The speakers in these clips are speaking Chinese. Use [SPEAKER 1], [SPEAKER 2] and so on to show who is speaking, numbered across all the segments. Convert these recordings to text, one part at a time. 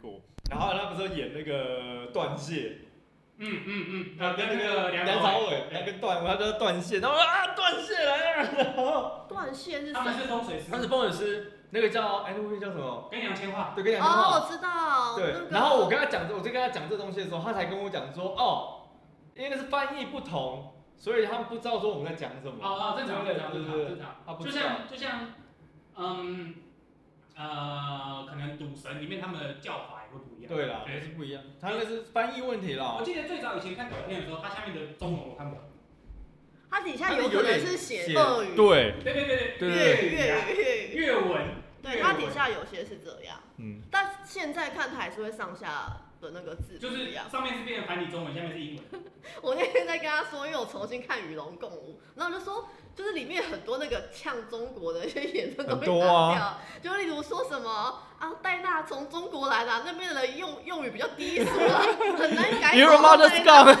[SPEAKER 1] 过。然后他不是演那个断线，
[SPEAKER 2] 嗯嗯嗯，啊，跟那个梁
[SPEAKER 1] 梁
[SPEAKER 2] 朝
[SPEAKER 1] 朝伟那个断，他叫断线，然后啊断线来了，然后
[SPEAKER 3] 断线是
[SPEAKER 2] 他们
[SPEAKER 3] 谁？
[SPEAKER 2] 是风水哦师
[SPEAKER 1] 他，是风水师，那个叫哎那部片叫什么？
[SPEAKER 2] 跟杨千嬅，
[SPEAKER 1] 对，跟你讲什么？
[SPEAKER 3] 哦，我知道。
[SPEAKER 1] 对
[SPEAKER 3] 那，个
[SPEAKER 1] 然后我跟他讲这，我就跟他讲这东西的时候，他才跟我讲说，哦，因为那是翻译不同，所以他们不知道说我们在讲什
[SPEAKER 2] 哦
[SPEAKER 1] 么，
[SPEAKER 2] 哦，正常
[SPEAKER 1] 对
[SPEAKER 2] 正常
[SPEAKER 1] 对
[SPEAKER 2] 正常
[SPEAKER 1] 对
[SPEAKER 2] 正常，
[SPEAKER 1] 他不
[SPEAKER 2] 就
[SPEAKER 1] 知道。
[SPEAKER 2] 像就像，嗯，呃，可能赌神里面他们的叫法也会不一样。
[SPEAKER 1] 对啦，
[SPEAKER 2] 对
[SPEAKER 1] 那是不一样，他那是翻译问题啦
[SPEAKER 2] 我。记得最早以前看港片的时候，它下面的中文我看不懂。
[SPEAKER 3] 它底下有可能是写俄语、
[SPEAKER 1] 对，
[SPEAKER 2] 对对对
[SPEAKER 1] 对
[SPEAKER 3] 粤
[SPEAKER 2] 对，
[SPEAKER 3] 语、
[SPEAKER 2] 粤语啊、
[SPEAKER 3] 粤语，
[SPEAKER 2] 粤文，
[SPEAKER 3] 对，它底下有些是这样，
[SPEAKER 1] 嗯，
[SPEAKER 3] 但现在看台是会上下的那个字不
[SPEAKER 2] 就是
[SPEAKER 3] 一样。
[SPEAKER 2] 上面是变成繁体中文，下面是英 文。
[SPEAKER 3] 我那天在跟他说，因为我重新看《与龙共舞》，然后我就说，就是里面很多那个呛中国的一些言论都被
[SPEAKER 1] 很多
[SPEAKER 3] 拿
[SPEAKER 1] 啊
[SPEAKER 3] 掉，就例如说什么啊，戴娜从中国来的啊、那边的人用用语比较低俗啦，很难改口。对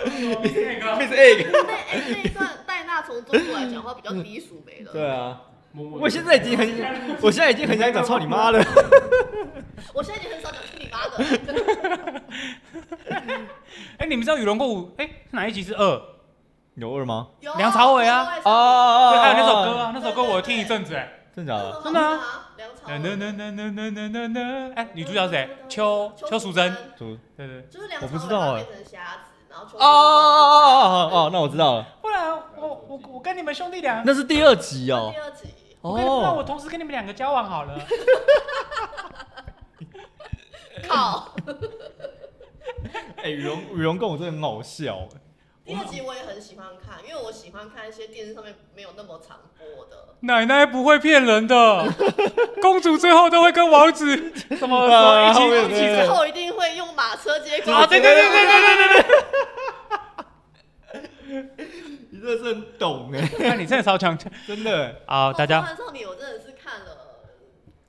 [SPEAKER 1] 哎
[SPEAKER 2] 你是 那个
[SPEAKER 1] Miss Egg。
[SPEAKER 3] 那哎那一段戴娜从中国来讲话比较低俗没了。
[SPEAKER 1] 对啊，
[SPEAKER 2] 默默地
[SPEAKER 1] 我现在已经很，我现在已经很想讲操你妈了。
[SPEAKER 3] 我现在已经很少讲是你妈的，
[SPEAKER 4] 哎，你们知道《与龙共舞》哎是哪一集是
[SPEAKER 1] 哦
[SPEAKER 4] 二？
[SPEAKER 1] 有二吗？
[SPEAKER 3] 有
[SPEAKER 4] 梁朝伟啊
[SPEAKER 3] 梁
[SPEAKER 1] 哦哦
[SPEAKER 3] 朝伟
[SPEAKER 4] 对，
[SPEAKER 1] 哦，
[SPEAKER 4] 还有那首歌啊，那
[SPEAKER 3] 对
[SPEAKER 4] 首歌
[SPEAKER 3] 对
[SPEAKER 4] 我
[SPEAKER 3] 对
[SPEAKER 4] 听一阵子哎。
[SPEAKER 1] 真假的？
[SPEAKER 3] 真
[SPEAKER 4] 真的啊
[SPEAKER 3] 啊，梁朝
[SPEAKER 4] 噔噔
[SPEAKER 3] 伟。
[SPEAKER 4] 噔噔噔噔噔噔噔，哎，女主角是谁？邱邱淑贞，，
[SPEAKER 1] 主
[SPEAKER 4] 对对。
[SPEAKER 3] 就是梁
[SPEAKER 1] 我
[SPEAKER 3] 朝
[SPEAKER 1] 不
[SPEAKER 3] 伟
[SPEAKER 1] 知道
[SPEAKER 3] 他
[SPEAKER 1] 哎
[SPEAKER 3] 变成瞎子，然后邱淑
[SPEAKER 1] 哦
[SPEAKER 3] 贞
[SPEAKER 1] 哦哦哦哦，那我知道了，
[SPEAKER 4] 不然我我我跟你们兄弟俩，
[SPEAKER 1] 那是第二集哦
[SPEAKER 3] 第。二集，
[SPEAKER 4] 我跟你们那
[SPEAKER 1] 哦
[SPEAKER 4] 我，同时跟你们两个交往好了。
[SPEAKER 3] 靠，
[SPEAKER 1] 哎，羽绒羽绒跟我真的很好笑。
[SPEAKER 3] 第二集我也很喜欢看，因为我喜欢看一些电视上面没有那么常播的。
[SPEAKER 4] 奶奶不会骗人的，公主最后都会跟王子什么
[SPEAKER 1] 啊
[SPEAKER 4] 什
[SPEAKER 1] 后
[SPEAKER 4] 么
[SPEAKER 1] 面
[SPEAKER 4] 一起
[SPEAKER 1] 对对
[SPEAKER 4] 一起
[SPEAKER 1] 对
[SPEAKER 3] 之后一定会用马车接狗。
[SPEAKER 4] 啊！对对对对对对对
[SPEAKER 1] 你真的是很懂哎，
[SPEAKER 4] 对，那你真的超强
[SPEAKER 1] 真的。
[SPEAKER 4] 啊！大家
[SPEAKER 3] 《少女》我真的是看了，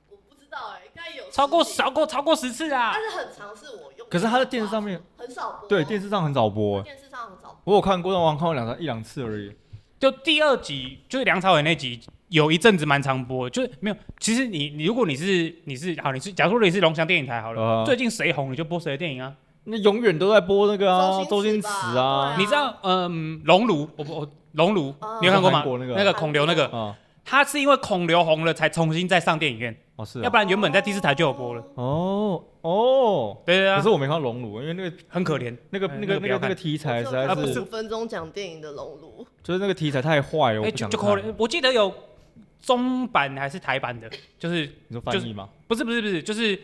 [SPEAKER 3] 我不知道哎，应该有
[SPEAKER 4] 超过
[SPEAKER 3] 十集
[SPEAKER 4] 超，过超过十次啊
[SPEAKER 3] 但！是很常是我用。
[SPEAKER 1] 可是他在电视上面，
[SPEAKER 3] 很少播，啊
[SPEAKER 1] 对电视上很少播，
[SPEAKER 3] 电视上很少播。啊
[SPEAKER 1] 我有看过，但我好像看过两三一两次而已。
[SPEAKER 4] 就第二集就是梁朝伟那集，有一阵子蛮常播的，就是没有。其实你你如果你是你是好你是，假如说你是龙翔电影台好了，
[SPEAKER 1] 啊
[SPEAKER 4] 最近谁红你就播谁的电影啊。
[SPEAKER 1] 那永远都在播那个啊，
[SPEAKER 3] 周
[SPEAKER 1] 周
[SPEAKER 3] 星
[SPEAKER 1] 星
[SPEAKER 3] 驰
[SPEAKER 1] 驰
[SPEAKER 3] 吧对啊
[SPEAKER 1] 啊，
[SPEAKER 4] 你知道嗯龙炉我不我龙炉
[SPEAKER 3] 哦
[SPEAKER 4] 你有看过吗
[SPEAKER 1] 韩？国那个
[SPEAKER 4] 那个孔刘那个，
[SPEAKER 1] 啊，
[SPEAKER 4] 他是因为孔刘红了才重新再上电影院，
[SPEAKER 1] 哦是
[SPEAKER 4] 要
[SPEAKER 1] 啊，
[SPEAKER 4] 不然原本在第四台就有播了。
[SPEAKER 1] 哦哦，
[SPEAKER 4] 对对
[SPEAKER 1] 可
[SPEAKER 4] 啊
[SPEAKER 1] 是，我没看到龙乳，因为那个
[SPEAKER 4] 很可怜。
[SPEAKER 1] 那个
[SPEAKER 4] 哎
[SPEAKER 1] 那
[SPEAKER 4] 那
[SPEAKER 1] 个
[SPEAKER 4] 个不
[SPEAKER 1] 那
[SPEAKER 4] 要
[SPEAKER 1] 个
[SPEAKER 4] 看
[SPEAKER 1] 那个题材实在
[SPEAKER 4] 啊
[SPEAKER 3] 我
[SPEAKER 4] 不
[SPEAKER 3] 只有看
[SPEAKER 1] 是
[SPEAKER 3] 五，分钟讲电影的《熔炉
[SPEAKER 1] 就是那个题材太坏了，我
[SPEAKER 4] 哎，
[SPEAKER 1] 不
[SPEAKER 4] 就
[SPEAKER 1] 想
[SPEAKER 4] 就
[SPEAKER 1] 看
[SPEAKER 4] 可怜。我记得有中版还是台版的，就是
[SPEAKER 1] 你说翻译吗？
[SPEAKER 4] 不是不是不是，就是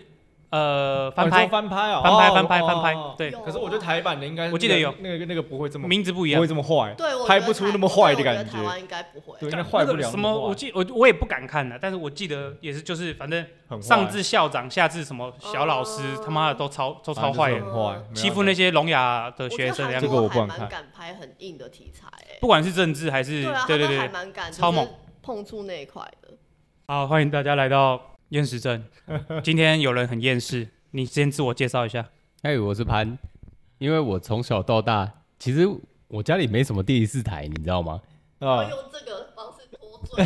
[SPEAKER 4] 呃
[SPEAKER 1] 哦
[SPEAKER 4] 翻
[SPEAKER 1] 你
[SPEAKER 4] 拍
[SPEAKER 1] 说翻拍啊，
[SPEAKER 4] 翻拍
[SPEAKER 1] 哦
[SPEAKER 4] 翻拍
[SPEAKER 1] 哦
[SPEAKER 4] 翻
[SPEAKER 1] 哦哦
[SPEAKER 4] 拍，对，
[SPEAKER 3] 有啊
[SPEAKER 1] 可是我觉得台版的应该，
[SPEAKER 4] 我记得有
[SPEAKER 1] 那个那个不会这么
[SPEAKER 4] 名字不一
[SPEAKER 1] 不
[SPEAKER 4] 样
[SPEAKER 1] 会。这么坏》，，
[SPEAKER 3] 对，我
[SPEAKER 1] 拍
[SPEAKER 3] 觉
[SPEAKER 1] 不
[SPEAKER 3] 得
[SPEAKER 1] 出
[SPEAKER 3] 台
[SPEAKER 1] 那么坏的
[SPEAKER 3] 对我觉得
[SPEAKER 1] 感
[SPEAKER 3] 台
[SPEAKER 1] 觉
[SPEAKER 3] 湾应该不会。
[SPEAKER 1] 对，应该坏不了
[SPEAKER 4] 那个
[SPEAKER 1] 那
[SPEAKER 4] 什么，
[SPEAKER 1] 坏
[SPEAKER 4] 我记我我也不敢看了，但是我记得也是就是反正
[SPEAKER 1] 很坏
[SPEAKER 4] 上至校长，下至什么小老师，
[SPEAKER 3] 哦
[SPEAKER 4] 他妈的都超
[SPEAKER 1] 都
[SPEAKER 4] 都超坏的，
[SPEAKER 1] 很坏，没
[SPEAKER 4] 欺
[SPEAKER 1] 办
[SPEAKER 4] 负
[SPEAKER 1] 法
[SPEAKER 4] 那些聋哑的
[SPEAKER 3] 我觉
[SPEAKER 4] 学
[SPEAKER 3] 得
[SPEAKER 4] 生的
[SPEAKER 3] 韩
[SPEAKER 4] 样
[SPEAKER 1] 这
[SPEAKER 4] 子，
[SPEAKER 1] 个我
[SPEAKER 3] 国
[SPEAKER 1] 不
[SPEAKER 3] 还
[SPEAKER 1] 敢
[SPEAKER 3] 蛮
[SPEAKER 1] 看
[SPEAKER 3] 敢拍很硬的题材哎。
[SPEAKER 4] 不管是政治还是
[SPEAKER 3] 对啊，
[SPEAKER 4] 对对
[SPEAKER 3] 他们还
[SPEAKER 4] 对，
[SPEAKER 3] 蛮敢，
[SPEAKER 4] 超猛，
[SPEAKER 3] 碰触那一块的。
[SPEAKER 4] 好，欢迎大家来到厌食 症。今天有人很厌世，你先自我介绍一下。
[SPEAKER 5] 哎，我是潘，因为我从小到大，其实我家里没什么第四台，你知道吗？
[SPEAKER 3] 我
[SPEAKER 1] 啊，
[SPEAKER 3] 用这个方式脱罪，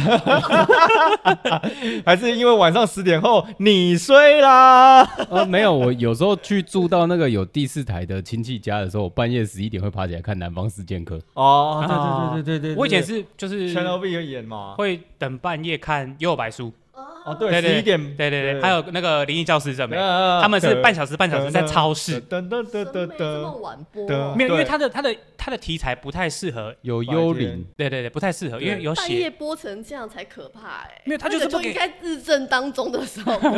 [SPEAKER 1] 还是因为晚上十点后你睡啦，
[SPEAKER 5] 呃，没有，我有时候去住到那个有第四台的亲戚家的时候，我半夜十一点会爬起来看《南方四剑客》。
[SPEAKER 1] 哦
[SPEAKER 4] 啊
[SPEAKER 1] 对对对对对
[SPEAKER 4] 我以前是就是
[SPEAKER 1] Channel V 有演嘛，
[SPEAKER 4] 会等半夜看《右白书
[SPEAKER 1] 哦
[SPEAKER 3] 哦，
[SPEAKER 1] 对，啊
[SPEAKER 4] 对对
[SPEAKER 1] 十一点，》，
[SPEAKER 4] 对对对，还有那个《灵异教师》什么的，
[SPEAKER 1] 他
[SPEAKER 4] 他们是半小时半小时在超市，
[SPEAKER 1] 噔噔噔噔
[SPEAKER 3] 真没啊这么
[SPEAKER 1] 噔，
[SPEAKER 3] 晚播
[SPEAKER 1] 得
[SPEAKER 3] 哦，
[SPEAKER 4] 没有，因为
[SPEAKER 1] 对
[SPEAKER 4] 他的他的他的题材不太适合，
[SPEAKER 5] 有幽
[SPEAKER 1] 白
[SPEAKER 5] 灵
[SPEAKER 1] 天，
[SPEAKER 4] 对对对，不太适合，
[SPEAKER 1] 对
[SPEAKER 4] 因为有
[SPEAKER 3] 半
[SPEAKER 4] 血
[SPEAKER 3] 夜播成这样才可怕哎。
[SPEAKER 4] 没有他就是
[SPEAKER 3] 那个
[SPEAKER 4] 不给
[SPEAKER 3] 应该日正当中的时候播。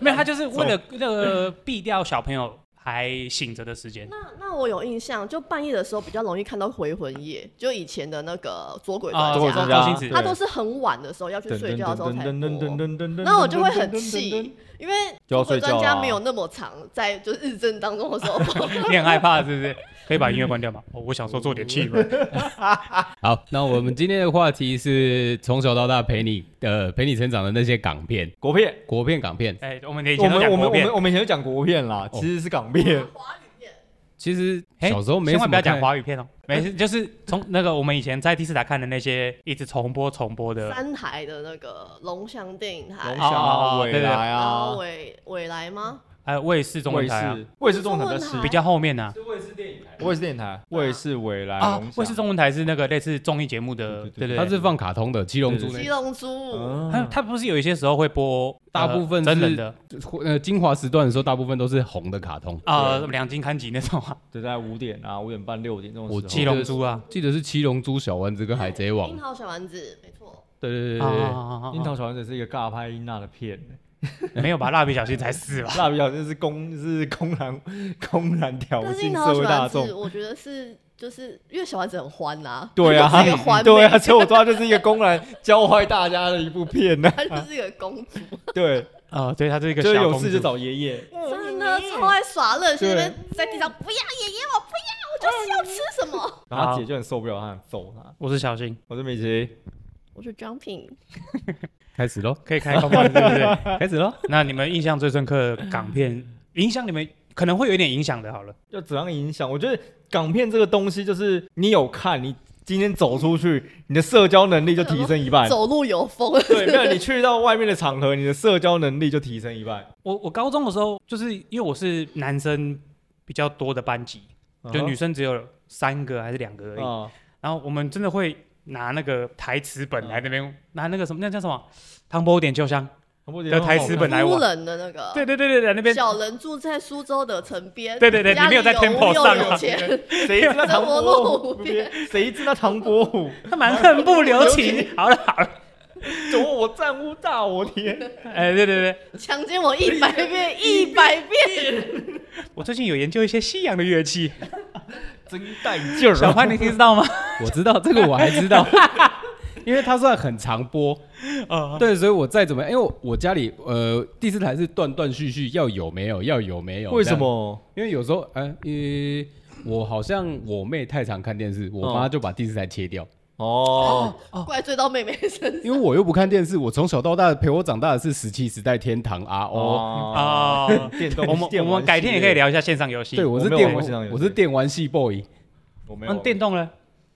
[SPEAKER 4] 没有，他
[SPEAKER 1] 啊
[SPEAKER 4] 就是为了那个避掉小朋友还醒着的时间。
[SPEAKER 3] 那那我有印象，就半夜的时候比较容易看到回魂夜，就以前的那个左鬼专
[SPEAKER 4] 左
[SPEAKER 1] 我啊
[SPEAKER 4] 鬼
[SPEAKER 1] 知
[SPEAKER 4] 专
[SPEAKER 3] 家，
[SPEAKER 4] 家啊周星
[SPEAKER 1] 道
[SPEAKER 4] 驰，
[SPEAKER 3] 他都是很晚的时候要去睡觉的时候才播。
[SPEAKER 1] 噔
[SPEAKER 3] 然后我就会很气，因为
[SPEAKER 1] 就要
[SPEAKER 3] 左
[SPEAKER 1] 睡
[SPEAKER 3] 鬼
[SPEAKER 1] 觉
[SPEAKER 3] 专家
[SPEAKER 1] 啊
[SPEAKER 3] 没有那么长，在就是日正当中的时候 播。
[SPEAKER 4] 你很害怕是不是？可以把音乐关掉吗？哦，我想说做点 气氛。
[SPEAKER 5] 好，那我们今天的话题是从小到大陪你呃陪你成长的那些港片、
[SPEAKER 1] 国片。
[SPEAKER 5] 国片、港片。
[SPEAKER 4] 哎，我们以
[SPEAKER 1] 我
[SPEAKER 4] 前都
[SPEAKER 1] 们
[SPEAKER 4] 讲
[SPEAKER 1] 我们
[SPEAKER 4] 国
[SPEAKER 1] 我
[SPEAKER 4] 片
[SPEAKER 1] 们，我们以前就讲国片啦，其实是港 片。
[SPEAKER 3] 华语片，
[SPEAKER 5] 其实
[SPEAKER 4] 哎
[SPEAKER 5] 小时候没
[SPEAKER 4] 千
[SPEAKER 5] 什么
[SPEAKER 4] 万不要讲
[SPEAKER 5] 看，
[SPEAKER 4] 华语片哦，没事，就是从那个我们以前在第四台看的那些一直重播重播的，
[SPEAKER 3] 三台的那个龙翔电影
[SPEAKER 1] 龙，
[SPEAKER 3] 台
[SPEAKER 4] 哦
[SPEAKER 1] 翔
[SPEAKER 4] 哦
[SPEAKER 1] 啊，
[SPEAKER 4] 哦
[SPEAKER 1] 未
[SPEAKER 4] 对对
[SPEAKER 1] 来
[SPEAKER 3] 然后
[SPEAKER 1] 啊，
[SPEAKER 3] 未未来台吗？
[SPEAKER 4] 还有卫视中文
[SPEAKER 1] 卫
[SPEAKER 4] 台啊，
[SPEAKER 1] 视，卫视中文台比较
[SPEAKER 3] 中文
[SPEAKER 1] 是
[SPEAKER 3] 台
[SPEAKER 4] 比较后面呢
[SPEAKER 6] 是卫视电影台，
[SPEAKER 1] 卫视电台，卫视未来
[SPEAKER 4] 啊
[SPEAKER 1] 龙，
[SPEAKER 4] 卫视
[SPEAKER 1] 翔
[SPEAKER 4] 中文台是那个类似综艺节目的，对
[SPEAKER 1] 对对
[SPEAKER 4] 对，
[SPEAKER 5] 它是放卡通的《七龙珠》
[SPEAKER 1] 对
[SPEAKER 5] 那
[SPEAKER 3] 七龙珠，
[SPEAKER 1] 嗯
[SPEAKER 4] 它它不哦是有一些时候会播
[SPEAKER 5] 大
[SPEAKER 4] 呃
[SPEAKER 5] 部分
[SPEAKER 4] 真人
[SPEAKER 5] 是
[SPEAKER 4] 的
[SPEAKER 5] 呃精华时段的时候，大部分都是红的卡通，
[SPEAKER 4] 啊，两金刊集那种啊，
[SPEAKER 1] 对，在五点啊，五点半、六点这种时候。
[SPEAKER 5] 我记
[SPEAKER 4] 七龙珠啊，
[SPEAKER 5] 记得是《七龙珠》《小丸子》跟《海贼王
[SPEAKER 3] 樱》。桃小丸子，没错。
[SPEAKER 5] 对对对
[SPEAKER 4] 啊啊
[SPEAKER 5] 对对，
[SPEAKER 4] 啊啊啊
[SPEAKER 1] 樱桃小丸子是一个尬拍音娜的片，
[SPEAKER 4] 没有吧？蜡笔小新才四 吧？
[SPEAKER 1] 蜡笔小新是公是公然公然挑
[SPEAKER 3] 但是
[SPEAKER 1] 衅
[SPEAKER 3] 樱桃
[SPEAKER 1] 社
[SPEAKER 3] 小
[SPEAKER 1] 会大
[SPEAKER 3] 丸
[SPEAKER 1] 众
[SPEAKER 3] 子，。 我觉得是就是因为小丸子很欢呐，
[SPEAKER 1] 对啊
[SPEAKER 3] 她就是一个欢，
[SPEAKER 1] 对
[SPEAKER 3] 妹，
[SPEAKER 1] 啊，所以我说它就是一个公然教坏大家的一部片呢、
[SPEAKER 3] 她就是一个公主，
[SPEAKER 1] 对，
[SPEAKER 4] 呃，对，它是一个
[SPEAKER 1] 就是
[SPEAKER 4] 小
[SPEAKER 1] 有
[SPEAKER 4] 公
[SPEAKER 1] 事就
[SPEAKER 4] 主，
[SPEAKER 1] 找爷爷。
[SPEAKER 4] 嗯
[SPEAKER 3] 真的超爱耍乐，去
[SPEAKER 1] 对
[SPEAKER 3] 那边在地上不要爷爷，我不要，我就是要吃什么。
[SPEAKER 1] 然后他姐就很受不了，她很揍他。
[SPEAKER 4] 我是小新，
[SPEAKER 1] 我是美琪，
[SPEAKER 3] 我是 jumping，
[SPEAKER 5] 开始喽，
[SPEAKER 4] 可以开公关对不对？
[SPEAKER 5] 开始喽。
[SPEAKER 4] 那你们印象最深刻的港片，影响你们可能会有一点影响的，好了，
[SPEAKER 1] 要怎样影响？我觉得港片这个东西，就是你有看，你今天走出去，你的社交能力就提升一半。
[SPEAKER 3] 走路有风，
[SPEAKER 1] 对，没有你去到外面的场合，你的社交能力就提升一半。
[SPEAKER 4] 我我高中的时候，就是因为我是男生比较多的班级，
[SPEAKER 1] 嗯
[SPEAKER 4] 就女生只有三个还是两个而已。
[SPEAKER 1] 啊，
[SPEAKER 4] 然后我们真的会拿那个台词本来
[SPEAKER 1] 嗯
[SPEAKER 4] 那边、拿那个什么，那叫什么《唐伯虎点秋香
[SPEAKER 1] 的
[SPEAKER 4] 的台词本来
[SPEAKER 3] 夫
[SPEAKER 4] 玩
[SPEAKER 3] 人的那个》。。
[SPEAKER 4] 对对对对对，那边
[SPEAKER 3] 小人住在苏州的城边，
[SPEAKER 4] 对对对
[SPEAKER 3] 家
[SPEAKER 4] 你没有
[SPEAKER 3] 里
[SPEAKER 4] 在
[SPEAKER 3] 无
[SPEAKER 4] tempo
[SPEAKER 3] 又
[SPEAKER 4] 上
[SPEAKER 3] 有
[SPEAKER 4] 啊
[SPEAKER 3] 钱，
[SPEAKER 1] 谁知道唐伯虎
[SPEAKER 3] 生活路边？
[SPEAKER 1] 谁知道唐伯虎？
[SPEAKER 4] 他蛮恨不留情。好了好了，
[SPEAKER 1] 走我战屋大我天！
[SPEAKER 4] 哎对对对，
[SPEAKER 3] 强奸我一百遍，一百遍。
[SPEAKER 4] 我最近有研究一些西洋的乐器，
[SPEAKER 1] 真带劲儿
[SPEAKER 4] 小
[SPEAKER 1] 啊！
[SPEAKER 4] 潘你听 知道吗？
[SPEAKER 5] 我知道这个，我还知 道，因为它算很常播。
[SPEAKER 4] 哦，
[SPEAKER 5] 对，所以我再怎么，因为我我家里呃第四台是断断续续，要有没有，要有没有。
[SPEAKER 1] 为什
[SPEAKER 5] 这样？
[SPEAKER 1] 么？
[SPEAKER 5] 因为有时候，呃，呃，我好像我妹太常看电视，我妈就把第四台切掉，
[SPEAKER 1] 哦，
[SPEAKER 3] 怪罪到妹妹身上。
[SPEAKER 5] 因为我又不看电视，我从小到大陪我长大的是十七时代天堂 RO。
[SPEAKER 1] 哦，
[SPEAKER 4] 哦，
[SPEAKER 1] 电动
[SPEAKER 4] 我们
[SPEAKER 1] 电
[SPEAKER 4] 我
[SPEAKER 1] 玩
[SPEAKER 4] 们改天也可以
[SPEAKER 1] 系列。
[SPEAKER 4] 聊一下线上游戏。嗯
[SPEAKER 5] 对，
[SPEAKER 1] 我
[SPEAKER 5] 我是
[SPEAKER 1] 没有
[SPEAKER 5] 电
[SPEAKER 1] 玩过线上游戏
[SPEAKER 5] 我是电玩系 boy，
[SPEAKER 1] 我没
[SPEAKER 4] 那
[SPEAKER 1] 有
[SPEAKER 4] 电动呢？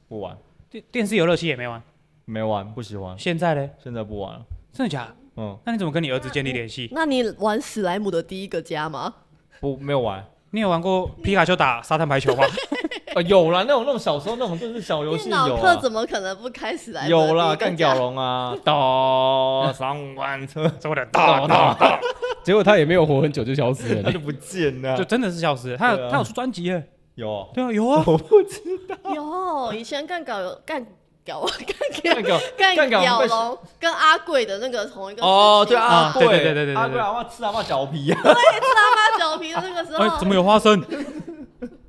[SPEAKER 1] 不玩，
[SPEAKER 4] 嗯电电视游乐器也没玩，
[SPEAKER 1] 没玩，不喜欢，
[SPEAKER 4] 现在呢？
[SPEAKER 1] 现在不玩了。
[SPEAKER 4] 真的假的？
[SPEAKER 1] 嗯，
[SPEAKER 4] 那你怎么跟你儿子建立联系？
[SPEAKER 3] 那你玩史莱姆的第一个家吗？
[SPEAKER 1] 不没有玩。
[SPEAKER 4] 你有玩过皮卡丘打沙滩排球吗？
[SPEAKER 1] 啊，有啦，那种那种小时候那种就是小游戏
[SPEAKER 3] 电
[SPEAKER 1] 有
[SPEAKER 3] 脑课
[SPEAKER 1] 啊。
[SPEAKER 3] 怎么可能不开史莱姆？
[SPEAKER 1] 有啦，干屌！龙 啊，到上万车，
[SPEAKER 4] 怎么的？打打打，
[SPEAKER 5] 结果他也没有活很久就消失
[SPEAKER 1] 他
[SPEAKER 5] 了。
[SPEAKER 1] 就哦不见了
[SPEAKER 4] 就。真的是消失了。他
[SPEAKER 1] 对
[SPEAKER 4] 有
[SPEAKER 1] 啊
[SPEAKER 4] 他有出专辑耶？
[SPEAKER 1] 有，
[SPEAKER 4] 对啊，有啊。
[SPEAKER 1] 我不知
[SPEAKER 3] 有，以前干屌有干屌
[SPEAKER 1] 那
[SPEAKER 3] 干屌
[SPEAKER 1] 个
[SPEAKER 3] 干
[SPEAKER 1] 干屌
[SPEAKER 3] 屌
[SPEAKER 1] 被
[SPEAKER 3] 龙跟阿贵的那个同一个
[SPEAKER 1] 哦，
[SPEAKER 3] 时期
[SPEAKER 1] 对
[SPEAKER 4] 啊
[SPEAKER 1] 阿贵，
[SPEAKER 4] 对对对对对
[SPEAKER 1] 阿贵阿妈吃阿妈脚皮啊，
[SPEAKER 3] 八角皮的那个时
[SPEAKER 4] 哎，怎
[SPEAKER 3] 候，
[SPEAKER 4] 么有花生？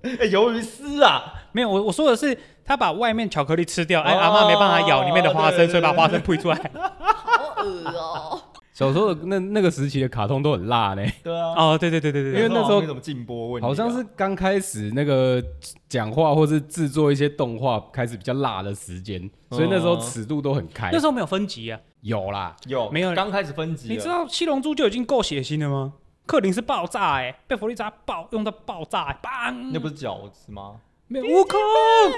[SPEAKER 1] 哎鱿鱼丝啊，
[SPEAKER 4] 没有，我我说的是他把外面巧克力吃掉，哎，
[SPEAKER 1] 哦
[SPEAKER 4] 阿妈没办法咬里面的花
[SPEAKER 1] 对对
[SPEAKER 4] 生，
[SPEAKER 1] 对
[SPEAKER 4] 所以把花生吐出来。
[SPEAKER 3] 好恶哦！
[SPEAKER 5] 小时候的那那个时期的卡通都很辣呢，
[SPEAKER 1] 对啊，
[SPEAKER 4] 哦，对对对对对
[SPEAKER 1] 因为
[SPEAKER 4] 对，
[SPEAKER 5] 为
[SPEAKER 1] 那
[SPEAKER 5] 那
[SPEAKER 1] 时
[SPEAKER 5] 时
[SPEAKER 1] 候
[SPEAKER 5] 候
[SPEAKER 1] 没怎么禁播问题啊，
[SPEAKER 5] 好像是刚开始那个讲话或是制作一些动画开始比较辣的时间，所以那时候尺度都很开
[SPEAKER 4] 那。时候没有分级啊。
[SPEAKER 5] 有啦，
[SPEAKER 1] 有
[SPEAKER 4] 没有
[SPEAKER 1] 刚开始分级了，
[SPEAKER 4] 你知道《七龙珠》就已经够血腥了吗？克林是爆炸哎、被弗利扎爆用到爆炸哎、砰！
[SPEAKER 1] 那不是饺子吗？
[SPEAKER 4] 没有悟空，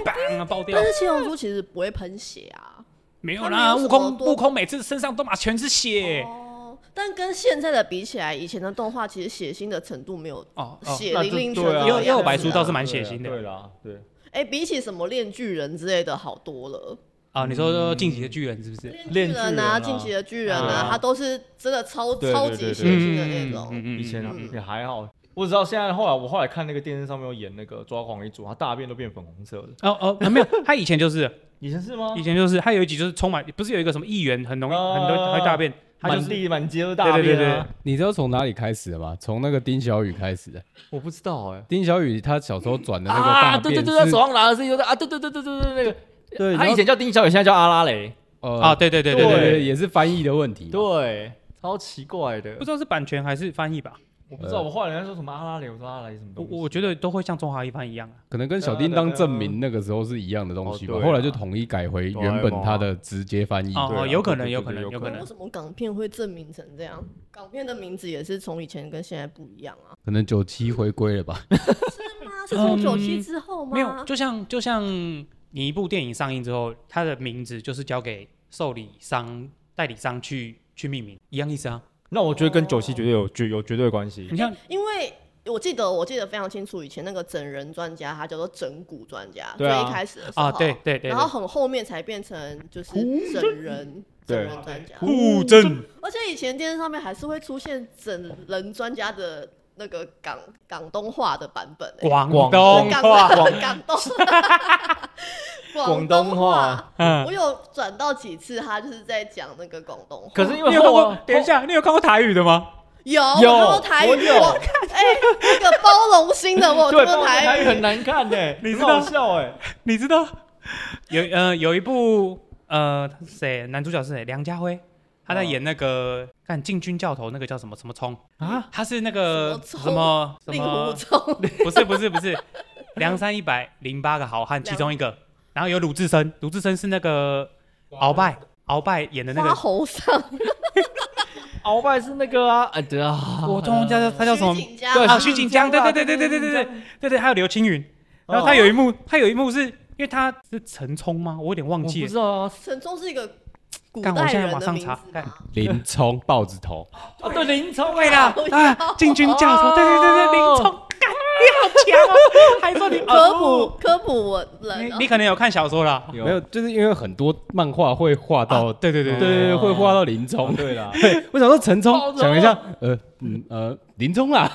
[SPEAKER 4] 砰啊爆掉
[SPEAKER 3] 但！是七龙珠其实不会喷血啊。
[SPEAKER 4] 没有
[SPEAKER 3] 他
[SPEAKER 4] 啦，
[SPEAKER 3] 没有什
[SPEAKER 4] 悟
[SPEAKER 3] 么
[SPEAKER 4] 空
[SPEAKER 3] 多
[SPEAKER 4] 悟空每次身上都嘛全是血
[SPEAKER 3] 哦，但跟现在的比起来，以前的动画其实血腥的程度没有
[SPEAKER 4] 哦哦，
[SPEAKER 3] 血
[SPEAKER 1] 那就
[SPEAKER 3] 淋淋成
[SPEAKER 1] 对啊
[SPEAKER 3] 这样
[SPEAKER 4] 因为
[SPEAKER 3] 子
[SPEAKER 4] 因为我
[SPEAKER 3] 啊
[SPEAKER 4] 白书倒是蛮血腥的
[SPEAKER 1] 对啦，对，
[SPEAKER 3] 哎、比起什么炼巨人之类的好多了。
[SPEAKER 4] 啊！你说说晋级的巨人是不是？
[SPEAKER 1] 炼
[SPEAKER 3] 巨
[SPEAKER 1] 巨人
[SPEAKER 3] 啊，
[SPEAKER 1] 啊
[SPEAKER 3] 进击的巨人
[SPEAKER 1] 对
[SPEAKER 3] 啊
[SPEAKER 1] 啊，
[SPEAKER 3] 它都是真的超
[SPEAKER 1] 对对
[SPEAKER 3] 超
[SPEAKER 1] 对
[SPEAKER 3] 级
[SPEAKER 1] 对
[SPEAKER 3] 血
[SPEAKER 1] 对
[SPEAKER 3] 腥的那种。
[SPEAKER 4] 嗯
[SPEAKER 1] 以前啊
[SPEAKER 3] 嗯
[SPEAKER 1] 也还好。我只知道现在后来，我后来看那个电视上面有演那个抓狂一族，他大便都变粉红色的。
[SPEAKER 4] 哦哦，啊没有，他以前就是，
[SPEAKER 1] 以前是吗
[SPEAKER 4] 以？前就是，他有一集就是充满，不是有一个什么议员很容易
[SPEAKER 1] 啊
[SPEAKER 4] 很多会大便，哦他就
[SPEAKER 1] 满
[SPEAKER 4] 是
[SPEAKER 1] 地满街都
[SPEAKER 4] 对
[SPEAKER 1] 大
[SPEAKER 4] 对对
[SPEAKER 1] 便
[SPEAKER 4] 对
[SPEAKER 1] 啊！，
[SPEAKER 5] 你知道从哪里开始的吗？从那个丁小雨开始的。
[SPEAKER 1] 我不知道哎。
[SPEAKER 5] 丁小雨他小时候转的那个
[SPEAKER 1] 啊，
[SPEAKER 5] 大
[SPEAKER 1] 对
[SPEAKER 5] 便
[SPEAKER 1] 对
[SPEAKER 5] 是，
[SPEAKER 1] 对，他手上拿的是一个啊，对对对对对对，那个
[SPEAKER 5] 对
[SPEAKER 1] 他
[SPEAKER 5] 然后
[SPEAKER 1] 以前叫丁小雨，现在叫阿拉蕾。
[SPEAKER 5] 呃
[SPEAKER 4] 啊对对对
[SPEAKER 5] 对
[SPEAKER 4] 对
[SPEAKER 5] 对
[SPEAKER 4] 对
[SPEAKER 5] 对
[SPEAKER 4] 对，
[SPEAKER 5] 对，也是翻译的问题。，
[SPEAKER 1] 对，超奇怪的
[SPEAKER 4] 不。知道是版权还是翻译吧，
[SPEAKER 1] 我不知道，我后来人家说什么阿拉蕾，我说阿拉蕾什么
[SPEAKER 4] 我
[SPEAKER 1] 东西？
[SPEAKER 4] 我觉得都会像中华一番一样啊，
[SPEAKER 5] 可能跟小叮当证明那个时候是一样的东西吧
[SPEAKER 1] 哦。对啊
[SPEAKER 5] 后来就统一改回原本他的直接翻译。
[SPEAKER 4] 哦
[SPEAKER 1] 对啊
[SPEAKER 4] 哦，有可
[SPEAKER 1] 对
[SPEAKER 4] 能
[SPEAKER 1] 对
[SPEAKER 4] 有
[SPEAKER 1] 对
[SPEAKER 4] 可能
[SPEAKER 1] 有
[SPEAKER 4] 有可
[SPEAKER 1] 可
[SPEAKER 4] 能
[SPEAKER 3] 为，什么港片会证明成这样？港片的名字也是从以前跟现在不一样啊。
[SPEAKER 5] 可能九七回归了吧？
[SPEAKER 3] 是吗？是从
[SPEAKER 4] 嗯
[SPEAKER 3] 九七之后吗？
[SPEAKER 4] 没有，就像就像你一部电影上映之后，它的名字就是交给受理商代理商去去命名，一样意思啊。
[SPEAKER 1] 那我觉得跟九七绝对有绝有绝对的关系。
[SPEAKER 4] 你像
[SPEAKER 3] 因为我记得我记得非常清楚，以前那个整人专家他叫做整蛊专家，
[SPEAKER 1] 对啊
[SPEAKER 3] 最一开始的时候
[SPEAKER 4] 啊，对对对
[SPEAKER 3] 然，后很后面才变成就是整人
[SPEAKER 1] 对
[SPEAKER 3] 整人专家，
[SPEAKER 1] 互证
[SPEAKER 3] 而且以前电视上面还是会出现整人专家的那个港广东话的版本、欸，
[SPEAKER 4] 广
[SPEAKER 1] 广
[SPEAKER 4] 东
[SPEAKER 3] 港
[SPEAKER 4] 话，
[SPEAKER 3] 港东
[SPEAKER 1] 广
[SPEAKER 3] 东
[SPEAKER 1] 东话。
[SPEAKER 4] 嗯
[SPEAKER 3] 我，有转到几次，他就是在讲那个广东话。
[SPEAKER 1] 可是因
[SPEAKER 4] 你
[SPEAKER 1] 为
[SPEAKER 4] 有看
[SPEAKER 1] 后
[SPEAKER 4] 过
[SPEAKER 1] 啊？
[SPEAKER 4] 等一下，你有看过台语的吗？
[SPEAKER 3] 有
[SPEAKER 1] 有
[SPEAKER 3] 我看过台语，
[SPEAKER 1] 我有
[SPEAKER 3] 我 哎、那个包容心的我
[SPEAKER 1] 后，
[SPEAKER 3] 有
[SPEAKER 1] 对，
[SPEAKER 3] 看
[SPEAKER 1] 不
[SPEAKER 3] 过
[SPEAKER 1] 然
[SPEAKER 3] 台
[SPEAKER 1] 台
[SPEAKER 3] 语
[SPEAKER 1] 语，很难看 呢，
[SPEAKER 4] 你
[SPEAKER 1] 很
[SPEAKER 4] 知道
[SPEAKER 1] 好笑哎。
[SPEAKER 4] 你知道有呃有一部呃他是谁男主角是谁？梁家辉，他在演那个看进军教头那个叫什么什么冲
[SPEAKER 1] 啊？
[SPEAKER 4] 他是那个
[SPEAKER 3] 什
[SPEAKER 4] 什么 什
[SPEAKER 3] 令
[SPEAKER 4] 么
[SPEAKER 3] 狐冲，
[SPEAKER 4] 不是不是不是，梁山一百零八个好汉其中一个，然后有鲁智深，鲁智深是那个鳌拜，鳌拜演的那
[SPEAKER 3] 花
[SPEAKER 4] 个，
[SPEAKER 3] 猴上，
[SPEAKER 1] 鳌拜是那个啊，呃，对啊，
[SPEAKER 4] 我突然叫他叫什么
[SPEAKER 3] 徐？锦江
[SPEAKER 4] 啊，
[SPEAKER 1] 对
[SPEAKER 4] 徐锦江，对对对对对对对对对对，还有刘青云，然后他
[SPEAKER 1] 哦
[SPEAKER 4] 有一幕，他有一幕是因为他是陈冲吗？我有点忘
[SPEAKER 1] 我
[SPEAKER 4] 记
[SPEAKER 1] 不
[SPEAKER 4] 了
[SPEAKER 1] 知，道啊，
[SPEAKER 3] 陈冲是一个古
[SPEAKER 4] 干我
[SPEAKER 3] 代
[SPEAKER 4] 现在
[SPEAKER 3] 人
[SPEAKER 4] 马
[SPEAKER 3] 的
[SPEAKER 4] 上
[SPEAKER 3] 名字啊
[SPEAKER 4] 查
[SPEAKER 3] 吗？
[SPEAKER 4] 干
[SPEAKER 5] 林冲豹子头，
[SPEAKER 1] 啊对，林冲
[SPEAKER 4] 对啦啊，进军教头，对对对对，林冲，干你好强哦， 还说你
[SPEAKER 3] 科普科普文人
[SPEAKER 4] 你
[SPEAKER 3] 哦，
[SPEAKER 4] 哦你可能有看小说了，
[SPEAKER 5] 没有，就是因为很多漫画会画到，
[SPEAKER 4] 对对对
[SPEAKER 5] 对对对，会画到林
[SPEAKER 1] 哦
[SPEAKER 5] 冲。
[SPEAKER 1] 对 啦，
[SPEAKER 5] 对，我想说陈
[SPEAKER 1] 豹
[SPEAKER 5] 冲，
[SPEAKER 1] 子头
[SPEAKER 5] 想一下，呃嗯呃，林冲啦，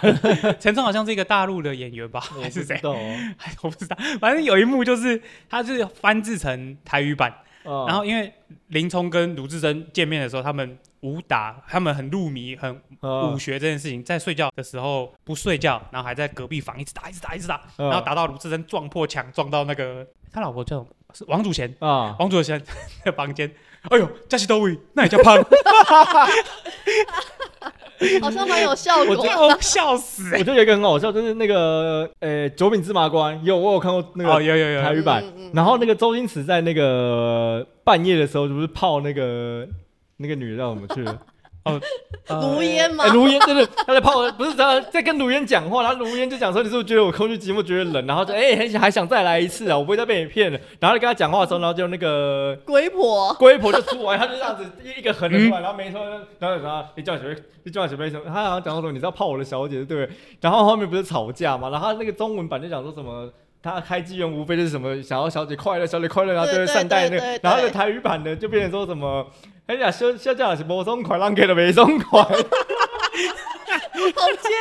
[SPEAKER 4] 陈冲好像是一个大陆的演员吧，还是谁？
[SPEAKER 1] 然
[SPEAKER 4] 哎我不知道，反正有一幕就是他是翻制成台语版，然后因为林冲跟鲁智深见面的时候，他们武打，他们很入迷，很
[SPEAKER 1] 嗯
[SPEAKER 4] 武学这件事情，在睡觉的时候不睡觉，然后还在隔壁房一直打，一直打，一直打，然后打到鲁智深撞破墙，撞到那个哦他老婆叫什么是王祖贤，
[SPEAKER 1] 啊，
[SPEAKER 4] 王祖贤的房间，哎呦，加西多维，那也叫胖，
[SPEAKER 3] 好像蛮有效
[SPEAKER 1] 我
[SPEAKER 3] 果
[SPEAKER 1] 觉。
[SPEAKER 4] 哦，笑死、
[SPEAKER 1] 我
[SPEAKER 4] 欸！
[SPEAKER 1] 觉得有一个很好笑，就是那个呃九品芝麻官，有我有看过那
[SPEAKER 4] 哦，
[SPEAKER 1] 个
[SPEAKER 4] 有有
[SPEAKER 1] 台
[SPEAKER 4] 有，
[SPEAKER 1] 语版
[SPEAKER 3] 嗯嗯嗯，
[SPEAKER 1] 然后那个周星驰在那个半夜的时候，就是泡那个那个女的叫什么去 了？
[SPEAKER 4] 呃
[SPEAKER 3] 卢烟吗
[SPEAKER 1] 哎？卢烟真的他在泡，不是他在跟卢烟讲话，然后卢烟就讲说你是不是觉得我空虚寂寞觉得冷，然后就哎很想还想再来一次啊，我不会再被你骗了。然后就跟他讲话的时候，然后就那个
[SPEAKER 3] 鬼婆，
[SPEAKER 1] 龟婆就出来，他就这样子一个横着出来，然后没说，然后然后你叫小妹，你叫小妹什么？他好像讲说你知道泡我的小姐对不对？然后后面不是吵架嘛，然后他那个中文版就讲说什么。他开机缘无非就是什么想要小姐快乐，小姐快乐，然后就会善待那
[SPEAKER 3] 对
[SPEAKER 1] 个
[SPEAKER 3] 对对对，
[SPEAKER 1] 然后那个台语版的就变成说什么，哎呀，休休假是没松快，让给了没松快，
[SPEAKER 3] 好接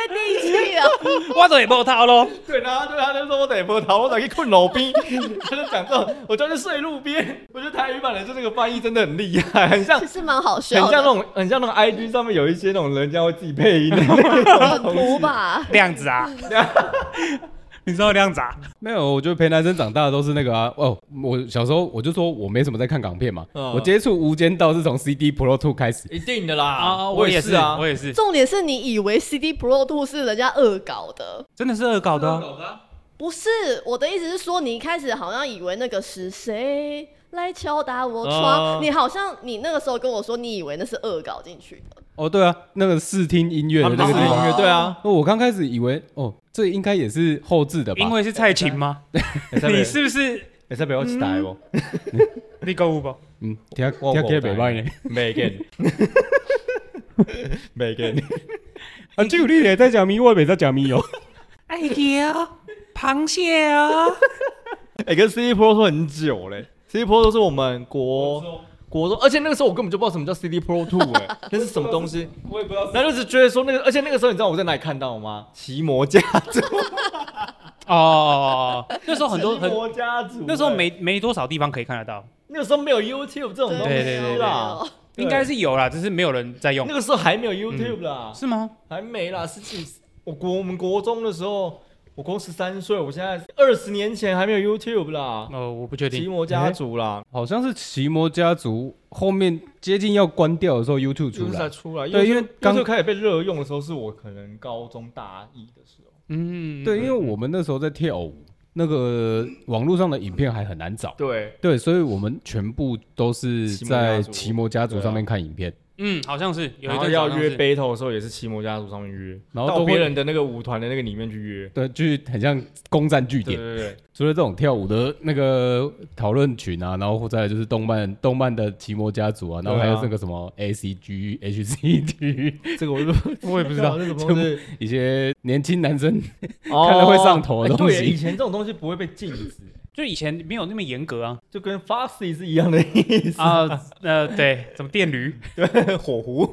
[SPEAKER 3] 地气啊！
[SPEAKER 4] 我都也不套喽。
[SPEAKER 1] 对，然后就他就说我得不逃，我得去困路边，他就讲这种，我就去睡路边。 我觉得台语版的就这个翻译真的很厉害，很像
[SPEAKER 3] 其实蛮好
[SPEAKER 1] 很
[SPEAKER 3] 笑
[SPEAKER 1] 像那
[SPEAKER 3] 的，
[SPEAKER 1] 种，很像那种 IG 上面有一些那种人家会自己配音的
[SPEAKER 3] 很土 吧？
[SPEAKER 4] 亮子啊，你知道亮子啊？
[SPEAKER 5] 没有，我觉得陪男生长大的都是那个啊，哦，我小时候我就说我没什么在看港片嘛，
[SPEAKER 1] 嗯
[SPEAKER 5] 我接触《无间道》是从 CD Pro Two 开始，
[SPEAKER 1] 一定的啦
[SPEAKER 4] 我也是
[SPEAKER 1] 啊，
[SPEAKER 4] 我也是，
[SPEAKER 3] 重点是你以为 CD Pro Two 是人家恶搞的，
[SPEAKER 4] 真的是恶搞的啊。
[SPEAKER 2] 搞的啊，
[SPEAKER 3] 不是，我的意思是说，你一开始好像以为那个是谁来敲打我窗，
[SPEAKER 1] 哦
[SPEAKER 3] 你好像你那个时候跟我说，你以为那是恶搞进去的，
[SPEAKER 5] 哦，对啊，那个试听音乐的那
[SPEAKER 1] 他
[SPEAKER 5] 个
[SPEAKER 1] 们
[SPEAKER 5] 地
[SPEAKER 1] 是音
[SPEAKER 5] 方，
[SPEAKER 1] 乐对啊，
[SPEAKER 5] 哦我刚开始以为哦，这应该也是后置的吧，
[SPEAKER 4] 因为是蔡琴吗？你是不是
[SPEAKER 1] 你嗯是不要去打我，
[SPEAKER 4] 你购物不？
[SPEAKER 5] 嗯，听
[SPEAKER 1] 我
[SPEAKER 5] 听起来袂歹呢，
[SPEAKER 1] 没 给，没给，
[SPEAKER 5] 啊，只有你咧在讲米，我袂在讲米哦，
[SPEAKER 4] 哎呀，螃蟹啊！
[SPEAKER 1] 哎，跟 CD Pro 说很久嘞，CD Pro 是我们国
[SPEAKER 6] 我
[SPEAKER 1] 国中，而且那个时候我根本就不知道什么叫 CD Pro Two 哎，那是什么东西？
[SPEAKER 6] 我也不知道是，
[SPEAKER 1] 那就是觉得说那个，而且那个时候你知道我在哪里看到吗？奇魔家族，
[SPEAKER 4] 哦，那时候很多
[SPEAKER 1] 奇
[SPEAKER 4] 很，
[SPEAKER 1] 魔家族，
[SPEAKER 4] 那时候
[SPEAKER 1] 哎
[SPEAKER 4] 没没多少地方可以看得到，
[SPEAKER 1] 那个时候没有 YouTube 这种东
[SPEAKER 4] 对对
[SPEAKER 1] 西
[SPEAKER 4] 对
[SPEAKER 1] 啦，对啊
[SPEAKER 4] 应该是有啦，只是没有人在用
[SPEAKER 1] 那，个时候还没有 YouTube 啦，
[SPEAKER 4] 是吗？
[SPEAKER 1] 还没啦，十几，我国我们国中的时候，我国十三岁，我现在二十年前还没有 YouTube 啦，
[SPEAKER 4] 呃，我不确
[SPEAKER 1] 奇
[SPEAKER 4] 定。
[SPEAKER 1] 摩家族啦，
[SPEAKER 5] 好像是奇摩家族后面接近要关掉的时候 YouTube
[SPEAKER 1] 就
[SPEAKER 5] 出
[SPEAKER 1] 是才
[SPEAKER 5] 来，
[SPEAKER 1] 出来，
[SPEAKER 5] 对因为刚
[SPEAKER 1] 刚开始被热用的时候，是我可能高中大一的时候，
[SPEAKER 4] 嗯，
[SPEAKER 5] 对，因为我们那时候在跳舞，那个网络上的影片还很难找。
[SPEAKER 1] 对，啊
[SPEAKER 5] 对，所以我们全部都是在奇摩家族上面看影片。
[SPEAKER 4] 嗯嗯，好像是有
[SPEAKER 1] 然
[SPEAKER 4] 一
[SPEAKER 1] 后
[SPEAKER 4] 阵子
[SPEAKER 1] 要
[SPEAKER 4] 好像
[SPEAKER 1] 约
[SPEAKER 4] 是
[SPEAKER 1] battle 的时候也是奇摩家族上面约，
[SPEAKER 5] 然后
[SPEAKER 1] 到
[SPEAKER 5] 都会
[SPEAKER 1] 别人的那个舞团的那个里面去约。
[SPEAKER 5] 对，就是很像攻占据
[SPEAKER 1] 对
[SPEAKER 5] 点。
[SPEAKER 1] 对对，
[SPEAKER 5] 除了这种跳舞的那个讨论群啊，然后再来就是动漫动漫的奇摩家族啊，然后还有这个什么 A C G H C G，
[SPEAKER 1] 对 这个我就
[SPEAKER 5] 我也不知
[SPEAKER 1] 道
[SPEAKER 5] 道
[SPEAKER 1] 这什么东 西，
[SPEAKER 5] 一些年轻男生
[SPEAKER 1] 看
[SPEAKER 5] 了会上头的东西
[SPEAKER 1] 哦哎对，以前这种东西不会被禁止，
[SPEAKER 4] 就以前没有那么严格 啊
[SPEAKER 1] 就跟 Foxy 是一样的 意思。
[SPEAKER 4] 啊呃对，什么电驴
[SPEAKER 1] 火狐，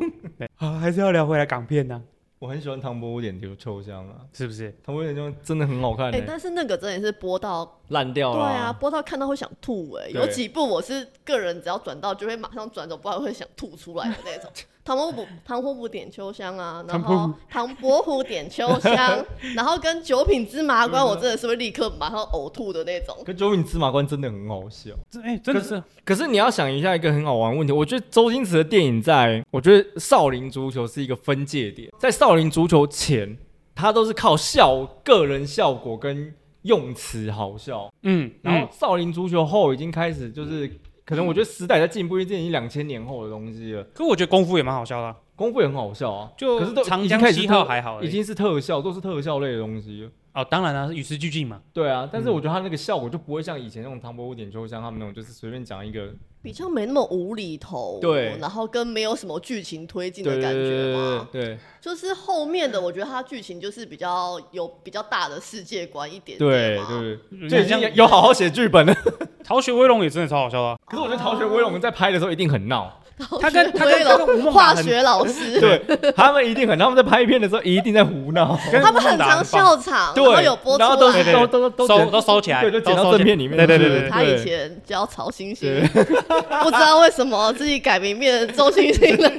[SPEAKER 4] 啊，还是要聊回来港片呢、
[SPEAKER 1] 我很喜欢唐伯虎点秋秋香啊，
[SPEAKER 4] 是不是？
[SPEAKER 1] 唐伯虎点秋香真的很好看
[SPEAKER 3] 哎、
[SPEAKER 1] 欸
[SPEAKER 3] 但是那个真的是播到，
[SPEAKER 1] 烂掉
[SPEAKER 3] 对
[SPEAKER 1] 了。
[SPEAKER 3] 啊，，播到看到会想吐哎、有
[SPEAKER 1] 哦对
[SPEAKER 3] 几部我是个人只要转到就会马上转走，不然会想吐出来的 那种。唐伯虎唐伯虎点秋香啊，然后唐伯虎点秋 香，然后跟九品芝麻
[SPEAKER 1] 嗯
[SPEAKER 3] 官，我真的是会立刻马上呕吐的那种。
[SPEAKER 1] 可九品芝麻官真的很好笑。
[SPEAKER 4] 这哎、真的是
[SPEAKER 1] 可是你要想一下一个很好玩的问题，我觉得周星驰的电影在，我觉得少林足球是一个分界点，在少林足球前，他都是靠效个人效果跟用词好笑，
[SPEAKER 4] 嗯，
[SPEAKER 1] 然后少林足球后已经开始就是。可能我觉得时代在进步，因为这已经两千年后的东西了
[SPEAKER 4] 嗯。。可我觉得功夫也蛮好笑的啊、
[SPEAKER 1] 功夫也很好笑啊，
[SPEAKER 4] 就
[SPEAKER 1] 可是都
[SPEAKER 4] 长
[SPEAKER 1] 已经
[SPEAKER 4] 江
[SPEAKER 1] 开始
[SPEAKER 4] 七
[SPEAKER 1] 特
[SPEAKER 4] 号还好而已欸
[SPEAKER 1] 已经是特效，都是特效类的东西了。
[SPEAKER 4] 哦，当然了、与时俱进嘛。
[SPEAKER 1] 对啊，但是我觉得他那个效果就不会像以前那种唐伯虎点秋香他们那种，就是随便讲一个
[SPEAKER 3] 比较没那么无厘头，
[SPEAKER 1] 对
[SPEAKER 3] 然后跟没有什么剧情推进
[SPEAKER 1] 对
[SPEAKER 3] 的
[SPEAKER 1] 对
[SPEAKER 3] 感觉
[SPEAKER 1] 对
[SPEAKER 3] 嘛。
[SPEAKER 1] 对
[SPEAKER 3] 就是后面的，我觉得它剧情就是比较有比较大的世界观一点
[SPEAKER 1] 对
[SPEAKER 3] 点嘛。
[SPEAKER 1] 对对，
[SPEAKER 4] 嗯
[SPEAKER 1] 这已经
[SPEAKER 4] 像
[SPEAKER 1] 有有好好写剧本了。
[SPEAKER 4] 逃学威龙也真的超好笑的啊、
[SPEAKER 1] 可是我觉得《逃学威龙》在拍的时候一定很 闹，
[SPEAKER 4] 他跟他
[SPEAKER 3] 威
[SPEAKER 4] 跟他跟吴
[SPEAKER 3] 龙
[SPEAKER 4] 孟
[SPEAKER 3] 化
[SPEAKER 4] 达很
[SPEAKER 3] 学老师，
[SPEAKER 1] 对他们一定很，他们在拍片的时候一定在胡闹，
[SPEAKER 4] 跟
[SPEAKER 3] 他们
[SPEAKER 4] 吴孟
[SPEAKER 3] 很
[SPEAKER 4] 达
[SPEAKER 3] 常
[SPEAKER 4] 棒
[SPEAKER 3] 笑场，然后
[SPEAKER 1] 对，
[SPEAKER 3] 有播出
[SPEAKER 1] 然后都
[SPEAKER 3] 来。
[SPEAKER 4] 对对
[SPEAKER 1] 都都都
[SPEAKER 4] 收
[SPEAKER 1] 剪
[SPEAKER 4] 都收起来，
[SPEAKER 1] 对，就
[SPEAKER 4] 都
[SPEAKER 1] 剪到
[SPEAKER 4] 收起
[SPEAKER 1] 正
[SPEAKER 4] 来
[SPEAKER 1] 片里面。
[SPEAKER 4] 对对对
[SPEAKER 1] 对
[SPEAKER 4] 对，
[SPEAKER 3] 他以前叫曹星星，不知道为什么自己改名变成周星星了。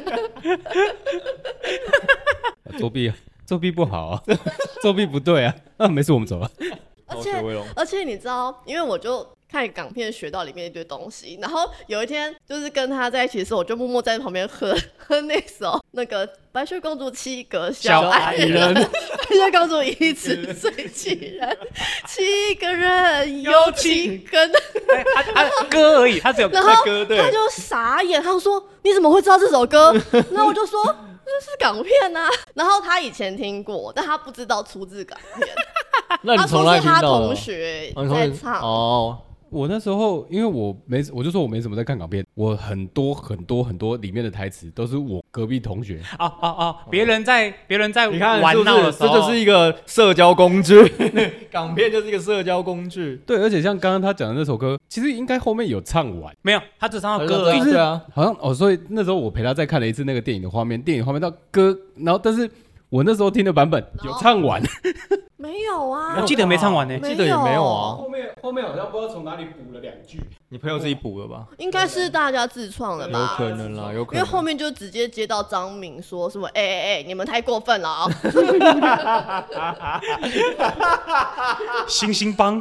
[SPEAKER 5] 啊作弊，作弊不好、啊， 作弊不对啊。啊，没事，我们走了。
[SPEAKER 3] 而
[SPEAKER 1] 逃
[SPEAKER 3] 且
[SPEAKER 1] 学威 龙》
[SPEAKER 3] 而且你知道，因为我就看港片学到里面一堆东西，然后有一天就是跟他在一起的时候，我就默默在旁边喝喝那首那个《白雪公主七个小矮人》，《白雪公主一直最气人，七个人有七根》，
[SPEAKER 4] 哎他他歌而已，他只有
[SPEAKER 3] 然后
[SPEAKER 1] 歌对
[SPEAKER 3] 他就傻眼，他说你怎么会知道这首歌？ 然后我就说这是港片啊，然后他以前听过，但他不知道出自港片，
[SPEAKER 1] 那
[SPEAKER 3] 他
[SPEAKER 1] 你从
[SPEAKER 3] 说
[SPEAKER 1] 哪里
[SPEAKER 3] 是
[SPEAKER 1] 听
[SPEAKER 3] 他
[SPEAKER 1] 到的
[SPEAKER 3] 同？学
[SPEAKER 1] 哦你从哪
[SPEAKER 3] 在
[SPEAKER 1] 里
[SPEAKER 3] 唱。
[SPEAKER 1] 哦，
[SPEAKER 5] 我那时候因为我没，我就说我没怎么在看港片，我很多很多很多里面的台词都是我隔壁同学。
[SPEAKER 4] 哦哦哦，别人在别人在
[SPEAKER 1] 你看是
[SPEAKER 4] 玩
[SPEAKER 1] 不
[SPEAKER 4] 闹的
[SPEAKER 1] 是？
[SPEAKER 4] 时候，
[SPEAKER 1] 这就是一个社交工 具，港片就是一个社交工具。
[SPEAKER 5] 对，而且像刚刚他讲的那首歌，其实应该后面有唱完，
[SPEAKER 4] 没有，他只唱到歌而
[SPEAKER 1] 对
[SPEAKER 4] 已
[SPEAKER 1] 啊，对啊，
[SPEAKER 5] 好像哦，所以那时候我陪他再看了一次那个电影的画面，电影画面到歌，然后但是我那时候听的版本 有唱完，
[SPEAKER 3] 没有 啊，
[SPEAKER 4] 我记得没唱完呢、
[SPEAKER 3] 没
[SPEAKER 1] 哎记得也没有啊，
[SPEAKER 5] 面后面好像不知道从哪里补了两句，
[SPEAKER 1] 你朋友自己补的吧？
[SPEAKER 3] 应该是大家自创的
[SPEAKER 1] 有
[SPEAKER 3] 吧。
[SPEAKER 1] 可能啦，有可
[SPEAKER 3] 因
[SPEAKER 1] 能。
[SPEAKER 3] 为后面就直接接到张敏说什么，哎哎哎，你们太过分了啊、
[SPEAKER 1] 哦
[SPEAKER 4] 星星帮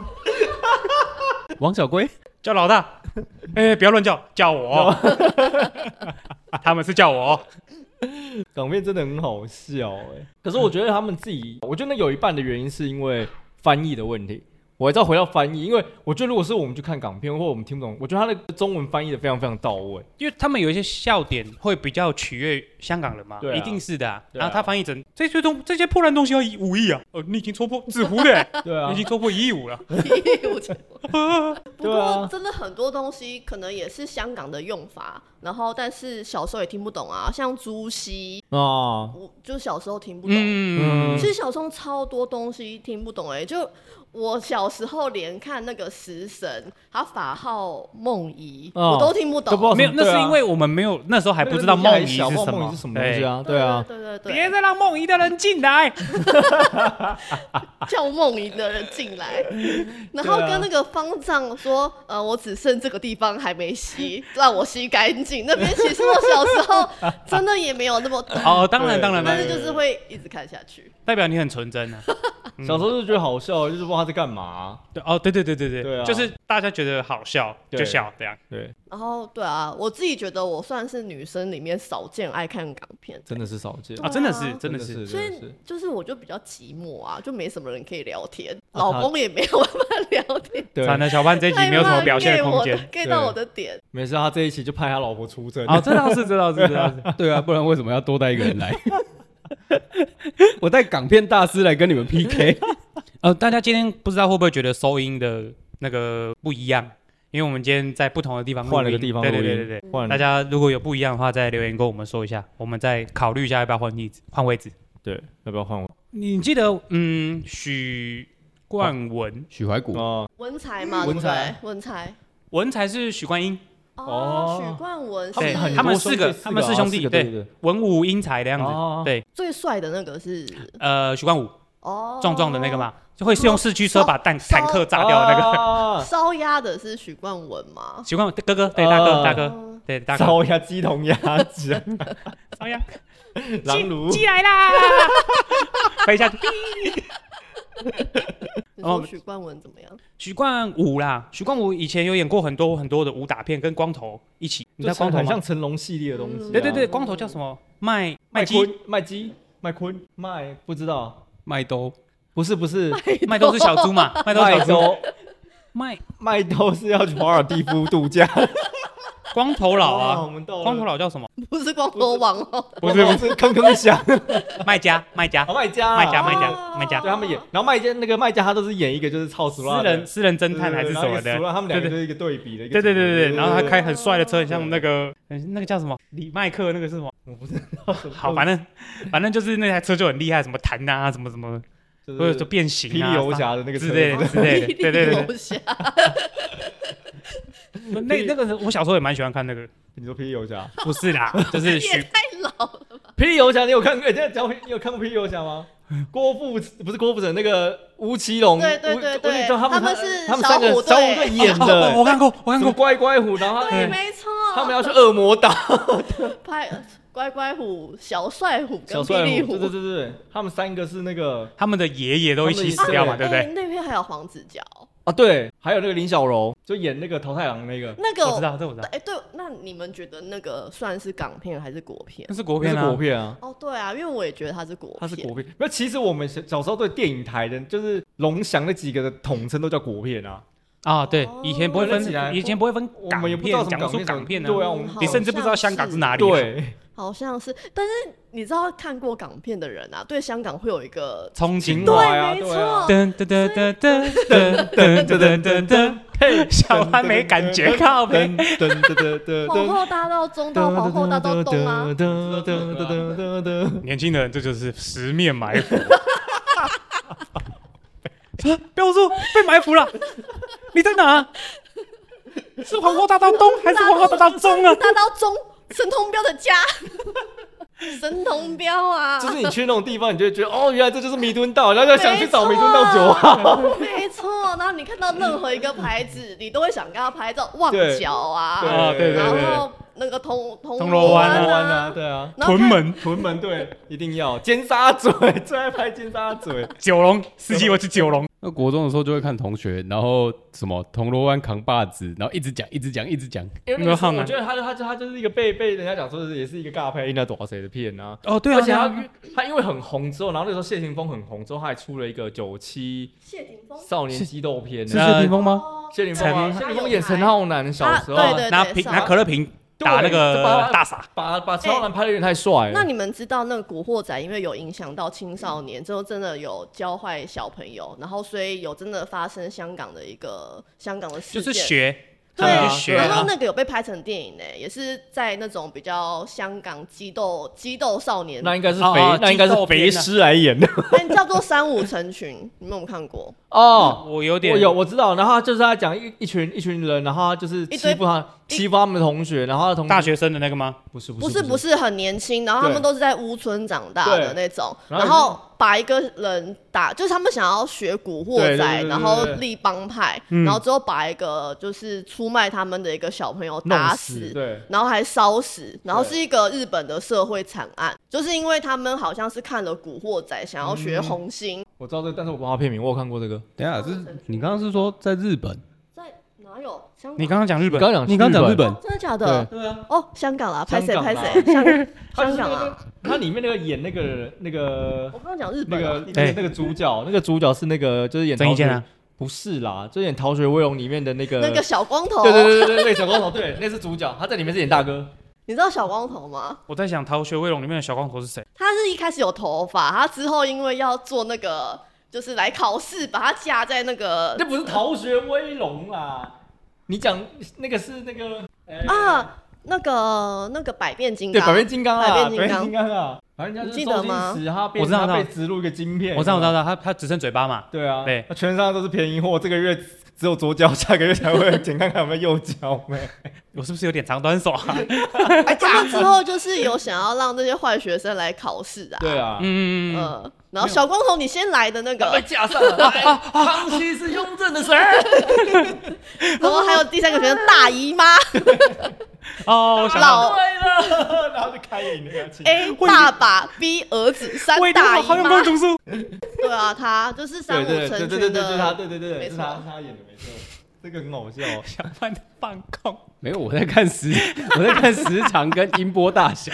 [SPEAKER 5] 王小龟
[SPEAKER 4] 叫老大， 哎、不要乱叫，叫我，哦 他们是叫我，哦
[SPEAKER 1] 港片真的很好笑哎、可是我觉得他们自己，我觉得那有一半的原因是因为翻译的问题。我还是要回到翻译，因为我觉得如果是我们去看港片或我们听不懂，我觉得他的中文翻译的非常非常到位。
[SPEAKER 4] 因为他们有一些笑点会比较取悦香港人嘛，
[SPEAKER 1] 对啊
[SPEAKER 4] 一定是的、啊。
[SPEAKER 1] 对啊
[SPEAKER 4] 然后他翻译成这些东这些破烂东西要一五亿啊，哦，你已经戳破纸糊了、 欸，
[SPEAKER 1] 对
[SPEAKER 4] 你
[SPEAKER 1] 啊
[SPEAKER 4] 已，经戳破一亿五了，
[SPEAKER 3] 不
[SPEAKER 1] 对啊
[SPEAKER 3] 过真的很多东西可能也是香港的用法，然后但是小时候也听不懂啊，像朱熹，
[SPEAKER 1] 啊，
[SPEAKER 3] 我就小时候听不懂。
[SPEAKER 4] 嗯，
[SPEAKER 3] 其实小时候超多东西听不懂哎、就我小时候连看那个食神，他法号梦遗，
[SPEAKER 1] 哦
[SPEAKER 3] 我都听不懂。
[SPEAKER 1] 都不知道
[SPEAKER 4] 没有，那
[SPEAKER 1] 对
[SPEAKER 4] 是
[SPEAKER 1] 啊
[SPEAKER 4] 因为我们没有那时候还不知道
[SPEAKER 1] 那个
[SPEAKER 4] 梦
[SPEAKER 1] 年
[SPEAKER 4] 遗
[SPEAKER 1] 纪
[SPEAKER 4] 是
[SPEAKER 1] 还
[SPEAKER 4] 什
[SPEAKER 1] 小
[SPEAKER 4] 么，
[SPEAKER 1] 梦遗是什么东西
[SPEAKER 4] 哎
[SPEAKER 1] 啊？
[SPEAKER 3] 对
[SPEAKER 1] 对啊，
[SPEAKER 3] 对对对，
[SPEAKER 4] 别再让梦遗的人 进来。
[SPEAKER 3] 叫梦遗的人进 来，然后跟那个方丈说，呃，我只剩这个地方还没吸，让我吸干净。那边其实我小时候真 的也没有那么懂，
[SPEAKER 4] 哦，当然当然，当
[SPEAKER 3] 但
[SPEAKER 4] 然
[SPEAKER 3] 是就是会一直看下去。
[SPEAKER 4] 代表你很纯真啊。嗯
[SPEAKER 1] 小时候就觉得好笑，就是不知道他在干嘛。啊
[SPEAKER 4] 对哦，对对对对
[SPEAKER 1] 对啊
[SPEAKER 4] 就是大家觉得好笑
[SPEAKER 1] 对
[SPEAKER 4] 就笑这样。啊
[SPEAKER 1] 对，
[SPEAKER 3] 然后对啊，我自己觉得我算是女生里面少见爱看港片，
[SPEAKER 1] 真的是少见
[SPEAKER 3] 对
[SPEAKER 4] 啊，
[SPEAKER 3] 啊
[SPEAKER 4] 真的是，真的是，
[SPEAKER 1] 是，
[SPEAKER 3] 所
[SPEAKER 1] 真的
[SPEAKER 3] 以
[SPEAKER 1] 是。
[SPEAKER 3] 就是我就比较寂寞啊，就没什么人可以聊天，
[SPEAKER 1] 啊
[SPEAKER 3] 老
[SPEAKER 1] 他
[SPEAKER 3] 公也没有办法聊 天，
[SPEAKER 1] 对，
[SPEAKER 4] 惨啊了，小潘这一集没有什么表现的 空间。
[SPEAKER 3] ，get 到我的点。
[SPEAKER 1] 没事，他这一期就派他老婆出征。
[SPEAKER 4] 哦，这倒是，这倒是，这倒 是。
[SPEAKER 5] 对啊，不然为什么要多带一个人来？ 我带港片大师来跟你们 PK。
[SPEAKER 4] 呃，大家今天不知道会不会觉得收音的那个不一样，因为我们今天在不同的地方录音
[SPEAKER 1] 换了个地方
[SPEAKER 4] 对对
[SPEAKER 1] 录音
[SPEAKER 4] 对对对。
[SPEAKER 1] 换
[SPEAKER 4] 大
[SPEAKER 1] 了
[SPEAKER 4] 家如果有不一样的话，再留言跟我们说一下，我们再考虑一下要不要换地址、换位置。
[SPEAKER 1] 对，要不要换我？
[SPEAKER 4] 你记得，嗯，许冠文，
[SPEAKER 5] 许怀古，
[SPEAKER 1] 哦，
[SPEAKER 3] 文才嘛，对
[SPEAKER 1] 文
[SPEAKER 3] 不对
[SPEAKER 1] 才？
[SPEAKER 3] 文才
[SPEAKER 4] 文才是许冠英，
[SPEAKER 3] 哦
[SPEAKER 1] 哦，
[SPEAKER 3] 许冠文
[SPEAKER 4] 对
[SPEAKER 3] 是
[SPEAKER 1] 很
[SPEAKER 4] 他们
[SPEAKER 1] 多
[SPEAKER 4] 四个
[SPEAKER 1] 兄弟
[SPEAKER 4] 他们
[SPEAKER 1] 四
[SPEAKER 4] 四
[SPEAKER 1] 个
[SPEAKER 4] 兄
[SPEAKER 1] 啊
[SPEAKER 4] 弟
[SPEAKER 1] 四个
[SPEAKER 4] 对
[SPEAKER 1] 对对，
[SPEAKER 4] 文武英才的样子。
[SPEAKER 1] 哦
[SPEAKER 4] 对，
[SPEAKER 3] 最帅的那个是
[SPEAKER 4] 呃，许冠武
[SPEAKER 3] 哦，
[SPEAKER 4] 壮壮的那个嘛，就会是用四驱车把坦
[SPEAKER 3] 烧
[SPEAKER 4] 坦克炸掉的那个。
[SPEAKER 1] 个
[SPEAKER 3] 烧鸭的是许冠文吗？嗯
[SPEAKER 4] 许冠武哥哥，对大哥，
[SPEAKER 1] 哦
[SPEAKER 4] 大哥，对大哥，
[SPEAKER 1] 烧鸭、鸡同鸭、鸡
[SPEAKER 4] 哎呀，
[SPEAKER 1] 狼炉。
[SPEAKER 4] 鸡来 啦！飞下去，
[SPEAKER 3] 你
[SPEAKER 4] 哦
[SPEAKER 3] 说许冠文怎么样？
[SPEAKER 4] 许冠武啦，许冠武以前有演过很多很多的武打片，跟光头一起。你
[SPEAKER 1] 就
[SPEAKER 4] 知道光头
[SPEAKER 1] 很
[SPEAKER 4] 吗
[SPEAKER 1] 像？成龙系列的东西啊。
[SPEAKER 4] 对对对，光头叫什么？麦
[SPEAKER 1] 麦
[SPEAKER 4] 基，
[SPEAKER 1] 昆、麦基、麦昆、麦不知道，
[SPEAKER 5] 麦兜，
[SPEAKER 1] 不是不是，
[SPEAKER 4] 麦都是小猪 嘛，麦都是
[SPEAKER 1] 麦
[SPEAKER 4] 小猪，
[SPEAKER 1] 兜
[SPEAKER 4] 麦
[SPEAKER 1] 麦兜是要去华尔蒂夫度假。
[SPEAKER 4] 光头佬
[SPEAKER 1] 哦我
[SPEAKER 4] 啊，
[SPEAKER 1] 们到了
[SPEAKER 4] 光头佬叫什么？
[SPEAKER 3] 不是光头王哦，
[SPEAKER 1] 不是不是坑坑响，
[SPEAKER 4] 麦家，麦家
[SPEAKER 1] 好，卖家啊
[SPEAKER 4] 麦家，麦
[SPEAKER 3] 哦
[SPEAKER 4] 家，麦家
[SPEAKER 1] 对，他们演，然后卖家那个卖家他都是演一个就是操死啊
[SPEAKER 4] 私人私人侦探还是什么的，
[SPEAKER 1] 他们两
[SPEAKER 4] 对
[SPEAKER 1] 个就是一个对比的一个
[SPEAKER 4] 对
[SPEAKER 1] 组合。
[SPEAKER 4] 对对对对，然后他
[SPEAKER 1] 对
[SPEAKER 4] 开很帅的车，很像那个嗯那个叫什么李麦克那个是什么？
[SPEAKER 1] 我不知道什么
[SPEAKER 4] 好，反正反正就是那台车就很厉害，什么弹啊，什么什么，
[SPEAKER 1] 就
[SPEAKER 4] 或者
[SPEAKER 1] 是
[SPEAKER 4] 说变形
[SPEAKER 1] 霹
[SPEAKER 4] 啊
[SPEAKER 1] 雳游侠的那个
[SPEAKER 4] 之类
[SPEAKER 1] 车
[SPEAKER 4] 的之 类的，对对对
[SPEAKER 3] 游侠，
[SPEAKER 4] 对，那那个是我小时候也蛮喜欢看那个，
[SPEAKER 1] 你说霹雳游侠？
[SPEAKER 4] 不是啦，就是
[SPEAKER 3] 也
[SPEAKER 4] 许
[SPEAKER 3] 太老了。
[SPEAKER 1] 霹雳游侠你有看过？你在讲你有看过霹雳游侠 吗？郭富不是郭富城那个吴奇隆，
[SPEAKER 3] 对对对
[SPEAKER 1] 吴我跟你
[SPEAKER 3] 对
[SPEAKER 1] 说他
[SPEAKER 3] 他
[SPEAKER 1] 们
[SPEAKER 3] 们是
[SPEAKER 1] 他们三个
[SPEAKER 3] 小虎
[SPEAKER 1] 小
[SPEAKER 3] 队
[SPEAKER 1] 虎队演
[SPEAKER 4] 哦哦
[SPEAKER 1] 的，
[SPEAKER 4] 我看过，我看
[SPEAKER 1] 什么
[SPEAKER 4] 过，
[SPEAKER 1] 乖乖虎，然后他
[SPEAKER 3] 对，啊
[SPEAKER 4] 嗯
[SPEAKER 3] 没错，
[SPEAKER 1] 他们要去恶魔岛，
[SPEAKER 3] 拍呃乖乖虎、小帅虎跟
[SPEAKER 1] 小
[SPEAKER 3] 霹
[SPEAKER 1] 帅
[SPEAKER 3] 雳
[SPEAKER 1] 虎，对对对对，他们三个是那个
[SPEAKER 4] 他们的爷爷都一起死掉嘛，对不
[SPEAKER 3] 哎
[SPEAKER 4] 对？
[SPEAKER 3] 那边还有黄子佼，
[SPEAKER 1] 啊，对，还有那个林小柔，就演那个桃太郎那个，
[SPEAKER 3] 那
[SPEAKER 4] 我
[SPEAKER 3] 个
[SPEAKER 4] 知道，这我知道，
[SPEAKER 3] 哎，对，那你们觉得那个算是港片还是国片？
[SPEAKER 4] 那是国
[SPEAKER 1] 那
[SPEAKER 4] 片
[SPEAKER 1] 是
[SPEAKER 4] 啊，
[SPEAKER 1] 国片啊。
[SPEAKER 3] 哦，对啊，因为我也觉得它是国片，
[SPEAKER 1] 它是国片，那其实我们小小时候对电影台的，就是龙翔那几个的统称都叫国片啊。
[SPEAKER 4] 啊，对，以前不会
[SPEAKER 1] 哦那起
[SPEAKER 4] 分，
[SPEAKER 1] 来
[SPEAKER 4] 以前不会分
[SPEAKER 1] 我
[SPEAKER 4] 港
[SPEAKER 1] 们也不知道
[SPEAKER 4] 片，
[SPEAKER 1] 什么
[SPEAKER 4] 讲出
[SPEAKER 1] 港片
[SPEAKER 4] 港片呢，
[SPEAKER 1] 对啊，
[SPEAKER 3] 嗯
[SPEAKER 1] 我们
[SPEAKER 3] 好
[SPEAKER 4] 你甚至不知道香港是哪里，，啊
[SPEAKER 1] 对
[SPEAKER 3] 好像是。但是你知道看过港片的人啊，对香港会有一个
[SPEAKER 4] 憧憬
[SPEAKER 1] 情怀啊
[SPEAKER 3] 没
[SPEAKER 1] 对
[SPEAKER 3] 错
[SPEAKER 1] 啊，
[SPEAKER 4] 噔噔噔噔噔噔噔噔 噔噔噔，小潘没感觉，靠
[SPEAKER 1] 噔
[SPEAKER 4] 呗。
[SPEAKER 1] 噔噔噔噔
[SPEAKER 3] 皇
[SPEAKER 1] 噔。
[SPEAKER 3] 后大道中到皇后大道东啊，
[SPEAKER 1] 噔噔噔噔噔，
[SPEAKER 4] 年轻人，这就是十面埋 伏。啊标叔被埋伏了，你在哪？啊是皇后大道东还是皇后大道中啊？
[SPEAKER 3] 大道中神通标的家，神通标啊，
[SPEAKER 1] 就是你去那种地方，你就会觉得哦，原来这就是弥敦道，然后就想去找弥敦道酒啊。
[SPEAKER 3] 没错，然后你看到任何一个牌子，你都会想跟他拍照，旺角啊，
[SPEAKER 4] 啊，对对
[SPEAKER 3] 然
[SPEAKER 4] 对，
[SPEAKER 3] 后那个铜铜
[SPEAKER 4] 铜
[SPEAKER 3] 锣
[SPEAKER 4] 锣湾
[SPEAKER 3] 湾
[SPEAKER 4] 啊
[SPEAKER 1] 湾
[SPEAKER 3] 啊，
[SPEAKER 1] 对啊，
[SPEAKER 3] 然后看，
[SPEAKER 1] 屯门对，一定要尖沙咀，最爱拍尖沙咀。
[SPEAKER 4] 九龙，司机我去九龙。
[SPEAKER 5] 那国中的时候就会看同学，然后什么铜锣湾扛把子，然后一直讲，一直讲，一直讲。
[SPEAKER 1] 因为那个时候
[SPEAKER 4] 你说浩南
[SPEAKER 1] 我觉得他就他就他就是一个被被人家讲说是也是一个尬拍，应该多少谁的片啊。
[SPEAKER 4] 哦，对
[SPEAKER 1] 而且他他因为很红之后，然后那时候谢霆锋很红之后，他还出了一个九七
[SPEAKER 3] 谢霆锋
[SPEAKER 1] 少年激斗片啊
[SPEAKER 5] 是
[SPEAKER 1] 呢。
[SPEAKER 5] 谢霆锋吗？
[SPEAKER 3] 哦
[SPEAKER 1] 谢霆锋啊，
[SPEAKER 4] 陈
[SPEAKER 1] 谢霆锋演陈浩南小时候，
[SPEAKER 3] 啊对对
[SPEAKER 4] 哦拿瓶拿可乐瓶打那个大傻，
[SPEAKER 1] 把把陈浩南拍的有点太帅
[SPEAKER 3] 哎那
[SPEAKER 1] 了。
[SPEAKER 3] 你们知道那个《古惑仔》因为有影响到青少年，之后真的有教坏小朋友，然后所以有真的发生香港的一个香港的
[SPEAKER 4] 就
[SPEAKER 3] 事
[SPEAKER 4] 是
[SPEAKER 3] 件，
[SPEAKER 4] 学，他
[SPEAKER 3] 对
[SPEAKER 4] 们
[SPEAKER 1] 啊
[SPEAKER 4] 去学
[SPEAKER 3] 然后
[SPEAKER 4] 啊。
[SPEAKER 3] 那个有被拍成电影呢，也是在那种比较香港激斗激斗少年，
[SPEAKER 1] 那应该是
[SPEAKER 4] 哦
[SPEAKER 1] 肥
[SPEAKER 4] 哦，
[SPEAKER 1] 那应该
[SPEAKER 4] 激斗
[SPEAKER 1] 是
[SPEAKER 4] 片啊
[SPEAKER 1] 肥师来演的
[SPEAKER 3] 哎叫做《三五成群》，你们有没有看过？
[SPEAKER 1] 哦。
[SPEAKER 4] 我有
[SPEAKER 1] 我
[SPEAKER 4] 点
[SPEAKER 1] 有我知道，然后他就是他讲一一群一群人，然后他就是欺负他，欺负他们的同学，然后他的同学
[SPEAKER 4] 大学生的那个吗？
[SPEAKER 1] 不是
[SPEAKER 3] 不
[SPEAKER 1] 是
[SPEAKER 3] 是不
[SPEAKER 1] 是，
[SPEAKER 3] 是很年轻，然后他们都是在屋村长大的那种，
[SPEAKER 1] 对
[SPEAKER 3] 然后把一个人打，就是他们想要学古惑
[SPEAKER 1] 对对对
[SPEAKER 3] 仔，
[SPEAKER 1] 对
[SPEAKER 3] 然后立帮派，
[SPEAKER 4] 嗯
[SPEAKER 3] 然后之后把一个就是出卖他们的一个小朋友打
[SPEAKER 1] 弄死对
[SPEAKER 3] 然后还烧死，然后
[SPEAKER 1] 对
[SPEAKER 3] 是一个日本的社会惨案，就是因为他们好像是看了古惑仔，想要
[SPEAKER 1] 嗯
[SPEAKER 3] 学红星，
[SPEAKER 1] 我知道这个，但是我不知道它片名，我有看过这个。
[SPEAKER 5] 等一下，这是你刚刚是说在日本？
[SPEAKER 3] 在哪有香港？
[SPEAKER 4] 你刚刚讲日本，
[SPEAKER 1] 你刚讲
[SPEAKER 5] 你刚刚讲日本
[SPEAKER 3] 哦，真的假的？
[SPEAKER 2] 对啊，
[SPEAKER 3] 哦，香港啦，拍谁
[SPEAKER 1] 香港
[SPEAKER 3] 拍
[SPEAKER 1] 啦
[SPEAKER 3] 谁，香
[SPEAKER 1] 它就是
[SPEAKER 3] 香港
[SPEAKER 1] 那
[SPEAKER 3] 啊
[SPEAKER 1] 个，它里面那个演那个那个
[SPEAKER 3] 我刚刚讲日
[SPEAKER 1] 那
[SPEAKER 3] 本啊，
[SPEAKER 1] 个
[SPEAKER 5] 哎
[SPEAKER 4] 对
[SPEAKER 1] 那个主角，那个主角是那个就是演
[SPEAKER 4] 郑伊
[SPEAKER 1] 逃学
[SPEAKER 4] 健啊，
[SPEAKER 1] 不是啦，就是演《逃学威龙》里面的那个
[SPEAKER 3] 那个小光头，
[SPEAKER 1] 对对对对对，那个小光头，对，那是主角，他在里面是演大哥。
[SPEAKER 3] 你知道小光头吗？
[SPEAKER 4] 我在想《逃学威龙》里面的小光头是谁？
[SPEAKER 3] 他是一开始有头发，他之后因为要做那个，就是来考试，把它夹在那个
[SPEAKER 1] 那不是《逃学威龙》啦，你讲那个是那个
[SPEAKER 3] 啊，那个那个百变金
[SPEAKER 1] 对
[SPEAKER 3] 刚，
[SPEAKER 1] 百变金刚啊，
[SPEAKER 3] 百
[SPEAKER 1] 百
[SPEAKER 3] 变金刚
[SPEAKER 1] 变金刚啊，反正人家就是
[SPEAKER 3] 你记得
[SPEAKER 1] 周星
[SPEAKER 3] 吗
[SPEAKER 1] 驰，他被
[SPEAKER 4] 我知道
[SPEAKER 1] 他
[SPEAKER 4] 我知道
[SPEAKER 1] 被植入一个晶片，
[SPEAKER 4] 我知道，我知道，我知。道，他他只剩嘴巴嘛。
[SPEAKER 1] 对啊，
[SPEAKER 4] 对
[SPEAKER 1] 他全身上下都是便宜货，这个月只有左脚，下个月才会捡看看有没有右脚没。
[SPEAKER 4] 我是不是有点长短手啊？
[SPEAKER 3] 哎他之后就是有想要让这些坏学生来考试啊，
[SPEAKER 1] 对啊，
[SPEAKER 4] 嗯，
[SPEAKER 3] 呃，然后小光头你先来的那个，
[SPEAKER 1] 架上来，康熙是雍正的神儿。
[SPEAKER 3] 然后还有第三个学生大姨妈，
[SPEAKER 4] 哦，我想
[SPEAKER 3] 呃
[SPEAKER 4] 到
[SPEAKER 3] 老
[SPEAKER 1] 然后就开演那个情
[SPEAKER 3] A 爸爸 B 儿子三
[SPEAKER 4] 喂，
[SPEAKER 3] 大
[SPEAKER 4] 大
[SPEAKER 3] 姨
[SPEAKER 4] 好像
[SPEAKER 3] 妈
[SPEAKER 4] 不，读书。
[SPEAKER 3] 对啊，他就是
[SPEAKER 1] 对
[SPEAKER 3] 三五
[SPEAKER 1] 对对对
[SPEAKER 3] 成群
[SPEAKER 1] 对对，就是他，
[SPEAKER 3] 的，
[SPEAKER 1] 对对对，
[SPEAKER 3] 没
[SPEAKER 1] 是
[SPEAKER 3] 错
[SPEAKER 1] 他是他演的，没错，这个很好笑。
[SPEAKER 4] 想办放空，
[SPEAKER 5] 没有，我在看时，我在看时长跟音波大小。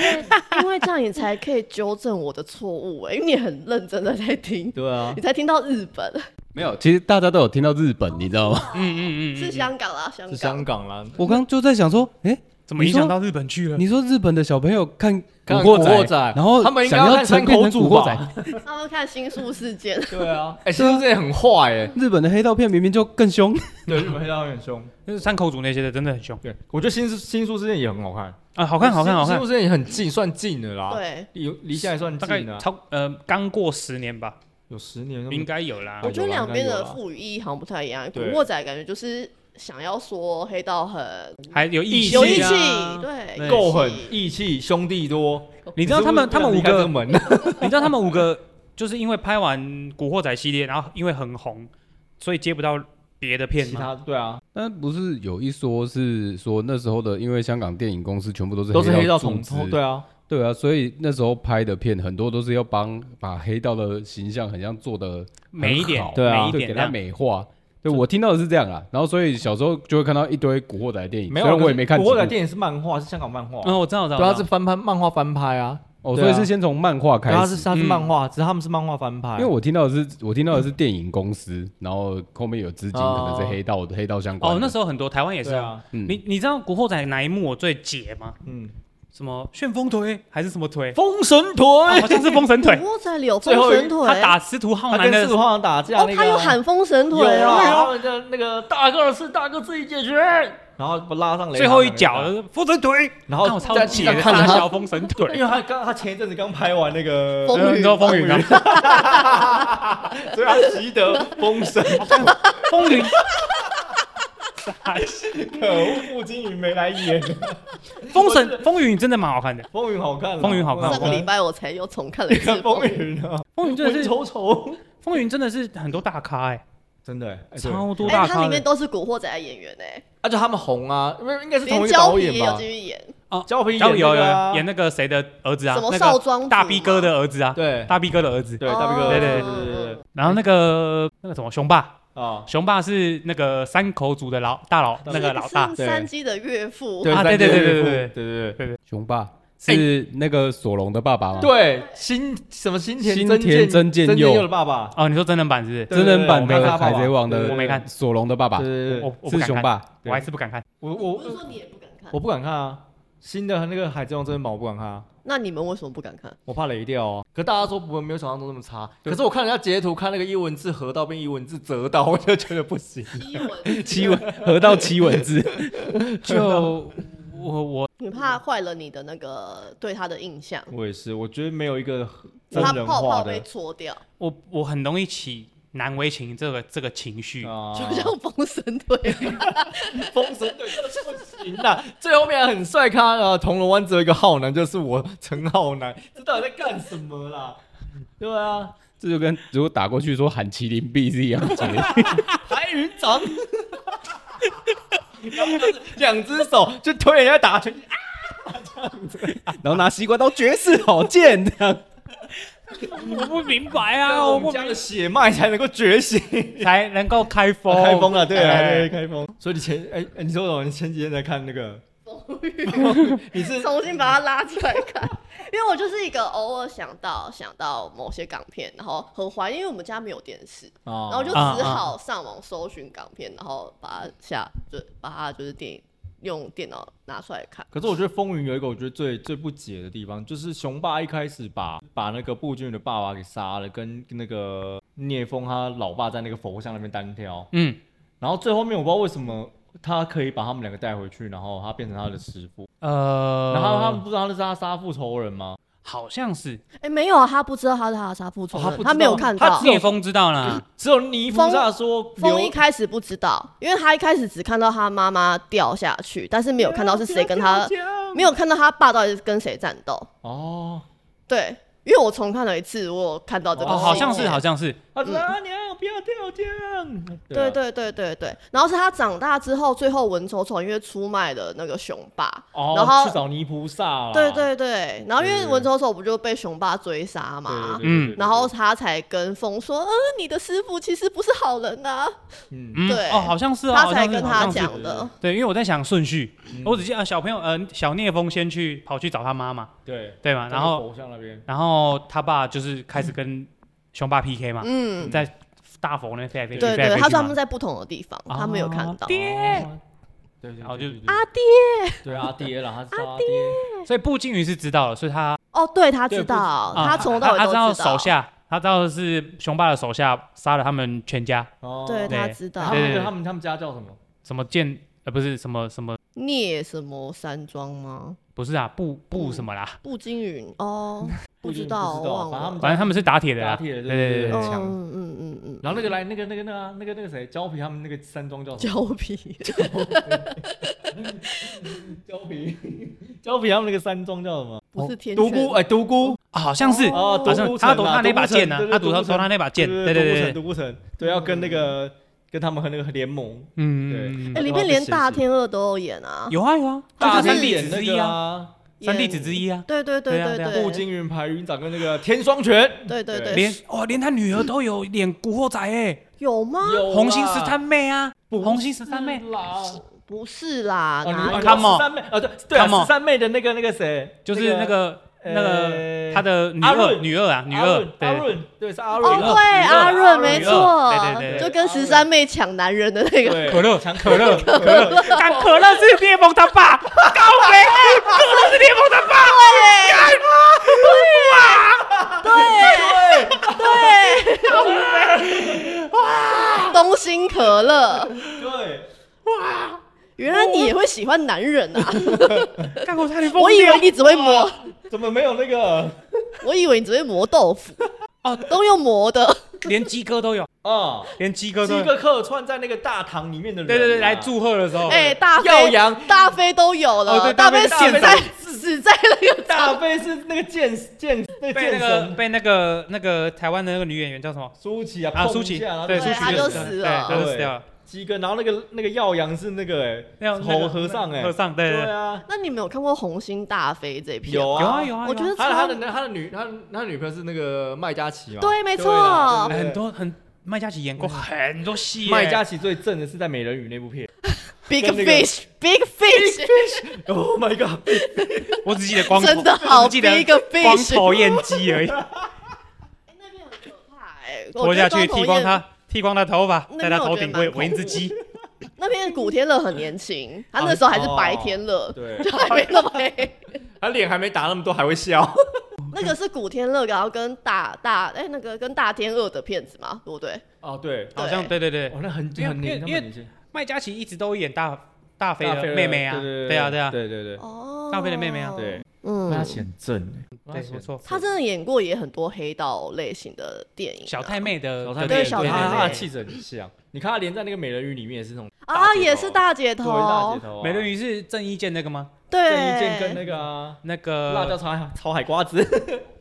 [SPEAKER 3] 因为这样你才可以纠正我的错误，哎，因为你很认真的在听，
[SPEAKER 1] 对啊，
[SPEAKER 3] 你才听到日本。
[SPEAKER 5] 没有，其实大家都有听到日本，你知道吗？
[SPEAKER 4] 嗯嗯嗯，
[SPEAKER 3] 是香港啦，香
[SPEAKER 1] 是
[SPEAKER 3] 港。
[SPEAKER 1] 香港啦，
[SPEAKER 5] 我刚就在想说，哎，
[SPEAKER 4] 怎么影响到日本去了？
[SPEAKER 5] 你说日本的小朋友看古
[SPEAKER 1] 看
[SPEAKER 5] 惑
[SPEAKER 1] 古
[SPEAKER 5] 仔，
[SPEAKER 1] 惑仔
[SPEAKER 5] 然后
[SPEAKER 1] 他们应该
[SPEAKER 5] 想
[SPEAKER 1] 要
[SPEAKER 5] 要
[SPEAKER 1] 看
[SPEAKER 5] 成
[SPEAKER 1] 山
[SPEAKER 5] 变
[SPEAKER 1] 口
[SPEAKER 5] 成
[SPEAKER 1] 组
[SPEAKER 5] 古惑
[SPEAKER 1] 吧
[SPEAKER 5] 仔，
[SPEAKER 3] 他们看《新宿事件》，
[SPEAKER 1] 对啊，哎，其实这也很坏哎，
[SPEAKER 5] 日本的黑道片明明就更凶。
[SPEAKER 1] 对，日本黑道很凶。
[SPEAKER 4] 就是山口组那些的真的很凶
[SPEAKER 1] 对，我觉得新宿新宿事件也很好看，
[SPEAKER 4] 啊，好看好看好
[SPEAKER 1] 新
[SPEAKER 4] 看
[SPEAKER 1] 宿，事件也很近，算近的啦，，
[SPEAKER 3] 对，
[SPEAKER 1] 有离现在算
[SPEAKER 4] 大概
[SPEAKER 1] 近的啊，
[SPEAKER 4] 超呃刚过十年吧，
[SPEAKER 1] 有十年那么，
[SPEAKER 4] 应该有啦
[SPEAKER 3] 我。觉得两边
[SPEAKER 1] 有
[SPEAKER 3] 的
[SPEAKER 1] 啦
[SPEAKER 3] 赋予意义好像不太一样。古
[SPEAKER 1] 对
[SPEAKER 3] 惑仔感觉就是想要说黑道很
[SPEAKER 4] 还嗯有义
[SPEAKER 3] 有义
[SPEAKER 4] 气
[SPEAKER 3] 气
[SPEAKER 1] 嗯
[SPEAKER 4] 啊，，
[SPEAKER 3] 对，
[SPEAKER 4] 对
[SPEAKER 1] 够狠
[SPEAKER 3] 义，气
[SPEAKER 1] 义气，兄弟多。
[SPEAKER 4] 你知道他们他们五
[SPEAKER 1] 你是不是
[SPEAKER 4] 个，
[SPEAKER 1] 不想离开这门，
[SPEAKER 4] 你知道他们五个就是因为拍完《古惑仔》系列，然后因为很红，所以接不到别的片
[SPEAKER 1] 其
[SPEAKER 4] 嘛。
[SPEAKER 1] 他对啊，
[SPEAKER 5] 但不是有一说是说那时候的，因为香港电影公司全部都是
[SPEAKER 1] 都是黑道
[SPEAKER 5] 组
[SPEAKER 1] 统
[SPEAKER 5] 织，
[SPEAKER 1] 统，对啊，
[SPEAKER 5] 对啊，所以那时候拍的片很多都是要帮把黑道的形象很像做的
[SPEAKER 4] 美一点
[SPEAKER 1] 对啊
[SPEAKER 4] 美一点
[SPEAKER 5] 给
[SPEAKER 4] 这
[SPEAKER 5] 他
[SPEAKER 4] 样
[SPEAKER 5] 美化。对我听到的是这样啊，然后所以小时候就会看到一堆古惑仔的电影，
[SPEAKER 1] 没有
[SPEAKER 5] 虽
[SPEAKER 1] 啊，
[SPEAKER 5] 然我也没看
[SPEAKER 1] 可
[SPEAKER 5] 几
[SPEAKER 1] 是
[SPEAKER 5] 部。
[SPEAKER 1] 古惑仔电影是漫画，是香港漫画，
[SPEAKER 4] 嗯，我知道，我知道，
[SPEAKER 1] 对啊，
[SPEAKER 4] 我
[SPEAKER 1] 是
[SPEAKER 4] 知道
[SPEAKER 1] 翻拍漫画翻拍啊，
[SPEAKER 5] 哦，
[SPEAKER 1] 对
[SPEAKER 5] 所
[SPEAKER 1] 啊
[SPEAKER 5] 以是先从漫画开
[SPEAKER 1] 对啊，
[SPEAKER 5] 始
[SPEAKER 1] 是。他是漫画，只是他们是漫画翻拍，
[SPEAKER 4] 嗯
[SPEAKER 5] 因为我听到的是，我听到的是电影公司，然后后面有资金，可
[SPEAKER 1] 哦
[SPEAKER 5] 能是黑道黑道相关的。
[SPEAKER 4] 哦，那时候很多台湾也是
[SPEAKER 1] 对。啊，
[SPEAKER 5] 嗯
[SPEAKER 4] 你你知道《古惑仔》哪一幕我最解吗？
[SPEAKER 1] 嗯，
[SPEAKER 4] 什么旋风腿还是什么腿？
[SPEAKER 1] 封神
[SPEAKER 4] 啊
[SPEAKER 1] 腿，
[SPEAKER 4] 好像是风神
[SPEAKER 3] 古
[SPEAKER 4] 腿。
[SPEAKER 3] 惑仔里有封
[SPEAKER 1] 最后一
[SPEAKER 3] 神腿，
[SPEAKER 4] 他打司徒浩
[SPEAKER 1] 他
[SPEAKER 4] 南
[SPEAKER 1] 跟
[SPEAKER 4] 的
[SPEAKER 1] 四皇打架
[SPEAKER 3] 哦
[SPEAKER 1] 那，个，
[SPEAKER 3] 他有喊封神
[SPEAKER 1] 有
[SPEAKER 3] 腿
[SPEAKER 1] 啊，然
[SPEAKER 3] 哦，
[SPEAKER 1] 后就那个大个儿是大哥自己解决，然后不拉上雷，
[SPEAKER 4] 最后一脚，风神腿，
[SPEAKER 1] 然
[SPEAKER 4] 看
[SPEAKER 1] 后
[SPEAKER 4] 我超
[SPEAKER 1] 在
[SPEAKER 4] 解的
[SPEAKER 1] 看
[SPEAKER 4] 大
[SPEAKER 1] 着他
[SPEAKER 4] 小风神
[SPEAKER 1] 对，因
[SPEAKER 4] 腿，
[SPEAKER 1] 为他刚他前一阵子刚拍完那个
[SPEAKER 3] 风
[SPEAKER 4] 你
[SPEAKER 3] 雨
[SPEAKER 4] 知道风云啊，
[SPEAKER 1] 所以他习得风神，
[SPEAKER 4] 风云
[SPEAKER 1] 可恶，傅金云没来演，
[SPEAKER 4] 风神风云真的蛮好看的，
[SPEAKER 1] 风云好看啦，
[SPEAKER 4] 风云好看
[SPEAKER 3] 上个礼拜我才又重看了一次
[SPEAKER 1] 看风云啊，
[SPEAKER 4] 风云真的
[SPEAKER 1] 文
[SPEAKER 4] 是
[SPEAKER 1] 丑丑，
[SPEAKER 4] 风云真的是很多大咖哎，
[SPEAKER 1] 真的欸，哎对
[SPEAKER 4] 超多
[SPEAKER 3] 哎，
[SPEAKER 4] 大
[SPEAKER 3] 它
[SPEAKER 4] 咖
[SPEAKER 3] 里面
[SPEAKER 4] 的
[SPEAKER 3] 都是古惑仔的演员哎，
[SPEAKER 1] 而且他们红啊，因为应该是同
[SPEAKER 3] 连
[SPEAKER 1] 一个
[SPEAKER 3] 胶
[SPEAKER 1] 导
[SPEAKER 3] 皮
[SPEAKER 1] 演
[SPEAKER 3] 也有
[SPEAKER 1] 吧
[SPEAKER 3] 进，去演，
[SPEAKER 1] 焦皮
[SPEAKER 4] 有有有
[SPEAKER 1] 有
[SPEAKER 4] 演那个谁的儿子啊
[SPEAKER 3] 什么，
[SPEAKER 4] 那
[SPEAKER 3] 少
[SPEAKER 4] 个
[SPEAKER 3] 庄子
[SPEAKER 4] 大 B 哥的儿子啊，
[SPEAKER 1] 对
[SPEAKER 4] 大 B 哥的儿子，
[SPEAKER 1] 对大兵哥，
[SPEAKER 3] 哦
[SPEAKER 1] 对
[SPEAKER 4] 对
[SPEAKER 1] 对对对对
[SPEAKER 4] 然后那个那个什么雄霸，
[SPEAKER 1] 啊，
[SPEAKER 4] 雄霸是那个山口组的老大佬，那个老大
[SPEAKER 3] 是，山鸡的岳父，
[SPEAKER 1] 对
[SPEAKER 4] 啊
[SPEAKER 1] 三
[SPEAKER 4] 对对
[SPEAKER 1] 剑
[SPEAKER 4] 对对
[SPEAKER 1] 父
[SPEAKER 4] 对
[SPEAKER 1] 对对对。
[SPEAKER 5] 雄霸
[SPEAKER 4] 哎
[SPEAKER 5] 是那个索隆的爸爸吗？，
[SPEAKER 1] 对，新什么新田
[SPEAKER 5] 啊新
[SPEAKER 1] 真
[SPEAKER 5] 田
[SPEAKER 1] 剑
[SPEAKER 5] 真剑
[SPEAKER 1] 真
[SPEAKER 5] 佑
[SPEAKER 1] 佑的爸爸，
[SPEAKER 4] 哦，你说真人版是不是？
[SPEAKER 5] 真人版
[SPEAKER 4] 对对对
[SPEAKER 5] 的
[SPEAKER 4] 我没看
[SPEAKER 5] 海贼王
[SPEAKER 1] 对对
[SPEAKER 5] 的，
[SPEAKER 1] 对
[SPEAKER 4] 我没看
[SPEAKER 5] 索隆的爸爸
[SPEAKER 1] 对对对，
[SPEAKER 4] 我我不
[SPEAKER 5] 是
[SPEAKER 4] 敢
[SPEAKER 5] 雄
[SPEAKER 4] 看，
[SPEAKER 5] 霸，
[SPEAKER 4] 我还是不敢看。
[SPEAKER 1] 我
[SPEAKER 3] 不是
[SPEAKER 1] 我
[SPEAKER 3] 说你也不敢看
[SPEAKER 1] 我，不敢看啊，新的那个海贼王真人版我不敢看啊，
[SPEAKER 3] 那你们为什么不敢看？
[SPEAKER 1] 我怕雷掉啊。可大家说不没有想象中那么差，可是我看人家截图，看那个英文字河道变英文字折道， 我就觉得不行。
[SPEAKER 3] 一文，
[SPEAKER 5] 七文合到七文字，
[SPEAKER 4] 就我我
[SPEAKER 3] 你怕坏了你的那个对他的印象。
[SPEAKER 1] 我也是，我觉得没有一个
[SPEAKER 3] 你
[SPEAKER 1] 真
[SPEAKER 3] 怕
[SPEAKER 1] 人
[SPEAKER 3] 泡
[SPEAKER 1] 化
[SPEAKER 3] 泡被
[SPEAKER 1] 的，
[SPEAKER 3] 搓掉，
[SPEAKER 4] 我我很容易起难为情这个这个情绪。
[SPEAKER 5] 啊
[SPEAKER 1] 哦
[SPEAKER 3] 就像风神腿，
[SPEAKER 1] 封神队就是不行啦，最后面很帅咖啊，铜锣湾只有一个浩南，就是我陈浩南，这到底在干什么啦？对啊，
[SPEAKER 5] 这就跟如果打过去说喊麒麟臂是一样 的结果。
[SPEAKER 1] 白云长， 两只手就推人家打拳，
[SPEAKER 4] 啊
[SPEAKER 5] 然后拿西瓜刀绝世好剑 这样。
[SPEAKER 4] 我不明白
[SPEAKER 1] 然
[SPEAKER 4] 啊，
[SPEAKER 1] 后
[SPEAKER 4] 我
[SPEAKER 1] 我们
[SPEAKER 4] 不
[SPEAKER 1] 家的血脉才能够觉醒，
[SPEAKER 4] 才能够开封，
[SPEAKER 1] 开封了，对啊，
[SPEAKER 4] 哎
[SPEAKER 1] 对，开封。所以你前哎、哎你说什么？你前几天在看那 个？你是
[SPEAKER 3] 重新把它拉出来看， 因为我就是一个偶尔想到想到某些港片，然后很怀念，因为我们家没有电视，
[SPEAKER 1] 哦
[SPEAKER 3] 然后就只好上网搜寻港片，然后把它下就把它就是电影用电脑拿出来看。
[SPEAKER 1] 可是我觉得风云有一个我觉得最最不解的地方，就是雄霸一开始把把那个步军的爸爸给杀了，跟那个聂风他老爸在那个佛像那边单挑，
[SPEAKER 4] 嗯，
[SPEAKER 1] 然后最后面我不知道为什么他可以把他们两个带回去，然后他变成他的师傅，
[SPEAKER 4] 呃，
[SPEAKER 1] 然后他们不知道他是他杀父仇人吗？
[SPEAKER 4] 好像是
[SPEAKER 3] 哎、没有啊，他不知道他是他的杀父仇
[SPEAKER 1] 哦
[SPEAKER 3] 人，
[SPEAKER 1] 他不知道
[SPEAKER 3] 没有看
[SPEAKER 1] 他
[SPEAKER 3] 到
[SPEAKER 1] 只。
[SPEAKER 4] 聂风知道啦，
[SPEAKER 1] 只有尼夫萨说
[SPEAKER 3] 风一
[SPEAKER 1] 刘
[SPEAKER 3] 开始不知道，因为他一开始只看到他妈妈掉下去，但是没有看到是谁跟
[SPEAKER 4] 啊
[SPEAKER 3] 他，没有看到他爸到底是跟谁战斗。
[SPEAKER 1] 哦，
[SPEAKER 3] 对，因为我重看了一次，我有看到这个
[SPEAKER 4] 哦，好
[SPEAKER 3] 细节
[SPEAKER 4] 像是，好像是，
[SPEAKER 1] 他说啊娘不要跳江，
[SPEAKER 3] 嗯对
[SPEAKER 1] 啊，
[SPEAKER 3] 对对对对，然后是他长大之后，最后文丑丑因为出卖了那个雄霸，然
[SPEAKER 1] 哦
[SPEAKER 3] 后
[SPEAKER 1] 去找尼菩
[SPEAKER 4] 哦
[SPEAKER 1] 萨啦，
[SPEAKER 3] 对对对，然后因为
[SPEAKER 1] 对
[SPEAKER 3] 文丑丑不就被雄霸追杀
[SPEAKER 1] 对
[SPEAKER 3] 嘛，
[SPEAKER 1] 对
[SPEAKER 4] 嗯
[SPEAKER 1] 对对对
[SPEAKER 3] 然后他才跟风说，嗯、你的师傅其实不是好人呐、
[SPEAKER 1] 嗯
[SPEAKER 4] 嗯，
[SPEAKER 3] 对
[SPEAKER 4] 哦，好像是哦，
[SPEAKER 3] 他
[SPEAKER 4] 好像
[SPEAKER 3] 才
[SPEAKER 4] 是
[SPEAKER 3] 跟
[SPEAKER 4] 好
[SPEAKER 3] 他
[SPEAKER 4] 像是
[SPEAKER 3] 讲的，
[SPEAKER 4] 对，因为我在想顺序，
[SPEAKER 1] 嗯
[SPEAKER 4] 我只记得呃小朋友，呃，小聂风先去跑去找他妈妈，
[SPEAKER 1] 对，
[SPEAKER 4] 对嘛，然后
[SPEAKER 1] 佛像那边。
[SPEAKER 4] 然后他爸就是开始跟雄霸 PK 嘛，
[SPEAKER 3] 嗯，
[SPEAKER 4] 在大佛那边飞来飞去，
[SPEAKER 3] 对
[SPEAKER 4] 飞来
[SPEAKER 3] 对，
[SPEAKER 4] 飞去
[SPEAKER 3] 他说他
[SPEAKER 4] 嘛
[SPEAKER 3] 们在不同的地方，他没有看
[SPEAKER 4] 哦
[SPEAKER 3] 到。
[SPEAKER 4] 爹，
[SPEAKER 1] 哦对，然
[SPEAKER 4] 然后就啊
[SPEAKER 3] 阿爹，
[SPEAKER 1] 对阿爹了，他是阿爹，
[SPEAKER 4] 所以步惊云是知道了，所以他
[SPEAKER 3] 哦，对他知
[SPEAKER 1] 对不
[SPEAKER 3] 道，
[SPEAKER 4] 啊
[SPEAKER 3] 他从头到尾
[SPEAKER 4] 他
[SPEAKER 3] 都
[SPEAKER 4] 道手下，他知道是雄霸的手下杀了他们全家，
[SPEAKER 1] 哦
[SPEAKER 3] 对他
[SPEAKER 4] 对
[SPEAKER 3] 知道
[SPEAKER 1] 他们
[SPEAKER 4] 对
[SPEAKER 1] 那
[SPEAKER 4] 对
[SPEAKER 1] 个他们他们家叫什么？
[SPEAKER 4] 什么剑呃不是什么什么
[SPEAKER 3] 聂什么山庄吗？
[SPEAKER 4] 不是啊步步什么啦，
[SPEAKER 3] 步惊云哦，不知道，
[SPEAKER 1] 不知道反正
[SPEAKER 3] 忘
[SPEAKER 1] 他们
[SPEAKER 3] 了。
[SPEAKER 4] 反正他们是打铁的啊
[SPEAKER 1] 打
[SPEAKER 4] 啦，
[SPEAKER 1] 铁的，
[SPEAKER 4] 对
[SPEAKER 1] 对
[SPEAKER 4] 对
[SPEAKER 1] 对
[SPEAKER 4] 对
[SPEAKER 3] 嗯
[SPEAKER 4] 对，
[SPEAKER 1] 强。
[SPEAKER 3] 嗯嗯嗯嗯，
[SPEAKER 1] 然后那个来那个那个那个啊那个那个谁胶皮他们那个山庄叫什么？
[SPEAKER 3] 胶皮，
[SPEAKER 1] 胶皮胶皮他们那个山庄叫什么？
[SPEAKER 3] 不是天
[SPEAKER 1] 独孤
[SPEAKER 3] 哎，
[SPEAKER 1] 哎独孤
[SPEAKER 4] 啊好像是
[SPEAKER 1] 哦，
[SPEAKER 4] 好
[SPEAKER 1] 独
[SPEAKER 4] 像
[SPEAKER 1] 孤
[SPEAKER 4] 他
[SPEAKER 1] 城
[SPEAKER 4] 夺
[SPEAKER 1] 啊
[SPEAKER 4] 他那把剑呢，
[SPEAKER 1] 独孤城
[SPEAKER 4] 他
[SPEAKER 1] 对对
[SPEAKER 4] 夺
[SPEAKER 1] 独
[SPEAKER 4] 他
[SPEAKER 1] 孤
[SPEAKER 4] 夺他那把剑，
[SPEAKER 1] 对
[SPEAKER 4] 对对
[SPEAKER 1] 独孤
[SPEAKER 4] 对
[SPEAKER 1] 城
[SPEAKER 4] 对，
[SPEAKER 1] 独孤城对要跟那个跟他们和那个联盟
[SPEAKER 4] 嗯，
[SPEAKER 1] 对
[SPEAKER 3] 哎里面连大天二都有演啊，
[SPEAKER 4] 有啊有啊，
[SPEAKER 1] 大
[SPEAKER 4] 三
[SPEAKER 1] 天
[SPEAKER 4] 弟
[SPEAKER 1] 演
[SPEAKER 4] 子之
[SPEAKER 1] 那
[SPEAKER 4] 一
[SPEAKER 1] 个
[SPEAKER 4] 啊，
[SPEAKER 1] 啊
[SPEAKER 3] 演
[SPEAKER 4] 三弟子之一啊，
[SPEAKER 3] 对对对
[SPEAKER 4] 对啊
[SPEAKER 3] 对
[SPEAKER 4] 对啊
[SPEAKER 3] 对，
[SPEAKER 1] 步惊云排云掌跟那个天双拳
[SPEAKER 3] 对对
[SPEAKER 1] 对
[SPEAKER 3] 对，
[SPEAKER 4] 连哦连他女儿都有演古惑仔哎，
[SPEAKER 3] 有吗？
[SPEAKER 1] 有
[SPEAKER 4] 红星
[SPEAKER 1] 啦
[SPEAKER 4] 十三妹啊，
[SPEAKER 1] 不
[SPEAKER 4] 红星十三妹，
[SPEAKER 1] 啦
[SPEAKER 3] 不是啦，
[SPEAKER 1] 哦，
[SPEAKER 3] 哪
[SPEAKER 4] 啊
[SPEAKER 3] 有？
[SPEAKER 4] 看 Come on
[SPEAKER 1] 十三妹啊，对对啊，
[SPEAKER 4] Come on
[SPEAKER 1] 十三妹的那个那个谁，
[SPEAKER 4] 就是那个那个
[SPEAKER 1] 呃
[SPEAKER 4] 他的女
[SPEAKER 1] 阿
[SPEAKER 4] 二
[SPEAKER 1] 润
[SPEAKER 4] 女二啊女
[SPEAKER 1] 阿
[SPEAKER 4] 二
[SPEAKER 1] 润，
[SPEAKER 4] 对
[SPEAKER 1] 阿润，对是阿
[SPEAKER 3] 哦，
[SPEAKER 1] 润，
[SPEAKER 3] 对，阿润没
[SPEAKER 4] 女二
[SPEAKER 3] 错
[SPEAKER 4] 对对，对
[SPEAKER 3] 就跟十三妹抢男人的那个，
[SPEAKER 1] 对
[SPEAKER 4] 可乐
[SPEAKER 1] 强
[SPEAKER 4] 可乐可乐，干可乐是聂风他爸，高飞，可乐是聂风他爸，
[SPEAKER 3] 对对，哇，东星可乐，
[SPEAKER 1] 对，
[SPEAKER 3] 原来你也会喜欢男人啊！
[SPEAKER 4] 干我差点疯
[SPEAKER 3] 我以为你只会磨，
[SPEAKER 1] 怎么没有那个
[SPEAKER 3] 我以为你只会磨豆腐
[SPEAKER 4] 哦
[SPEAKER 3] 都用磨的。
[SPEAKER 4] 连鸡哥都有，
[SPEAKER 1] 啊？
[SPEAKER 4] 连鸡哥都
[SPEAKER 1] 是一
[SPEAKER 4] 有，
[SPEAKER 1] 个客串在那个大堂里面的人啊，
[SPEAKER 4] 对对对，来祝贺的时候，
[SPEAKER 3] 哎，大
[SPEAKER 1] 耀
[SPEAKER 3] 飞
[SPEAKER 1] 阳
[SPEAKER 3] 大飞都有
[SPEAKER 4] 哦
[SPEAKER 3] 了，
[SPEAKER 4] 对
[SPEAKER 3] 大
[SPEAKER 4] 大
[SPEAKER 3] 飞
[SPEAKER 4] 飞
[SPEAKER 3] 死
[SPEAKER 4] 现
[SPEAKER 3] 在
[SPEAKER 4] 在
[SPEAKER 3] 死在那个
[SPEAKER 1] 大飞是那个剑剑 那个
[SPEAKER 4] 被那
[SPEAKER 1] 剑
[SPEAKER 4] 个
[SPEAKER 1] 神
[SPEAKER 4] 被那个那个台湾的那个女演员叫什么
[SPEAKER 1] 舒淇啊，
[SPEAKER 4] 啊？
[SPEAKER 1] 碰
[SPEAKER 4] 舒
[SPEAKER 1] 一
[SPEAKER 4] 淇，
[SPEAKER 1] 下然后
[SPEAKER 4] 对，
[SPEAKER 3] 就
[SPEAKER 4] 舒
[SPEAKER 3] 她
[SPEAKER 4] 淇
[SPEAKER 3] 就
[SPEAKER 4] 就
[SPEAKER 3] 死
[SPEAKER 4] 对
[SPEAKER 3] 了
[SPEAKER 4] 她就死掉了。
[SPEAKER 1] 鸡哥，然后那个那个耀阳是那个
[SPEAKER 4] 那
[SPEAKER 1] 哎
[SPEAKER 4] 种那
[SPEAKER 1] 猴
[SPEAKER 4] 个
[SPEAKER 1] 和尚哎
[SPEAKER 4] 和，尚，对
[SPEAKER 1] 对
[SPEAKER 4] 对对，
[SPEAKER 1] 啊，
[SPEAKER 3] 那你们有看过《红星大飞》这篇？
[SPEAKER 1] 有
[SPEAKER 4] 有啊
[SPEAKER 1] 啊
[SPEAKER 4] 有啊，
[SPEAKER 3] 我觉得
[SPEAKER 1] 他的他
[SPEAKER 3] 超
[SPEAKER 1] 的他的女他的他的女朋友是那个麦嘉琪嘛？
[SPEAKER 3] 对，没
[SPEAKER 1] 对啦
[SPEAKER 3] 错
[SPEAKER 1] 对
[SPEAKER 4] 有啊。很多很麦嘉琪演过很多戏耶，
[SPEAKER 1] 麦嘉琪最正的是在《美人鱼》那部 片。
[SPEAKER 3] ，Big
[SPEAKER 1] 跟那个
[SPEAKER 3] Fish，Big Fish，
[SPEAKER 1] Oh my god！
[SPEAKER 4] 我只记得 光头，
[SPEAKER 3] 真的好
[SPEAKER 4] 我只记得
[SPEAKER 3] big fish
[SPEAKER 4] 光头燕姬而已，
[SPEAKER 3] 哎那边很可怕哎，我
[SPEAKER 4] 拖
[SPEAKER 3] 觉
[SPEAKER 4] 下
[SPEAKER 3] 得
[SPEAKER 4] 去
[SPEAKER 3] 光头
[SPEAKER 4] 剃光
[SPEAKER 3] 燕
[SPEAKER 4] 他，剃光他头发，
[SPEAKER 3] 那
[SPEAKER 4] 在
[SPEAKER 3] 边
[SPEAKER 4] 他
[SPEAKER 3] 我
[SPEAKER 4] 头
[SPEAKER 3] 觉得
[SPEAKER 4] 顶
[SPEAKER 3] 蛮
[SPEAKER 4] 喂
[SPEAKER 3] 恐
[SPEAKER 4] 喂一只
[SPEAKER 3] 怖
[SPEAKER 4] 鸡，
[SPEAKER 3] 那边古天乐很年轻，他
[SPEAKER 4] 啊
[SPEAKER 3] 那时候还是白天
[SPEAKER 4] 哦
[SPEAKER 3] 乐，
[SPEAKER 1] 对
[SPEAKER 3] 就还没那么黑。
[SPEAKER 1] 他脸还没打那么多，还会 笑。
[SPEAKER 3] 那个是古天乐，然后跟大大哎、那个跟大天二的片子嘛，对不对？
[SPEAKER 1] 哦，对，
[SPEAKER 4] 好像对对对，
[SPEAKER 1] 哦，那很
[SPEAKER 4] 因为
[SPEAKER 1] 很年，
[SPEAKER 4] 因为
[SPEAKER 1] 他们很年轻
[SPEAKER 4] 麦嘉琪一直都演大大飞
[SPEAKER 1] 大
[SPEAKER 4] 的
[SPEAKER 1] 飞的
[SPEAKER 4] 妹妹啊，
[SPEAKER 1] 对
[SPEAKER 4] 对啊对啊，
[SPEAKER 1] 对对对，
[SPEAKER 3] 哦
[SPEAKER 4] 大飞的妹妹啊
[SPEAKER 1] 对。那他
[SPEAKER 3] 嗯，
[SPEAKER 1] 显正哎，
[SPEAKER 4] 对，不错。
[SPEAKER 3] 他真的演过也很多黑道类型的电影啊，
[SPEAKER 4] 小太妹的，
[SPEAKER 1] 小太
[SPEAKER 3] 对
[SPEAKER 1] 妹，
[SPEAKER 3] 小
[SPEAKER 1] 对
[SPEAKER 3] 太
[SPEAKER 1] 他他的
[SPEAKER 3] 妹
[SPEAKER 1] 气质很像。你看他连在那个美人鱼里面也是那种
[SPEAKER 3] 啊，
[SPEAKER 1] 姐
[SPEAKER 3] 也
[SPEAKER 1] 头
[SPEAKER 3] 是大姐
[SPEAKER 1] 对大
[SPEAKER 3] 头
[SPEAKER 1] 姐，头啊，
[SPEAKER 4] 美人鱼是郑伊健那个吗？
[SPEAKER 3] 对，
[SPEAKER 1] 郑伊健跟那个啊
[SPEAKER 4] 那
[SPEAKER 1] 辣椒
[SPEAKER 4] 个
[SPEAKER 1] 炒海炒海瓜子，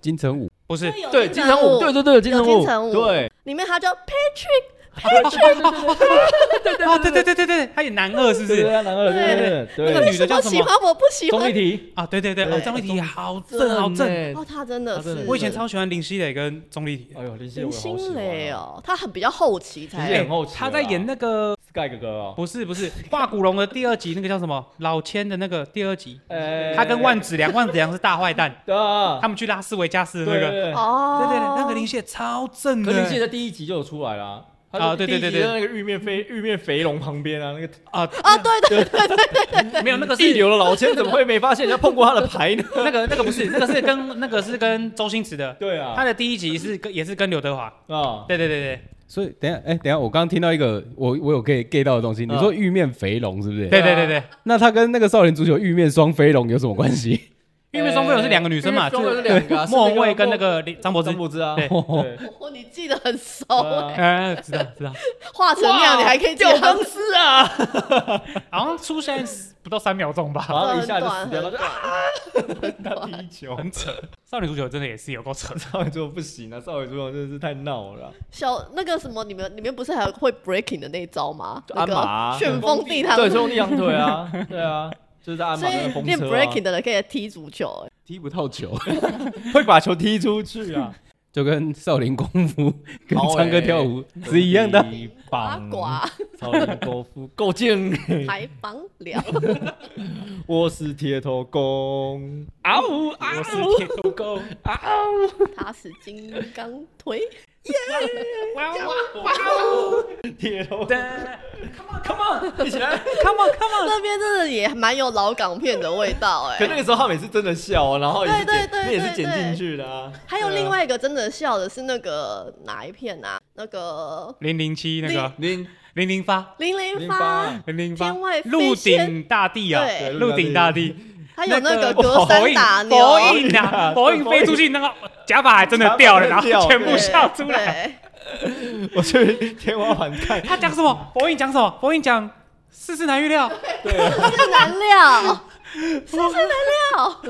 [SPEAKER 5] 金城武
[SPEAKER 4] 不是，
[SPEAKER 3] 有
[SPEAKER 1] 对，金
[SPEAKER 3] 金
[SPEAKER 1] 城武，对对对，金
[SPEAKER 3] 有
[SPEAKER 1] 城
[SPEAKER 3] 金
[SPEAKER 1] 武，
[SPEAKER 3] 城武，
[SPEAKER 1] 对，
[SPEAKER 3] 里面他叫 Patrick，
[SPEAKER 4] 啊，对对对对对，他演男二是不
[SPEAKER 1] 对对
[SPEAKER 4] 是？
[SPEAKER 1] 对，男二，对对对
[SPEAKER 3] 那
[SPEAKER 1] 对对
[SPEAKER 3] 个
[SPEAKER 4] 女的
[SPEAKER 3] 为什
[SPEAKER 4] 叫
[SPEAKER 3] 么
[SPEAKER 4] 什
[SPEAKER 3] 喜
[SPEAKER 4] 么
[SPEAKER 3] 欢我不喜
[SPEAKER 1] 钟丽
[SPEAKER 3] 欢？
[SPEAKER 1] 缇，
[SPEAKER 4] 啊，对对对，
[SPEAKER 1] 对
[SPEAKER 4] 哦，张卫婷好正好正，
[SPEAKER 1] 欸
[SPEAKER 3] 哦，他真的
[SPEAKER 1] 他真的
[SPEAKER 3] 是，
[SPEAKER 1] 是
[SPEAKER 4] 我以前超喜欢林熙蕾跟钟丽缇，
[SPEAKER 1] 哎呦，林心蕾
[SPEAKER 3] 林
[SPEAKER 1] 我好喜
[SPEAKER 3] 心
[SPEAKER 1] 欢
[SPEAKER 3] 蕾
[SPEAKER 1] 啊，
[SPEAKER 3] 哦，他很比较后期
[SPEAKER 1] 林心蕾
[SPEAKER 3] 才
[SPEAKER 1] 很后期啊
[SPEAKER 4] 她在演那个
[SPEAKER 1] ，Sky 哥哥哦，
[SPEAKER 4] 不是不是化骨龙的第二集，那个叫什么老千的那个第二集，
[SPEAKER 1] 呃
[SPEAKER 4] 他跟万梓良，万梓良是大坏 蛋，
[SPEAKER 1] 对啊，
[SPEAKER 4] 他们去拉斯维加斯的
[SPEAKER 1] 对
[SPEAKER 4] 那
[SPEAKER 1] 对
[SPEAKER 4] 个，
[SPEAKER 1] 对，
[SPEAKER 3] 哦，
[SPEAKER 4] 对对对，那个林熙蕾超正
[SPEAKER 1] 可
[SPEAKER 4] 的，
[SPEAKER 1] 是林心蕾在第一集就有出来啦。她
[SPEAKER 4] 啊
[SPEAKER 1] 就
[SPEAKER 4] 对
[SPEAKER 1] 第一
[SPEAKER 4] 对对
[SPEAKER 1] 集
[SPEAKER 4] 对
[SPEAKER 1] 在那个玉面飞玉面肥龙旁边啊，那个
[SPEAKER 4] 啊，
[SPEAKER 3] 啊，对 对，
[SPEAKER 4] 没有那个
[SPEAKER 1] 地
[SPEAKER 4] 是
[SPEAKER 1] 流的老千怎么会没发现人家碰过他的牌呢？
[SPEAKER 4] 那个那个不是，那个是跟那个是跟周星驰 的，
[SPEAKER 1] 对
[SPEAKER 4] 他
[SPEAKER 1] 啊，
[SPEAKER 4] 的第一集是跟也是跟刘德华，
[SPEAKER 1] 啊，
[SPEAKER 4] 对对对对。
[SPEAKER 5] 所以等一下，哎、等一下，我刚刚听到一个我我有 get get 到的东西，你说玉面肥龙是不是？
[SPEAKER 4] 对对对对，
[SPEAKER 5] 那他跟那个少林足球玉面双飞龙有什么关系？
[SPEAKER 4] 玉面双飞龙是两个女生嘛，
[SPEAKER 1] 玉面双飞龙是两个啊是
[SPEAKER 4] 莫
[SPEAKER 1] 那
[SPEAKER 4] 文
[SPEAKER 1] 个
[SPEAKER 4] 蔚跟
[SPEAKER 1] 莫
[SPEAKER 4] 那个林张柏芝
[SPEAKER 1] 张。柏芝啊，
[SPEAKER 4] 对
[SPEAKER 1] 对
[SPEAKER 3] 哦，你记得很熟，
[SPEAKER 1] 对啊
[SPEAKER 4] 哎，知道知道，
[SPEAKER 3] 画成那哦样你还可以记得很
[SPEAKER 1] 是 啊，
[SPEAKER 4] 好像出现不到三秒钟吧，
[SPEAKER 1] 然后啊一下就死
[SPEAKER 3] 短，
[SPEAKER 1] 掉了，
[SPEAKER 3] 很
[SPEAKER 1] 就
[SPEAKER 3] 短，
[SPEAKER 1] 打第一球。
[SPEAKER 4] 很扯。少女足球真的也是有够扯的，
[SPEAKER 1] 少伟做不行啊，少伟做真的是太闹了啊。
[SPEAKER 3] 小那个什么，你们你们不是还有会 breaking 的那一招吗？
[SPEAKER 1] 就
[SPEAKER 3] 那
[SPEAKER 1] 鞍马
[SPEAKER 3] 个
[SPEAKER 1] 啊
[SPEAKER 3] 旋风地毯，
[SPEAKER 1] 对，是用力扬腿 啊，对啊，就是在鞍
[SPEAKER 3] 所
[SPEAKER 1] 马那个
[SPEAKER 3] 以
[SPEAKER 1] 风
[SPEAKER 3] 练
[SPEAKER 1] 车啊
[SPEAKER 3] breaking 的人可以踢足球，
[SPEAKER 5] 踢不到球，
[SPEAKER 1] 会把球踢出去啊，
[SPEAKER 5] 就跟少林功夫跟
[SPEAKER 1] 好
[SPEAKER 5] 唱歌
[SPEAKER 1] 欸
[SPEAKER 5] 跳舞是一样的。
[SPEAKER 1] 一
[SPEAKER 3] 八
[SPEAKER 1] 棒，
[SPEAKER 3] 卦
[SPEAKER 1] 少林功夫够 劲，
[SPEAKER 3] 还防了。
[SPEAKER 1] 我是铁头功，啊呜啊
[SPEAKER 4] 我是铁头功，
[SPEAKER 3] 他是金刚腿，
[SPEAKER 4] 哇哇
[SPEAKER 1] 呜，铁头
[SPEAKER 4] 一起来，Come on Come on，
[SPEAKER 3] 那边真的也蛮有老港片的味道哎、
[SPEAKER 1] 可那个时候他每次真的笑啊，然后也是
[SPEAKER 3] 对
[SPEAKER 1] 剪，
[SPEAKER 3] 对对
[SPEAKER 1] 那也是
[SPEAKER 3] 对
[SPEAKER 1] 剪
[SPEAKER 3] 对
[SPEAKER 1] 进去的啊。
[SPEAKER 3] 还有
[SPEAKER 1] 对啊
[SPEAKER 3] 另外一个真的笑的是那个哪一片啊？那个
[SPEAKER 4] 零零七那个
[SPEAKER 1] 林
[SPEAKER 4] 零零八
[SPEAKER 3] 零零八，
[SPEAKER 4] 零零八
[SPEAKER 3] 天外，飞
[SPEAKER 4] 鹿
[SPEAKER 3] 仙
[SPEAKER 4] 鼎大帝啊，
[SPEAKER 3] 对
[SPEAKER 4] 鹿鼎大帝，
[SPEAKER 3] 还有那个
[SPEAKER 4] 那个
[SPEAKER 3] 隔
[SPEAKER 4] 火
[SPEAKER 3] 山
[SPEAKER 4] 影
[SPEAKER 3] 打牛，
[SPEAKER 4] 火影 啊，火影飞出去那个假发还真的掉了，然后全部
[SPEAKER 3] 对
[SPEAKER 4] 笑出来。
[SPEAKER 3] 对
[SPEAKER 1] 我去天花板看，
[SPEAKER 4] 他讲什么？火影讲什么？火影讲世事难预料，
[SPEAKER 3] 这难料， 是不是难料？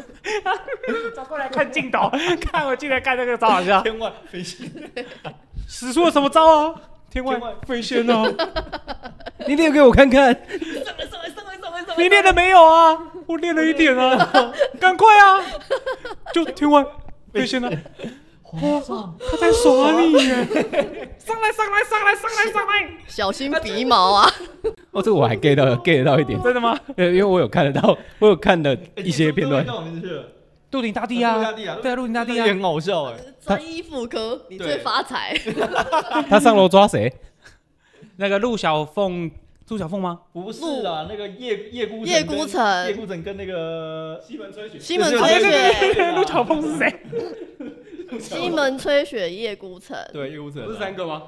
[SPEAKER 4] 转过来看镜头， 看我进来看那个招好笑。
[SPEAKER 1] 天外飞仙，
[SPEAKER 4] 使出了什么招啊？天外
[SPEAKER 1] 天外
[SPEAKER 4] 飞仙哦！
[SPEAKER 5] 你练给我看看，
[SPEAKER 4] 你练了没有啊？我练了一点 啊，赶快啊！就天外飞 仙啊！哇，他在耍你耶！ 上来上来上来上来上来！
[SPEAKER 3] 小心鼻毛啊！
[SPEAKER 5] 哦，这个我还 get 到 get 到一 点，
[SPEAKER 4] 真的吗？
[SPEAKER 5] 呃，因为我有看得到，我有看的一些片段。
[SPEAKER 1] 到我们去了，
[SPEAKER 4] 鹿鼎大帝
[SPEAKER 1] 陆
[SPEAKER 4] 啊
[SPEAKER 1] 大帝啊，
[SPEAKER 4] 对啊，鹿鼎大
[SPEAKER 1] 那
[SPEAKER 4] 帝
[SPEAKER 1] 也
[SPEAKER 4] 啊，
[SPEAKER 1] 很好笑哎。
[SPEAKER 3] 专一妇科，你最
[SPEAKER 1] 对
[SPEAKER 3] 发财。
[SPEAKER 5] 他上楼抓谁？
[SPEAKER 4] 那个陆小凤，陆小凤吗？
[SPEAKER 1] 不是啊，那个叶叶孤
[SPEAKER 3] 叶
[SPEAKER 1] 城
[SPEAKER 3] 孤城
[SPEAKER 1] 跟叶孤城跟那个西门吹雪，
[SPEAKER 3] 西门
[SPEAKER 1] 对
[SPEAKER 3] 吹雪
[SPEAKER 4] 陆小凤是谁？
[SPEAKER 3] 西门吹雪夜孤城，
[SPEAKER 1] 对叶孤城啊，
[SPEAKER 7] 不是三个吗？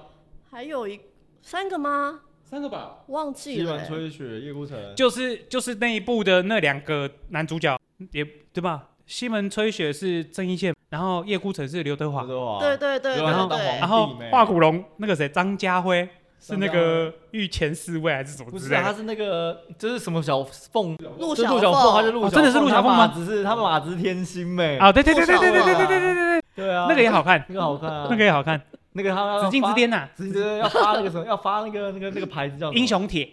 [SPEAKER 3] 还有一三个吗？
[SPEAKER 7] 三个吧，
[SPEAKER 3] 忘
[SPEAKER 1] 西
[SPEAKER 3] 记了、
[SPEAKER 1] 门
[SPEAKER 3] 欸。
[SPEAKER 1] 吹雪叶孤城，
[SPEAKER 4] 就是就是那一部的那两个男主角，也对吧？西门吹雪是郑伊健，然后叶孤城是刘德华
[SPEAKER 1] 刘，德华
[SPEAKER 3] 对对对
[SPEAKER 1] 啊然
[SPEAKER 3] 对
[SPEAKER 1] 后
[SPEAKER 3] 对
[SPEAKER 4] 然，后
[SPEAKER 1] 弟妹
[SPEAKER 4] 化骨龙那个谁张家辉是那个御前侍卫还是什么
[SPEAKER 1] 不
[SPEAKER 4] 之
[SPEAKER 1] 是
[SPEAKER 4] 类
[SPEAKER 1] 啊，他
[SPEAKER 4] 的？
[SPEAKER 1] 是那个就是什么小凤，
[SPEAKER 3] 陆
[SPEAKER 1] 就是
[SPEAKER 3] 小
[SPEAKER 1] 陆小凤，他是陆
[SPEAKER 4] 哦
[SPEAKER 1] 小，
[SPEAKER 4] 真的是陆小凤吗
[SPEAKER 1] 他马子是他马子是天心妹，
[SPEAKER 4] 啊，对对对对对对对对对对对，
[SPEAKER 1] 对啊，
[SPEAKER 4] 那个也好看，
[SPEAKER 1] 那个好看啊，
[SPEAKER 4] 那个也好看，
[SPEAKER 1] 那个他
[SPEAKER 4] 紫禁之巅呐，
[SPEAKER 1] 紫禁之巅要发那个什么，要发那个那个那个牌子叫什么
[SPEAKER 4] 英，雄帖，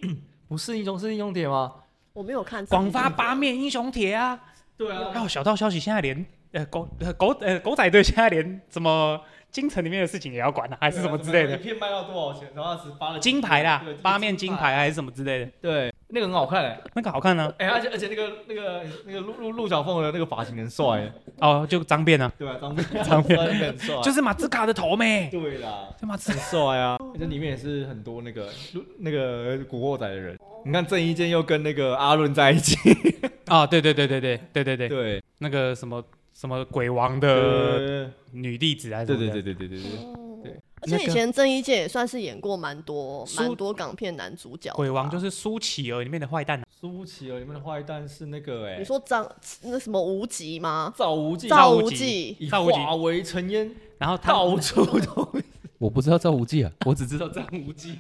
[SPEAKER 1] 不是英雄是英雄帖吗？
[SPEAKER 3] 我没有看。
[SPEAKER 4] 广发八面英雄帖啊。
[SPEAKER 7] 对
[SPEAKER 4] 还，有小道消息，现在连呃狗呃狗呃狗仔队现在连什么京城里面的事情也要管啊，还是什么之类
[SPEAKER 1] 一
[SPEAKER 4] 的。
[SPEAKER 1] 片卖到多少钱？然后他只发了
[SPEAKER 4] 金牌啦
[SPEAKER 1] 对，
[SPEAKER 4] 八面金，牌还是什么之类的，
[SPEAKER 1] 对，那个很好看哎，
[SPEAKER 4] 那个好看呢、
[SPEAKER 1] 哎，而且而且那个那个那个陆陆陆小凤的那个发型很帅哎，
[SPEAKER 4] 哦，就张变啊，
[SPEAKER 1] 对吧？ 张面
[SPEAKER 4] 张面
[SPEAKER 1] 很帅，
[SPEAKER 4] 就是马自卡的头没，
[SPEAKER 1] 对啦。
[SPEAKER 4] 就马自
[SPEAKER 1] 很帅啊！这里面也是很多那个那个古惑仔的人。你看郑伊健又跟那个阿伦在一起，
[SPEAKER 4] 啊，对对对对对对对对，
[SPEAKER 1] 对，
[SPEAKER 4] 那个什么什么鬼王的
[SPEAKER 1] 呃，
[SPEAKER 4] 女弟子还是
[SPEAKER 1] 对
[SPEAKER 4] 什么
[SPEAKER 1] 对
[SPEAKER 4] 的
[SPEAKER 1] 对对对对对，
[SPEAKER 3] 哦
[SPEAKER 1] 对
[SPEAKER 3] 而且以前郑伊健也算是演过蛮多
[SPEAKER 4] 苏
[SPEAKER 3] 蛮多港片男主角的吧。
[SPEAKER 4] 鬼王就是苏乞儿里面的坏蛋啊，
[SPEAKER 1] 苏乞儿里面的坏蛋是那个哎、
[SPEAKER 3] 你说张那什么无极吗？
[SPEAKER 1] 赵无忌，
[SPEAKER 3] 赵
[SPEAKER 4] 无
[SPEAKER 3] 无
[SPEAKER 4] 极
[SPEAKER 3] 忌，
[SPEAKER 1] 以
[SPEAKER 4] 赵无极
[SPEAKER 1] 化为尘烟，
[SPEAKER 4] 然后他
[SPEAKER 1] 到处都
[SPEAKER 5] 我不知道赵无忌啊，我只知道张无忌。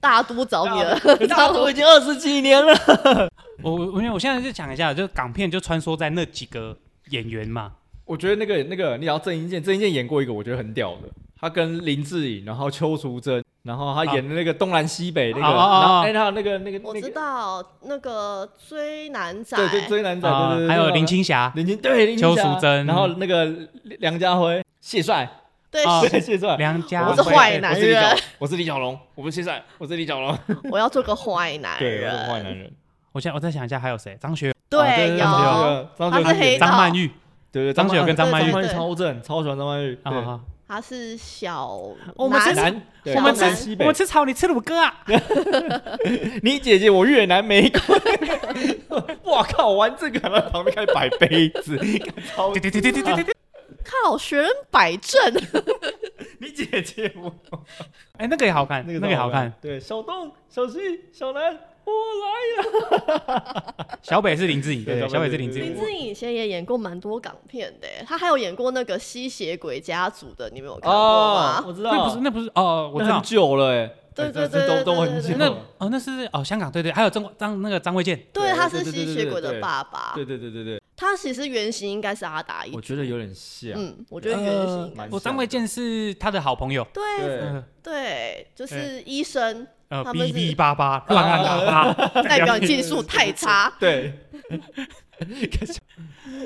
[SPEAKER 3] 大都找你了，
[SPEAKER 1] 大都已经二十几年了。嗯
[SPEAKER 4] 我我我因为我现在就讲一下，就港片就穿梭在那几个演员嘛，
[SPEAKER 1] 我觉得那个那个，你要郑伊健，郑伊健演过一个我觉得很屌的，他跟林志颖，然后邱淑贞，然后他演的那个东南西北那个，
[SPEAKER 4] 啊啊啊
[SPEAKER 1] 然后哎，他有那个那个
[SPEAKER 3] 我
[SPEAKER 1] 那
[SPEAKER 3] 知
[SPEAKER 1] 个，
[SPEAKER 3] 道那个追男仔，
[SPEAKER 1] 对对，追男仔，
[SPEAKER 4] 啊
[SPEAKER 1] 对对，对
[SPEAKER 4] 还有
[SPEAKER 1] 对
[SPEAKER 4] 林青霞，
[SPEAKER 1] 林青对林青霞
[SPEAKER 4] 邱淑贞
[SPEAKER 1] 然后那个梁家辉、谢帅，
[SPEAKER 3] 对
[SPEAKER 4] 啊
[SPEAKER 1] 对谢帅，
[SPEAKER 4] 梁家
[SPEAKER 3] 我是
[SPEAKER 4] 辉
[SPEAKER 3] 坏男
[SPEAKER 1] 我是李小
[SPEAKER 3] 人，
[SPEAKER 1] 龙，我是李小龙，我不是谢帅，我是李小龙，
[SPEAKER 3] 我要做个坏男
[SPEAKER 1] 对，我是
[SPEAKER 3] 人。
[SPEAKER 1] 坏男人，
[SPEAKER 4] 我现在我再想一下还有谁？张学友
[SPEAKER 1] 啊对
[SPEAKER 3] 对，
[SPEAKER 1] 对
[SPEAKER 3] 有
[SPEAKER 1] 张学友张学
[SPEAKER 3] 他
[SPEAKER 1] 友
[SPEAKER 3] 是黑
[SPEAKER 1] 演的
[SPEAKER 3] 道
[SPEAKER 4] 张曼玉
[SPEAKER 1] 对对，
[SPEAKER 4] 张学友跟张曼
[SPEAKER 1] 张
[SPEAKER 4] 玉
[SPEAKER 1] 曼玉
[SPEAKER 3] 对
[SPEAKER 1] 超正，超喜欢张曼玉，
[SPEAKER 4] 啊
[SPEAKER 1] 对
[SPEAKER 4] 啊，
[SPEAKER 3] 他是小
[SPEAKER 4] 我们
[SPEAKER 3] 男
[SPEAKER 4] 是
[SPEAKER 1] 南，对
[SPEAKER 3] 哦我
[SPEAKER 4] 我
[SPEAKER 3] 们
[SPEAKER 4] 们
[SPEAKER 3] 吃
[SPEAKER 1] 东南
[SPEAKER 4] 吃
[SPEAKER 1] 西
[SPEAKER 4] 我
[SPEAKER 1] 北
[SPEAKER 4] 们，吃草，你吃乳鸽啊？
[SPEAKER 1] 你姐姐我越南玫瑰， 哇靠，玩这个还在旁边开始摆杯子， 超
[SPEAKER 4] 对对对对对 对对对。
[SPEAKER 3] 靠学人摆正，
[SPEAKER 1] 你姐姐我
[SPEAKER 4] 哎，那个也好看，那个也好看。，
[SPEAKER 1] 对，小东、小西、小南，我来，
[SPEAKER 4] 小北是林志颖，
[SPEAKER 1] 对
[SPEAKER 4] 对，
[SPEAKER 1] 小北
[SPEAKER 4] 小北
[SPEAKER 1] 是
[SPEAKER 4] 是
[SPEAKER 1] 林
[SPEAKER 4] 林
[SPEAKER 1] 志
[SPEAKER 4] 志
[SPEAKER 1] 颖
[SPEAKER 4] 颖
[SPEAKER 3] 林。志颖以前也演过蛮多港片的，他还有演过那个《吸血鬼家族》的，你们有看过
[SPEAKER 1] 哦，
[SPEAKER 3] 吗？
[SPEAKER 1] 我知道，
[SPEAKER 4] 那不是那不是哦，我知
[SPEAKER 1] 那
[SPEAKER 4] 道
[SPEAKER 1] 很。久了哎，
[SPEAKER 3] 对
[SPEAKER 1] 这这
[SPEAKER 3] 对对
[SPEAKER 1] 都
[SPEAKER 3] 对
[SPEAKER 1] 都
[SPEAKER 3] 对
[SPEAKER 1] 很
[SPEAKER 3] 对
[SPEAKER 1] 久
[SPEAKER 4] 那
[SPEAKER 1] 了，
[SPEAKER 4] 哦，那是哦，香港对对，还有张张那个张卫健，
[SPEAKER 3] 对，
[SPEAKER 1] 对
[SPEAKER 3] 他
[SPEAKER 1] 对对
[SPEAKER 3] 是
[SPEAKER 1] 对
[SPEAKER 3] 吸
[SPEAKER 1] 对
[SPEAKER 3] 血
[SPEAKER 1] 对
[SPEAKER 3] 鬼的
[SPEAKER 1] 对
[SPEAKER 3] 爸爸，
[SPEAKER 1] 对对对对对，
[SPEAKER 3] 他其实原型应该是阿达一
[SPEAKER 1] 我觉得有点像，
[SPEAKER 3] 嗯，我觉得原型应该
[SPEAKER 1] 蛮
[SPEAKER 4] 呃我
[SPEAKER 1] 像
[SPEAKER 4] 张卫健是他的好朋友，
[SPEAKER 3] 对
[SPEAKER 1] 对，。
[SPEAKER 4] 呃
[SPEAKER 3] 对，就是
[SPEAKER 4] 对
[SPEAKER 3] 医生，
[SPEAKER 4] 呃
[SPEAKER 3] 他们是
[SPEAKER 4] 哔哔叭叭乱按喇叭，
[SPEAKER 3] 代表技术太差
[SPEAKER 1] 对，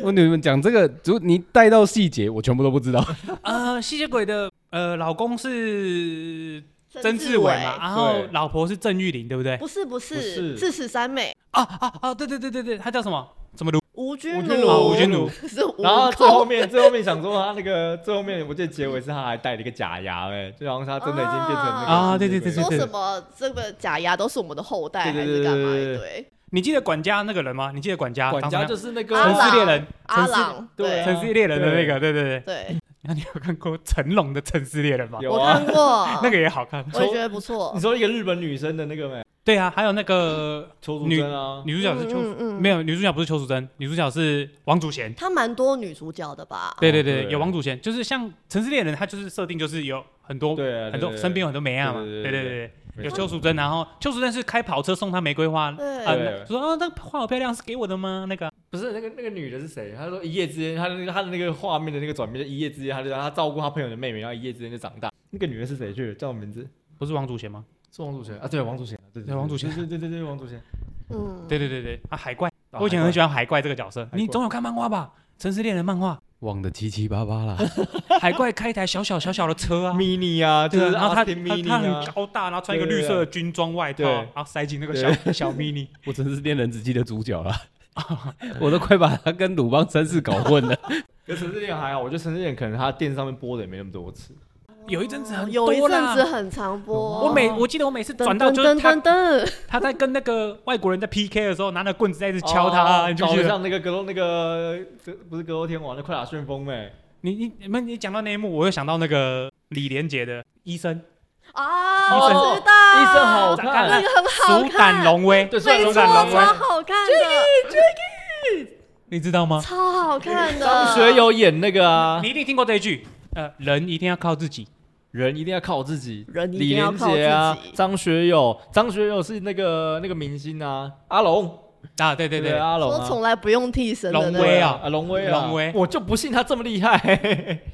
[SPEAKER 5] 我你们讲这个，如果你带到细节，我全部都不知 道。
[SPEAKER 4] 呃，吸血鬼的呃老公是曾
[SPEAKER 3] 曾
[SPEAKER 4] 志伟嘛，？然后老婆是郑裕玲，对不对？
[SPEAKER 3] 不是不
[SPEAKER 1] 不
[SPEAKER 3] 是，
[SPEAKER 1] 是
[SPEAKER 3] 是十三妹
[SPEAKER 4] 啊啊啊，对对对对对，他叫什么？怎么卢？
[SPEAKER 3] 吴君
[SPEAKER 1] 吴君
[SPEAKER 4] 哦，
[SPEAKER 1] 如
[SPEAKER 4] 吴
[SPEAKER 3] 如，
[SPEAKER 4] 君如，
[SPEAKER 3] 是吴
[SPEAKER 1] 然后最后
[SPEAKER 3] 控。
[SPEAKER 1] 面，最后面想说他那个最后面，我记得结尾是他还戴了一个假牙、欸，哎，就好像他真的已经变成那个
[SPEAKER 4] 啊
[SPEAKER 1] 吸血鬼
[SPEAKER 4] 对对对
[SPEAKER 3] 说
[SPEAKER 4] 对
[SPEAKER 3] 什么这个假牙都是我们的后代
[SPEAKER 1] 对对
[SPEAKER 3] 还是
[SPEAKER 1] 对
[SPEAKER 3] 干嘛一
[SPEAKER 1] 对对
[SPEAKER 3] 堆？
[SPEAKER 4] 你记得管家那个人吗？你记得管家？
[SPEAKER 1] 管
[SPEAKER 4] 当
[SPEAKER 1] 家
[SPEAKER 4] 时
[SPEAKER 1] 就是那个
[SPEAKER 3] 阿
[SPEAKER 4] 城
[SPEAKER 3] 郎
[SPEAKER 4] 市猎人，
[SPEAKER 3] 阿
[SPEAKER 4] 城市
[SPEAKER 3] 郎
[SPEAKER 1] 对啊
[SPEAKER 4] 城市猎人的那个，对对对。
[SPEAKER 3] 对，
[SPEAKER 4] 那你有看过成龙的《城市猎人》吗？
[SPEAKER 1] 有
[SPEAKER 3] 我
[SPEAKER 1] 啊
[SPEAKER 3] 看。过
[SPEAKER 4] ，那个也好看。
[SPEAKER 3] 我也觉得不错
[SPEAKER 1] 你。说一个日本女生的那个没？
[SPEAKER 4] 对啊，还有那个
[SPEAKER 1] 邱淑
[SPEAKER 4] 女
[SPEAKER 1] 贞啊，
[SPEAKER 4] 女主角是邱，
[SPEAKER 3] 嗯嗯嗯
[SPEAKER 4] 没有女主角不是邱淑贞，女主角是王祖贤。
[SPEAKER 3] 她蛮多女主角的吧？
[SPEAKER 4] 对对对，
[SPEAKER 1] 啊对
[SPEAKER 4] 有王祖贤，就是像《城市猎人》，它就是设定就是有很多
[SPEAKER 1] 对啊，对
[SPEAKER 4] 很多
[SPEAKER 1] 对
[SPEAKER 4] 身边有很多美亚嘛。
[SPEAKER 1] 对对
[SPEAKER 4] 对对
[SPEAKER 1] 对
[SPEAKER 4] 对
[SPEAKER 1] 没
[SPEAKER 4] 对，有
[SPEAKER 1] 错
[SPEAKER 4] 邱淑贞，然后邱淑贞是开跑车送她玫瑰花，
[SPEAKER 3] 对
[SPEAKER 4] 啊，
[SPEAKER 1] 对
[SPEAKER 4] 那说啊，那花好漂亮，是给我的吗？那个
[SPEAKER 1] 不是那个那个女的是谁？她说一夜之间，她的那个她的那个画面的那个转变，就一夜之间，她就她照顾她朋友的妹妹，然后一夜之间就长大。那个女的是谁？去叫什么名字？
[SPEAKER 4] 不是王祖贤吗？
[SPEAKER 1] 是王祖贤啊？对，王祖贤，对
[SPEAKER 4] 对王祖贤
[SPEAKER 1] 对对对对，王祖贤。
[SPEAKER 3] 嗯，
[SPEAKER 4] 对对对对，啊，海怪，
[SPEAKER 1] 啊
[SPEAKER 4] 我以前很喜欢海怪这个角色。
[SPEAKER 1] 怪
[SPEAKER 4] 你总有看漫画吧？《城市猎人》漫 画，
[SPEAKER 5] 忘得七七八八啦。
[SPEAKER 4] 海怪开一台小小小小的车啊，
[SPEAKER 1] mini 啊，就
[SPEAKER 4] 对啊，
[SPEAKER 1] 是
[SPEAKER 4] 然后他
[SPEAKER 1] Austin
[SPEAKER 4] 他
[SPEAKER 1] mini
[SPEAKER 4] 他
[SPEAKER 1] 啊
[SPEAKER 4] 很，高大，然后穿一个绿色的军装外套，
[SPEAKER 1] 对
[SPEAKER 4] 然后塞进那个小 小 mini。
[SPEAKER 5] 我真是恋人只记得主角了， 我都快把他跟鲁邦三世搞混了。
[SPEAKER 1] 可是陈志远还好，我觉得陈志远可能他电视上面播的也没那么多次。
[SPEAKER 4] 有一阵子很
[SPEAKER 3] 有一
[SPEAKER 4] 多
[SPEAKER 3] 阵子
[SPEAKER 4] 啦，啊
[SPEAKER 3] 很常播。
[SPEAKER 4] 我每我记得我每次
[SPEAKER 3] 噔
[SPEAKER 4] 转到
[SPEAKER 3] 噔
[SPEAKER 4] 就是
[SPEAKER 3] 噔
[SPEAKER 4] 他
[SPEAKER 3] 噔 噔，
[SPEAKER 4] 他在跟那个外国人在 PK 的时候，拿那棍子在哦一直敲他，你就
[SPEAKER 1] 哦搞
[SPEAKER 4] 觉
[SPEAKER 1] 得
[SPEAKER 4] 得
[SPEAKER 1] 像那个格斗那个格不是格斗天王的快打旋风妹，
[SPEAKER 4] 你你你们你讲到那一幕，我又想到那个李连杰的医生
[SPEAKER 3] 啊，
[SPEAKER 4] 医
[SPEAKER 3] 我
[SPEAKER 4] 生
[SPEAKER 3] 知道，
[SPEAKER 1] 医生好
[SPEAKER 4] 看
[SPEAKER 3] 那
[SPEAKER 1] 看，
[SPEAKER 3] 个很好
[SPEAKER 4] 鼠胆
[SPEAKER 3] 看，
[SPEAKER 4] 龙威，
[SPEAKER 1] 对，虽然
[SPEAKER 3] 没
[SPEAKER 1] 龙
[SPEAKER 3] 错，
[SPEAKER 1] 胆龙
[SPEAKER 3] 超
[SPEAKER 4] 啊
[SPEAKER 1] 威，
[SPEAKER 3] 好看的，
[SPEAKER 4] 你知道吗？
[SPEAKER 3] 超好看 的。
[SPEAKER 1] 张学友演那个啊
[SPEAKER 4] 你，一定听过这一句，呃，人一定要靠自己。
[SPEAKER 1] 人一定要靠自己。
[SPEAKER 3] 人一
[SPEAKER 1] 李
[SPEAKER 3] 定要
[SPEAKER 1] 连
[SPEAKER 3] 靠
[SPEAKER 1] 杰啊
[SPEAKER 3] 自，己。
[SPEAKER 1] 张学友，张学友是那个那个明星啊，阿龙，
[SPEAKER 4] 啊，对对对，
[SPEAKER 1] 阿龙
[SPEAKER 3] 说
[SPEAKER 1] 啊，
[SPEAKER 3] 从来不用替身的那
[SPEAKER 4] 龙威
[SPEAKER 3] 个
[SPEAKER 4] 啊
[SPEAKER 1] 啊龙威啊，
[SPEAKER 4] 龙威
[SPEAKER 1] 我就不信他这么厉害，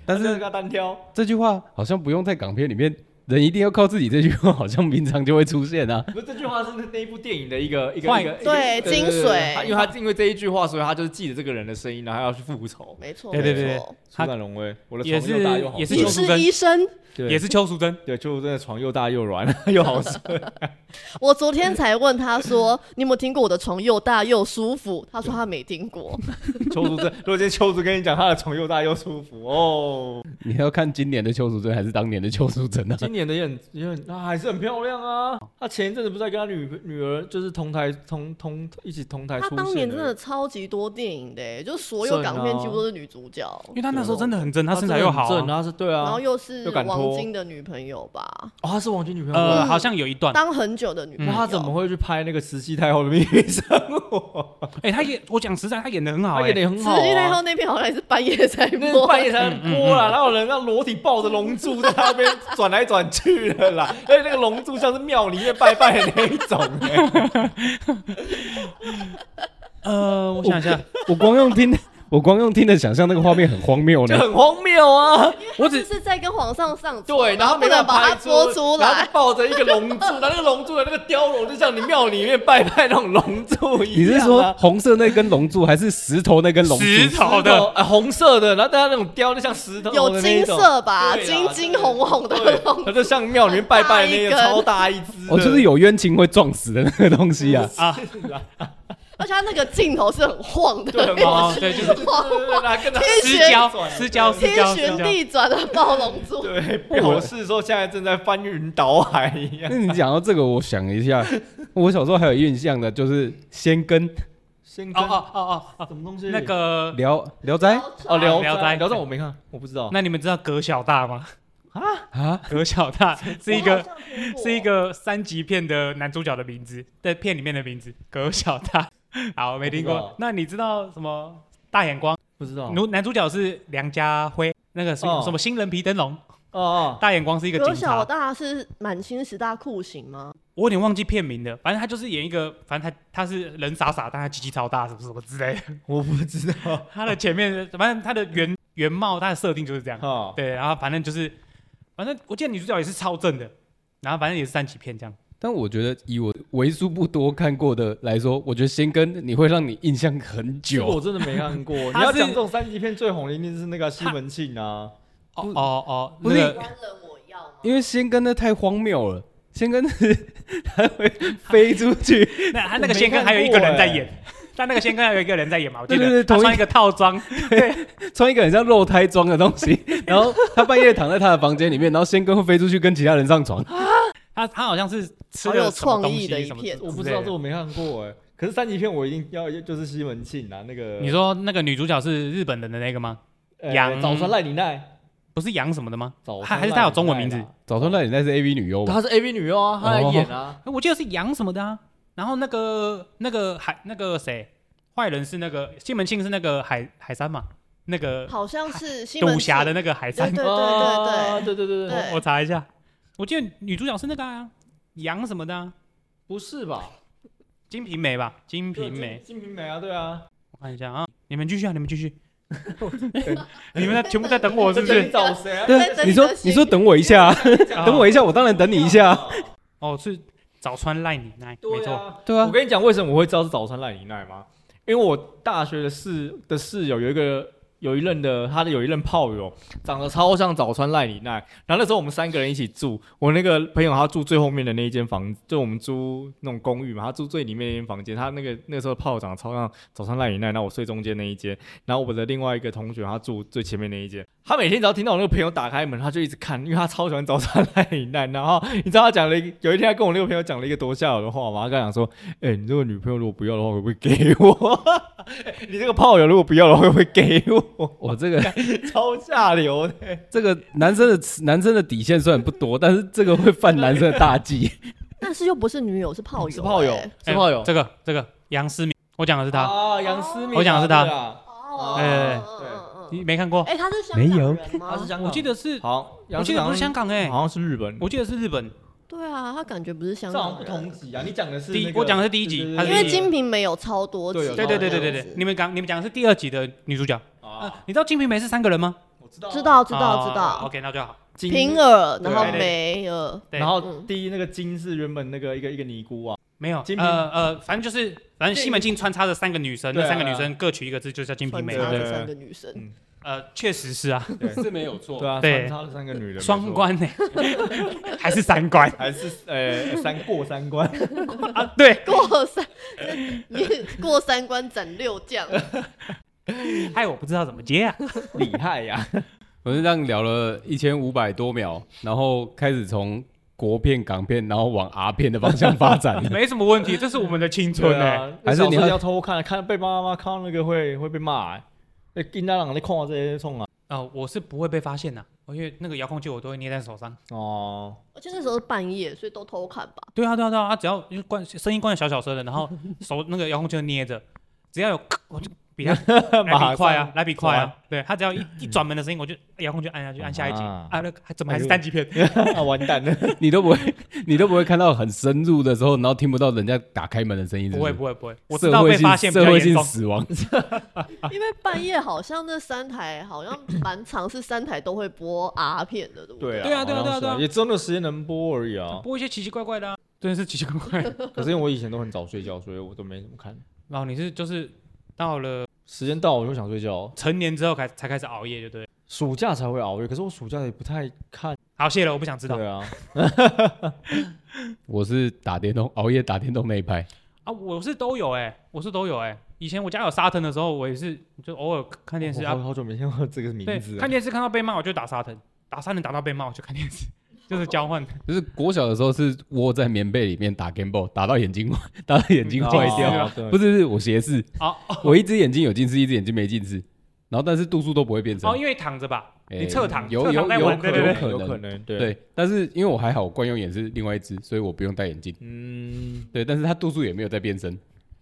[SPEAKER 5] 但
[SPEAKER 1] 他就是他单挑，
[SPEAKER 5] 这句话好像不用在港片里面，人一定要靠自己这句话，好像平常就会出现啊。
[SPEAKER 1] 不是这句话是那那一部电影的一个一个
[SPEAKER 4] 坏
[SPEAKER 1] 一个
[SPEAKER 3] 对
[SPEAKER 1] 一个
[SPEAKER 3] 精
[SPEAKER 1] 对对对
[SPEAKER 3] 髓
[SPEAKER 1] 他因为他因为这一句话，所以他就是记得这个人的声音，然后要去复仇。
[SPEAKER 3] 没错，
[SPEAKER 4] 对对对
[SPEAKER 3] 没
[SPEAKER 4] 对
[SPEAKER 3] 错
[SPEAKER 1] 苏
[SPEAKER 4] 他
[SPEAKER 1] 展龙威，我的
[SPEAKER 4] 也
[SPEAKER 1] 床又大又
[SPEAKER 4] 是
[SPEAKER 1] 好
[SPEAKER 4] 也是
[SPEAKER 1] 睡
[SPEAKER 3] 你
[SPEAKER 4] 邱淑
[SPEAKER 3] 是
[SPEAKER 4] 贞，
[SPEAKER 3] 医生，
[SPEAKER 1] 对
[SPEAKER 4] 也是邱淑贞，
[SPEAKER 1] 对，就真的床又大又软 又好睡。
[SPEAKER 3] 我昨天才问他说：“ 你有没有听过我的床又大又舒服？”他说他没 听过。
[SPEAKER 1] 邱淑贞，如果今天邱淑跟你讲他的床又大又舒服哦，
[SPEAKER 5] 你要看今年的邱淑贞还是当年的邱淑贞啊？
[SPEAKER 1] 今演的也很也很，那、还是很漂亮啊。她前一阵子不是在跟她女女儿就是同台同同一起同台
[SPEAKER 3] 她
[SPEAKER 1] 出
[SPEAKER 3] 当
[SPEAKER 1] 现啊
[SPEAKER 3] 年真的超级多电影的、欸，就所有港片几乎都是女主角，
[SPEAKER 4] 因为他那时候真的很正，他
[SPEAKER 1] 她
[SPEAKER 4] 身材又好
[SPEAKER 1] 正，
[SPEAKER 4] 啊、
[SPEAKER 1] 她是对啊，
[SPEAKER 3] 然后
[SPEAKER 1] 哦，
[SPEAKER 3] 又是
[SPEAKER 1] 又敢
[SPEAKER 3] 王
[SPEAKER 1] 拖
[SPEAKER 3] 晶的女朋友吧，
[SPEAKER 1] 她是王晶女朋友，
[SPEAKER 4] 呃，嗯
[SPEAKER 3] 嗯
[SPEAKER 4] 好像有一
[SPEAKER 1] 啊
[SPEAKER 4] 段，
[SPEAKER 3] 当很久的女朋
[SPEAKER 1] 那
[SPEAKER 3] 友。
[SPEAKER 1] 她怎么会去拍那个慈禧太后的秘密生活？
[SPEAKER 4] 哎、他演，我讲实在，他演的很好、
[SPEAKER 1] 她
[SPEAKER 4] 哎
[SPEAKER 1] 演的很
[SPEAKER 3] 慈
[SPEAKER 1] 好、啊，
[SPEAKER 3] 禧太后那片好像也是半夜才
[SPEAKER 1] 那
[SPEAKER 3] 播，
[SPEAKER 1] 半 夜才播啦，然后有人让裸体抱着龙珠在那边转来转去的啦，而且那个龙珠像是庙里面拜拜的那一种、欸，
[SPEAKER 4] 呃，我想一下，
[SPEAKER 5] 我光用听，我光用听的想象那个画面很荒谬
[SPEAKER 1] 就
[SPEAKER 5] 呢。
[SPEAKER 1] 很荒谬啊。
[SPEAKER 4] 我
[SPEAKER 3] 就
[SPEAKER 4] 只
[SPEAKER 3] 是在跟皇上上床
[SPEAKER 1] 对，然后
[SPEAKER 3] 不
[SPEAKER 1] 没
[SPEAKER 3] 能
[SPEAKER 1] 办法
[SPEAKER 3] 把它
[SPEAKER 1] 拍
[SPEAKER 3] 播出
[SPEAKER 1] 然后
[SPEAKER 3] 来
[SPEAKER 1] 就。抱着一个龙珠，然后那个龙珠的那个雕龙就像你庙里面拜拜那种龙珠一样、啊。
[SPEAKER 5] 你是说红色那根龙柱，还是石头那根龙柱？
[SPEAKER 4] 石头
[SPEAKER 1] 石头
[SPEAKER 4] 的，
[SPEAKER 1] 呃红色的，然后大家那种雕就像石头
[SPEAKER 3] 有
[SPEAKER 1] 的那一
[SPEAKER 3] 金
[SPEAKER 1] 种，
[SPEAKER 3] 色吧，
[SPEAKER 1] 对啦啊
[SPEAKER 3] 金金红红的
[SPEAKER 1] 对
[SPEAKER 3] 那种，
[SPEAKER 1] 它就像庙里面拜拜的那个
[SPEAKER 3] 很大一根
[SPEAKER 1] 超大一只的，
[SPEAKER 5] 哦，就是有冤情会撞死的那个东西啊。
[SPEAKER 3] 而且它那个镜头是很晃的，
[SPEAKER 1] 对很
[SPEAKER 4] 哦，对，就是
[SPEAKER 1] 然后跟他
[SPEAKER 3] 天
[SPEAKER 4] 私
[SPEAKER 3] 旋
[SPEAKER 4] 交，私交，私
[SPEAKER 3] 天
[SPEAKER 4] 交，私
[SPEAKER 3] 旋
[SPEAKER 4] 交。
[SPEAKER 3] 地转的暴龙珠。
[SPEAKER 1] 对，表示说现在正在翻云倒海一样
[SPEAKER 5] 那。你讲到这个，我想一下，我小时候还有印象的，就是先跟
[SPEAKER 1] 先
[SPEAKER 4] 哦
[SPEAKER 1] 跟
[SPEAKER 4] 哦哦哦，
[SPEAKER 1] 什么东西？
[SPEAKER 4] 那个，啊
[SPEAKER 5] 聊聊
[SPEAKER 4] 哎
[SPEAKER 5] 斋
[SPEAKER 1] 哦，聊
[SPEAKER 4] 聊
[SPEAKER 1] 斋，
[SPEAKER 4] 斋
[SPEAKER 1] 聊斋我没看，我不知道。
[SPEAKER 4] 那你们知道葛小大吗？
[SPEAKER 5] 啊，
[SPEAKER 4] 葛小大是一个
[SPEAKER 3] 我好像听
[SPEAKER 1] 哦
[SPEAKER 3] 过
[SPEAKER 4] 是一个三级片的男主角的名字，在片里面的名字葛小大。好，我没听
[SPEAKER 1] 我不知
[SPEAKER 4] 过
[SPEAKER 1] 道。
[SPEAKER 4] 那你知道什么大眼光？
[SPEAKER 1] 不知道。
[SPEAKER 4] 男男主角是梁家辉，那个是
[SPEAKER 1] 哦
[SPEAKER 4] 什么新人皮灯笼？
[SPEAKER 1] 哦哦，
[SPEAKER 4] 大眼光是一个
[SPEAKER 3] 葛
[SPEAKER 4] 警
[SPEAKER 3] 小
[SPEAKER 4] 察，
[SPEAKER 3] 大是满清十大酷刑吗？
[SPEAKER 4] 我有点忘记片名了。反正他就是演一个，反正他他是人傻傻，但他鸡鸡超大，什么什么之类的。
[SPEAKER 1] 我不知道。
[SPEAKER 4] 他的前面，反正他的原原貌，他的设定就是这样。
[SPEAKER 1] 哦，
[SPEAKER 4] 对，然后反正就是，反正我记得女主角也是超正的，然后反正也是三级片这样。
[SPEAKER 5] 但我觉得以我为数不多看过的来说，我觉得先跟你会让你印象很
[SPEAKER 1] 这个我
[SPEAKER 5] 久。
[SPEAKER 1] 真的没看过。你
[SPEAKER 4] 他
[SPEAKER 1] 要
[SPEAKER 4] 是
[SPEAKER 1] 讲这种三级片最红的一定是那个西门庆啊。
[SPEAKER 4] 哦哦哦，
[SPEAKER 5] 不
[SPEAKER 4] 那
[SPEAKER 5] 是
[SPEAKER 4] 个
[SPEAKER 3] 官人我要吗？
[SPEAKER 5] 因为先跟那太荒谬了，先跟是 它会飞出 去，
[SPEAKER 4] 那他那个先跟还有一个人在演， 但那个先跟还有一个人在演嘛，我记得
[SPEAKER 5] 对对对
[SPEAKER 4] 他
[SPEAKER 5] 同一
[SPEAKER 4] 穿一个套装，
[SPEAKER 5] 穿一个很像肉胎装的东 西，然后他半夜躺在他的房间里面，然后先跟会飞出去跟其他人上床。
[SPEAKER 4] 他他好像是吃
[SPEAKER 3] 好有
[SPEAKER 4] 了什么
[SPEAKER 3] 创
[SPEAKER 4] 东
[SPEAKER 3] 意
[SPEAKER 4] 西
[SPEAKER 3] 的一
[SPEAKER 4] 什么
[SPEAKER 3] 片
[SPEAKER 4] 之
[SPEAKER 1] 我不知道
[SPEAKER 4] 类
[SPEAKER 1] 这
[SPEAKER 4] 的
[SPEAKER 1] 我没看过哎。可是三级片我一定要就是西门庆啊，那个
[SPEAKER 4] 你说那个女主角是日本人的那个吗？
[SPEAKER 1] 呃
[SPEAKER 4] 杨
[SPEAKER 1] 早川赖李奈，
[SPEAKER 4] 不是杨什么的吗？
[SPEAKER 1] 早
[SPEAKER 4] 还还是她有中文名字
[SPEAKER 5] 早川赖里奈是 A V 女优吧？
[SPEAKER 1] 她是 A V 女优啊，她来演啊。
[SPEAKER 4] 我记得是杨什么的啊。然后那个那个海那个谁坏人是那个西门庆是那个海海山嘛，那个
[SPEAKER 3] 嗯好像是西门
[SPEAKER 4] 赌
[SPEAKER 3] 庆
[SPEAKER 4] 侠的那个海
[SPEAKER 3] 对
[SPEAKER 4] 山
[SPEAKER 3] 对。
[SPEAKER 1] 啊
[SPEAKER 3] 对对哦对，
[SPEAKER 1] 对对对对，
[SPEAKER 3] 对
[SPEAKER 4] 我查一下，我记得女主角是那个啊杨、什么的、啊，
[SPEAKER 1] 不是吧？
[SPEAKER 4] 金瓶梅吧？金瓶梅，
[SPEAKER 1] 金瓶梅啊，对啊。
[SPEAKER 4] 我看一下啊，你们继续啊，你们继续。你们在全部在等我是不
[SPEAKER 1] 这你
[SPEAKER 4] 是？
[SPEAKER 1] 找谁啊？
[SPEAKER 3] 在等
[SPEAKER 5] 对，
[SPEAKER 3] 你
[SPEAKER 5] 你说
[SPEAKER 3] 的心
[SPEAKER 5] 你说等我一 下啊，等我一下，我当然等你一下啊。
[SPEAKER 4] 哦，是早川赖你奈，没
[SPEAKER 1] 对
[SPEAKER 4] 错。
[SPEAKER 1] 啊，
[SPEAKER 5] 对啊
[SPEAKER 1] 我跟你讲，为什么我会知道是早餐赖你奈吗？因为我大学的室的室友有一个有一任的，他的有一任炮友长得超像早川赖里奈。然后那时候我们三个人一起住，我那个朋友他住最后面的那一间房，就我们租那种公寓嘛，他住最里面的一间房间。他那个那时候炮友长得超像早川赖里奈，然后我睡中间那一间，然后我的另外一个同学他住最前面那一间。他每天只要听到我那个朋友打开门，他就一直看，因为他超喜欢早川赖里奈。然后你知道他讲了一个，有一天他跟我那个朋友讲了一个多吓我的话嘛，他跟他讲说：“哎、你这个女朋友如果不要的话，会不会给我？ 哎你这个炮友如果不要的话，会不会给我？”
[SPEAKER 5] 我这个
[SPEAKER 1] 超下流的。
[SPEAKER 5] 这个男生的男生的底线虽然不多，但是这个会犯男生的大 忌。
[SPEAKER 3] 但是又不是女友，是炮友、
[SPEAKER 1] 是炮友
[SPEAKER 3] 欸，
[SPEAKER 1] 是炮友
[SPEAKER 4] 哎，这个这个杨思敏，我讲的是他，
[SPEAKER 1] 啊，杨思敏啊，
[SPEAKER 4] 我讲的是他
[SPEAKER 1] 对啊，
[SPEAKER 3] 哦，
[SPEAKER 4] 哎
[SPEAKER 3] 嗯
[SPEAKER 1] 对
[SPEAKER 3] 嗯嗯
[SPEAKER 4] 你
[SPEAKER 3] 嗯
[SPEAKER 4] 没看过？
[SPEAKER 3] 哎，他是香
[SPEAKER 5] 没
[SPEAKER 3] 港
[SPEAKER 5] 有
[SPEAKER 3] 人
[SPEAKER 1] 他是
[SPEAKER 3] 吗？
[SPEAKER 1] 香港，
[SPEAKER 4] 我记得是，
[SPEAKER 1] 好，
[SPEAKER 4] 我记得不是香
[SPEAKER 1] 港，
[SPEAKER 4] 港哎，
[SPEAKER 1] 好像是日本，
[SPEAKER 4] 我记得是日本。
[SPEAKER 3] 对啊，他感觉不是香
[SPEAKER 1] 这好像
[SPEAKER 3] 港
[SPEAKER 1] 不
[SPEAKER 3] 人，
[SPEAKER 1] 同集啊。你讲的是
[SPEAKER 4] 第一
[SPEAKER 1] 那个
[SPEAKER 4] 我讲的是第一集
[SPEAKER 1] 对对
[SPEAKER 4] 他
[SPEAKER 1] 对
[SPEAKER 4] 是
[SPEAKER 1] 对
[SPEAKER 3] 因为
[SPEAKER 4] 第一集
[SPEAKER 3] 金瓶梅有超多集
[SPEAKER 1] 对有
[SPEAKER 3] 嘛，
[SPEAKER 4] 对对对对对
[SPEAKER 3] 这样
[SPEAKER 4] 对
[SPEAKER 3] 子，
[SPEAKER 4] 你们讲你们讲的是第二集的女主角。
[SPEAKER 1] 啊
[SPEAKER 4] 啊，你知道金瓶梅是三个人吗？
[SPEAKER 1] 我知道啊
[SPEAKER 3] 知道知道
[SPEAKER 4] 哦
[SPEAKER 3] 知道，
[SPEAKER 4] OK，那就好。
[SPEAKER 1] 金
[SPEAKER 3] 平耳，然后
[SPEAKER 4] 对
[SPEAKER 3] 梅耳，
[SPEAKER 4] 对
[SPEAKER 1] 然后
[SPEAKER 3] 嗯
[SPEAKER 1] 第一那个金是原本那个一个一个尼姑啊，
[SPEAKER 4] 没有
[SPEAKER 1] 金，瓶
[SPEAKER 4] 呃呃，反正就是，反正西门庆穿插着三个女生，
[SPEAKER 1] 对
[SPEAKER 4] 那
[SPEAKER 1] 啊
[SPEAKER 4] 三个女生各取一个字，就叫金
[SPEAKER 3] 穿
[SPEAKER 4] 瓶梅。
[SPEAKER 3] 插
[SPEAKER 1] 对
[SPEAKER 3] 着
[SPEAKER 1] 对
[SPEAKER 3] 三个女生，
[SPEAKER 4] 呃，确实是 啊，
[SPEAKER 5] 是没有错
[SPEAKER 1] 对啊，穿
[SPEAKER 4] 对
[SPEAKER 1] 插了三个女人，
[SPEAKER 4] 双
[SPEAKER 1] 没错
[SPEAKER 4] 关呢， 还是三关
[SPEAKER 1] 还是呃三过三 关，
[SPEAKER 4] 啊？对，
[SPEAKER 3] 过三，你过三关斩六将，
[SPEAKER 4] 害我不知道怎么接啊。
[SPEAKER 1] 厉害呀！
[SPEAKER 5] 我们这样聊了一千五百多秒，然后开始从国片、港片，然后往 R 片的方向发展
[SPEAKER 4] 没什么问题，这是我们的青 春
[SPEAKER 1] 对
[SPEAKER 4] 哎、
[SPEAKER 1] 啊，
[SPEAKER 5] 还是
[SPEAKER 1] 小
[SPEAKER 5] 你
[SPEAKER 1] 时候
[SPEAKER 5] 要
[SPEAKER 1] 要偷看，看被爸妈看到那个会会被骂、欸。那金大郎在看我这些冲啊！
[SPEAKER 4] 啊、我是不会被发现的、哦因为那个遥控器我都会捏在手上。
[SPEAKER 1] 哦，
[SPEAKER 3] 而且那时候是半夜，所以都偷看吧。
[SPEAKER 4] 对啊，对啊，对啊，啊只要就是关声音关的小小声的，然后手 那个遥控器就捏着，只要有咔我就比他 来
[SPEAKER 1] 马
[SPEAKER 4] 比快
[SPEAKER 1] 上
[SPEAKER 4] 啊，来比快
[SPEAKER 1] 走
[SPEAKER 4] 啊，对他只要一一转门的声音，我就遥控就按下去，按下一集
[SPEAKER 1] 啊
[SPEAKER 4] 啊，那个还怎么还是单机片？
[SPEAKER 1] 啊，完蛋了！
[SPEAKER 5] 你都不会，你都不会看到很深入的时候，然后听不到人家打开门的声音是
[SPEAKER 4] 不会
[SPEAKER 5] 是，
[SPEAKER 4] 不会不会，我知
[SPEAKER 5] 社
[SPEAKER 4] 道
[SPEAKER 5] 会
[SPEAKER 4] 被
[SPEAKER 5] 性
[SPEAKER 4] 发现比
[SPEAKER 5] 社
[SPEAKER 4] 较
[SPEAKER 5] 会
[SPEAKER 4] 严
[SPEAKER 5] 性
[SPEAKER 4] 重。
[SPEAKER 5] 死亡，
[SPEAKER 3] 因为半夜好像那三台好像蛮长，是三台都会播 R 片的，对 不
[SPEAKER 1] 对啊，
[SPEAKER 4] 对啊对啊
[SPEAKER 1] 好像
[SPEAKER 4] 对啊
[SPEAKER 1] 是
[SPEAKER 4] 对啊
[SPEAKER 1] 也只有那个时间能播而已 啊。
[SPEAKER 4] 播一些奇奇怪怪的、啊，真的是奇奇怪怪的。
[SPEAKER 1] 可是因为我以前都很早睡觉，所以我都没怎么看。
[SPEAKER 4] 然后你是就是到了
[SPEAKER 1] 时间到我就想睡觉，
[SPEAKER 4] 成年之后才才开始熬夜，就对了。
[SPEAKER 1] 暑假才会熬夜。可是我暑假也不太看。
[SPEAKER 4] 好，谢了，我不想知道
[SPEAKER 1] 对啊，
[SPEAKER 5] 我是打电动，熬夜打电动那一派。
[SPEAKER 4] 啊，我是都有哎、我是都有哎、以前我家有沙腾的时候，我也是就偶尔看电视
[SPEAKER 1] 哦我
[SPEAKER 4] 啊
[SPEAKER 1] 好，啊好久没听到这个名
[SPEAKER 4] 对
[SPEAKER 1] 字，了。哦
[SPEAKER 4] 看电视看到被骂我就打沙腾，打沙腾打到被骂我就看电视，就是交换。
[SPEAKER 5] 就是国小的时候是窝在棉被里面打 game boy，打到眼睛 打到眼睛坏掉，
[SPEAKER 1] 哦对
[SPEAKER 5] 不是不是我斜视，
[SPEAKER 4] 哦
[SPEAKER 5] 我一只眼睛有近视，一只眼睛没近视，然后但是度数都不会变成，
[SPEAKER 4] 哦，因为躺着吧，
[SPEAKER 5] 诶
[SPEAKER 4] 你侧躺，
[SPEAKER 5] 有
[SPEAKER 4] 侧
[SPEAKER 5] 有
[SPEAKER 4] 躺在
[SPEAKER 5] 有
[SPEAKER 4] 玩，
[SPEAKER 5] 可
[SPEAKER 4] 对对对。
[SPEAKER 5] 能
[SPEAKER 1] 有可能，对，
[SPEAKER 5] 对，但是因为我还好，我惯用眼是另外一只，所以我不用戴眼镜，
[SPEAKER 1] 嗯
[SPEAKER 5] 对，但是它度数也没有在变深。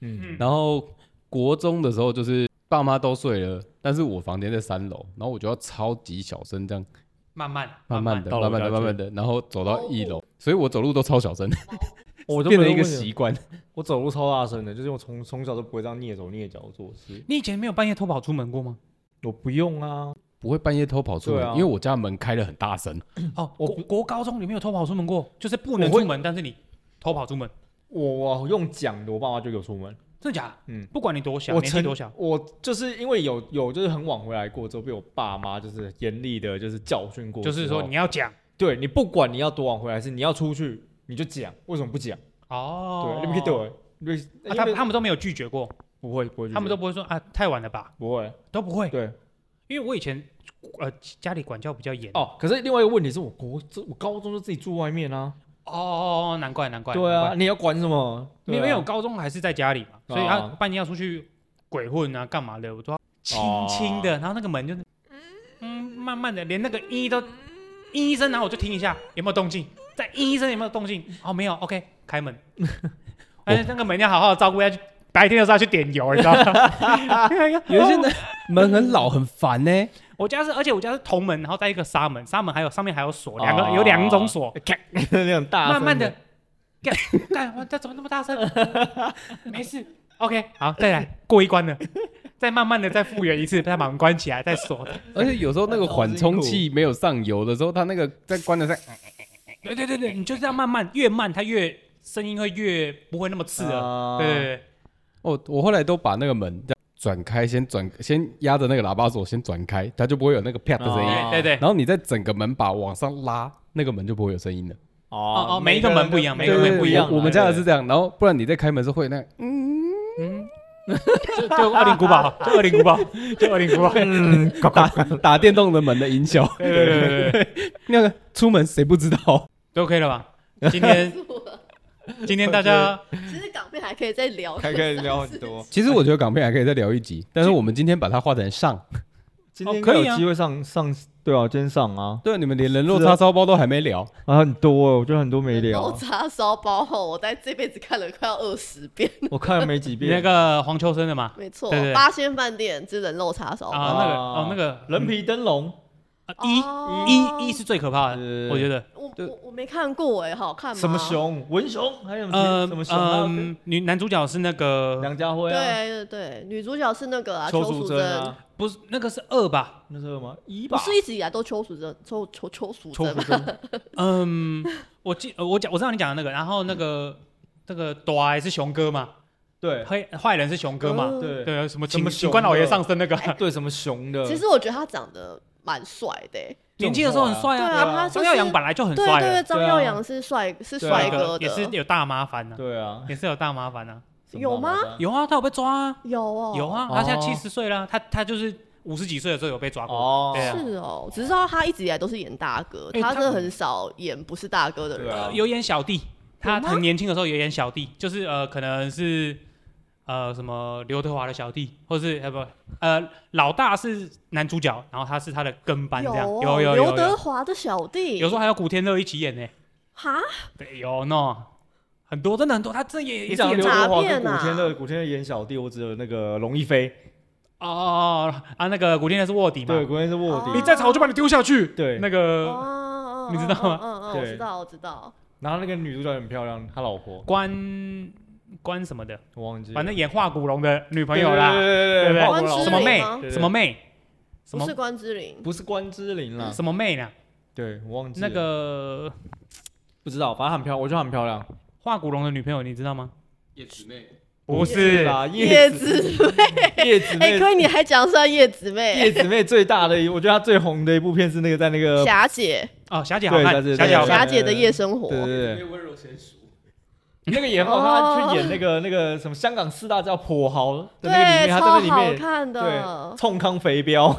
[SPEAKER 1] 嗯，
[SPEAKER 4] 嗯，
[SPEAKER 5] 然后国中的时候就是爸妈都睡了，但是我房间在三楼，然后我就要超级小声这样
[SPEAKER 4] 慢慢
[SPEAKER 5] 慢慢的、
[SPEAKER 1] 到楼
[SPEAKER 5] 慢慢
[SPEAKER 1] 下
[SPEAKER 5] 的、
[SPEAKER 1] 去哦
[SPEAKER 5] 慢慢的，然后走到一楼，所以我走路都超小声，
[SPEAKER 1] 我都
[SPEAKER 5] 变成
[SPEAKER 1] 没
[SPEAKER 5] 一个
[SPEAKER 1] 问
[SPEAKER 5] 习惯。
[SPEAKER 1] 我走路超大声的，就是我从从小都不会这样蹑手蹑脚做事，
[SPEAKER 4] 你以前没有半夜偷跑出门过吗？
[SPEAKER 1] 我不用啊，
[SPEAKER 5] 不会半夜偷跑出门，
[SPEAKER 1] 对啊
[SPEAKER 5] 因为我家门开的很 大声。
[SPEAKER 4] 哦，
[SPEAKER 1] 我
[SPEAKER 4] 国国高中你没有偷跑出门过，就是不能
[SPEAKER 1] 我会
[SPEAKER 4] 出门，但是你偷跑出门，
[SPEAKER 1] 我我用讲的，我爸妈就有出门。
[SPEAKER 4] 真的假的？
[SPEAKER 1] 嗯
[SPEAKER 4] 不管你多小，
[SPEAKER 1] 我
[SPEAKER 4] 年纪
[SPEAKER 1] 曾
[SPEAKER 4] 多小，
[SPEAKER 1] 我就是因为有有就是很晚回来过之后，被我爸妈就是严厉的就是教训过之
[SPEAKER 4] 就
[SPEAKER 1] 后，
[SPEAKER 4] 是说你要讲
[SPEAKER 1] 对你不管你要多晚回来，是你要出去你就讲，为什么不讲？
[SPEAKER 4] 哦
[SPEAKER 1] 对，，你们可以对我，因为
[SPEAKER 4] 啊他
[SPEAKER 1] 因为
[SPEAKER 4] 他们都没有拒绝过，
[SPEAKER 1] 不会不会拒绝，
[SPEAKER 4] 他们都不会说啊太晚了吧，
[SPEAKER 1] 不会，
[SPEAKER 4] 都不会，
[SPEAKER 1] 对
[SPEAKER 4] 因为我以前呃家里管教比较严哦
[SPEAKER 1] 哦。可是另外一个问题是我国这我高中就自己住外面啊，
[SPEAKER 4] 哦哦，哦难怪难怪，
[SPEAKER 1] 对
[SPEAKER 4] 难
[SPEAKER 1] 啊，
[SPEAKER 4] 怪，
[SPEAKER 1] 你要管什么？
[SPEAKER 4] 因
[SPEAKER 5] 啊
[SPEAKER 4] 为我高中还是在家里嘛，所以他
[SPEAKER 1] 啊
[SPEAKER 4] 半夜要出去鬼混啊干嘛的，我都要轻
[SPEAKER 5] 哦
[SPEAKER 4] 轻的，然后那个门就是嗯慢慢的，连那个一都一声，然后我就听一下有没有动静，再一声有没有动静，哦没有，OK 开 门，但是那个门要好好照顾下去。白天的时候要去点油，你知道吗？
[SPEAKER 5] 有一些人门很老很烦呢、
[SPEAKER 4] 我家是，而且我家是铜门，然后再一个纱门，纱门还有上面还有锁，两个有两种锁，
[SPEAKER 1] 那种啊大
[SPEAKER 4] 慢
[SPEAKER 1] 声
[SPEAKER 4] 慢的，干干，我这怎么那么大 声？没事，OK，好，再来过一关了，再慢慢的再复原一次，再把门关起来，再锁。
[SPEAKER 5] 而且有时候那个缓冲器没有上油的时候，它那个在关的在，
[SPEAKER 4] 对对对对，你就是要慢慢，越慢它越声音会越不会那么刺耳。
[SPEAKER 1] 啊
[SPEAKER 4] 对对对，
[SPEAKER 5] 哦，我后来都把那个门这样转开，先转先压着那个喇叭锁先转开，它就不会有那个啪的声音。
[SPEAKER 1] 哦
[SPEAKER 4] 对对对，
[SPEAKER 5] 然后你再整个门把往上拉，那个门就不会有声音了。
[SPEAKER 1] 哦
[SPEAKER 4] 哦每一个门不一样每个
[SPEAKER 1] 人
[SPEAKER 4] 门
[SPEAKER 1] 都
[SPEAKER 4] 不
[SPEAKER 1] 一样啊。
[SPEAKER 5] 我我们家的
[SPEAKER 1] 对
[SPEAKER 5] 是这样，然后不然你在开门时候会那 样
[SPEAKER 4] 嗯，就就二零古堡， 就二零古堡，就二零古堡。
[SPEAKER 5] 嗯，打 打电动的门的音效，
[SPEAKER 4] 对对对对对，
[SPEAKER 5] 那个出门谁不 知道？
[SPEAKER 4] 都 OK 了吧？今天今天大家
[SPEAKER 3] 其实港片还可以再聊，
[SPEAKER 1] 还可以聊很多。
[SPEAKER 5] 其实我觉得港片还可以再聊一集，但是我们今天把它画成上，
[SPEAKER 1] 今
[SPEAKER 4] 哦
[SPEAKER 1] 天
[SPEAKER 4] 可以
[SPEAKER 1] 有
[SPEAKER 4] 啊
[SPEAKER 1] 机会上上，对啊，今天上啊，
[SPEAKER 5] 对，你们连人肉叉烧包都还没聊，
[SPEAKER 1] 啊很多 哦，我觉得很多没聊
[SPEAKER 3] 肉
[SPEAKER 1] 啊，
[SPEAKER 3] 叉烧包后，我在这辈子看了快要二十遍，
[SPEAKER 1] 我看了没几遍。
[SPEAKER 4] 那个黄秋生的嘛，
[SPEAKER 3] 没错，
[SPEAKER 4] 对对
[SPEAKER 3] 八仙饭店之人肉叉烧包
[SPEAKER 4] 啊，那个哦那个
[SPEAKER 1] 人皮灯笼，
[SPEAKER 4] 啊一
[SPEAKER 3] 哦
[SPEAKER 4] 一一是最可怕
[SPEAKER 1] 是
[SPEAKER 4] 的，我觉得。
[SPEAKER 3] 我
[SPEAKER 5] 对
[SPEAKER 3] 我我没看过哎，好看吗？
[SPEAKER 1] 什么？啊熊，文熊，还有什么
[SPEAKER 4] 呃
[SPEAKER 1] 什么熊啊？
[SPEAKER 4] 呃，女男主角是那个
[SPEAKER 1] 梁家辉啊，
[SPEAKER 3] 对对对，女主角是那个啊，
[SPEAKER 1] 邱
[SPEAKER 3] 淑
[SPEAKER 1] 淑
[SPEAKER 3] 贞
[SPEAKER 1] 贞，啊，
[SPEAKER 4] 不是那个是二吧？
[SPEAKER 1] 那是什么一
[SPEAKER 3] 不
[SPEAKER 1] 吧？
[SPEAKER 3] 是一直以来都邱淑贞，邱邱邱淑
[SPEAKER 1] 邱
[SPEAKER 3] 贞
[SPEAKER 1] 淑
[SPEAKER 3] 吗？
[SPEAKER 1] 贞，
[SPEAKER 4] 嗯，我记呃我讲我知道你讲的那个，然后那个那个短是熊哥嘛，
[SPEAKER 1] 对
[SPEAKER 4] 黑坏人是熊哥
[SPEAKER 3] 嗯
[SPEAKER 4] 嘛，
[SPEAKER 1] 对
[SPEAKER 4] 对，什
[SPEAKER 1] 什么
[SPEAKER 4] 么请
[SPEAKER 1] 熊
[SPEAKER 4] 请关老爷
[SPEAKER 1] 哥
[SPEAKER 4] 上身那个，
[SPEAKER 1] 对，什么熊的？
[SPEAKER 3] 其实我觉得他长得蛮帅的欸，
[SPEAKER 4] 年轻的时候很帅
[SPEAKER 3] 对
[SPEAKER 4] 啊，
[SPEAKER 3] 啊，他就
[SPEAKER 4] 张
[SPEAKER 3] 是
[SPEAKER 4] 耀扬本来就很
[SPEAKER 3] 对
[SPEAKER 4] 帅欸
[SPEAKER 3] 对
[SPEAKER 4] 了
[SPEAKER 3] 对，，张耀扬是帅是
[SPEAKER 1] 对啊
[SPEAKER 3] 帅
[SPEAKER 4] 那个
[SPEAKER 3] 哥
[SPEAKER 4] 也是
[SPEAKER 3] 的，
[SPEAKER 4] 有大麻烦呢，
[SPEAKER 1] 对啊，
[SPEAKER 4] 也是有大麻烦呢，
[SPEAKER 1] 什么
[SPEAKER 3] 有吗
[SPEAKER 1] 麻烦？
[SPEAKER 4] 有啊，他有被抓啊，
[SPEAKER 3] 有哦，
[SPEAKER 4] 有啊，
[SPEAKER 1] 哦
[SPEAKER 4] 他现在七十岁了，他他就是五十几岁的时候有被抓过。
[SPEAKER 1] 哦，
[SPEAKER 4] 对啊
[SPEAKER 3] 是哦，只是说他一直以来都是演大哥，
[SPEAKER 4] 哎
[SPEAKER 3] 他
[SPEAKER 4] 他
[SPEAKER 3] 真的很少演不是大哥的
[SPEAKER 1] 对
[SPEAKER 3] 人。
[SPEAKER 1] 啊
[SPEAKER 4] 呃有演小弟，他
[SPEAKER 3] 吗
[SPEAKER 4] 很年轻的时候有演小弟，就是呃，可能是呃什么刘德华的小弟，或是呃不呃老大是男主角，然后他是他的跟班这样，
[SPEAKER 3] 哦
[SPEAKER 4] 有有有
[SPEAKER 3] 刘
[SPEAKER 4] 有
[SPEAKER 3] 德华的小弟
[SPEAKER 4] 有，时候还有古天乐一起演呢，
[SPEAKER 3] 哈，
[SPEAKER 4] 对，有喏，很多真的很多，他这也
[SPEAKER 1] 你
[SPEAKER 4] 也是
[SPEAKER 1] 讲
[SPEAKER 4] 演
[SPEAKER 1] 刘
[SPEAKER 4] 哦
[SPEAKER 1] 德华
[SPEAKER 3] 诈
[SPEAKER 1] 跟
[SPEAKER 3] 骗啊
[SPEAKER 1] 古天乐，古天乐演小弟，我只有那个龙一飞，
[SPEAKER 4] 哦哦哦啊那个古天乐是卧底嘛
[SPEAKER 1] 对，，古天乐是卧
[SPEAKER 3] 哦
[SPEAKER 1] 底
[SPEAKER 4] 你，再吵我就把你丢下去，
[SPEAKER 1] 对
[SPEAKER 4] 那个
[SPEAKER 3] 哦
[SPEAKER 4] 呃 你知道吗
[SPEAKER 3] 嗯嗯嗯嗯，我
[SPEAKER 1] 对
[SPEAKER 3] 知道，我知道。
[SPEAKER 1] 然后那个女主角很漂亮，他老婆
[SPEAKER 4] 关关什么的，
[SPEAKER 1] 我忘记了，
[SPEAKER 4] 反正演化古龙的女朋
[SPEAKER 1] 对
[SPEAKER 4] 友
[SPEAKER 1] 对
[SPEAKER 4] 啦，
[SPEAKER 1] 对
[SPEAKER 4] 对
[SPEAKER 1] 对
[SPEAKER 4] 不对
[SPEAKER 1] 对，华
[SPEAKER 3] 关
[SPEAKER 1] 国老
[SPEAKER 3] 之
[SPEAKER 4] 什么
[SPEAKER 3] 琳
[SPEAKER 4] 妹
[SPEAKER 3] 吗
[SPEAKER 1] 啊对对
[SPEAKER 4] 什么妹，什
[SPEAKER 3] 不是
[SPEAKER 4] 么
[SPEAKER 3] 关之琳，
[SPEAKER 1] 不是关之琳啦，
[SPEAKER 4] 什么妹呢？
[SPEAKER 1] 对我忘记了
[SPEAKER 4] 那个
[SPEAKER 1] 不知道，反正很漂亮，我觉得很漂亮，
[SPEAKER 4] 化骨龙的女朋友，你知道吗？
[SPEAKER 7] 叶子妹，
[SPEAKER 4] 不
[SPEAKER 1] 对
[SPEAKER 4] 是，
[SPEAKER 1] 啦，
[SPEAKER 3] 叶
[SPEAKER 1] 叶
[SPEAKER 3] 子
[SPEAKER 1] 叶子
[SPEAKER 3] 哎，
[SPEAKER 1] 妹，
[SPEAKER 3] 哥，你还讲出来叶子妹
[SPEAKER 1] 叶子妹最大的一，我觉得她最红的一部片是那个在那个
[SPEAKER 3] 霞姐，
[SPEAKER 4] 哦，霞姐好
[SPEAKER 1] 对
[SPEAKER 4] 看，
[SPEAKER 1] 霞姐
[SPEAKER 4] 霞姐好
[SPEAKER 1] 对
[SPEAKER 4] 看，
[SPEAKER 3] 霞姐的夜生
[SPEAKER 1] 对
[SPEAKER 3] 活，
[SPEAKER 7] 叶
[SPEAKER 1] 对
[SPEAKER 7] 子妹
[SPEAKER 1] 对，
[SPEAKER 7] 温柔娴熟，
[SPEAKER 1] 那个也很好看，
[SPEAKER 3] 哦
[SPEAKER 1] 她去演那个那个什么香港四大叫跛豪的那个里面，她在那
[SPEAKER 3] 超
[SPEAKER 1] 里
[SPEAKER 3] 好
[SPEAKER 1] 面
[SPEAKER 3] 看的
[SPEAKER 1] 对，冲康肥膘，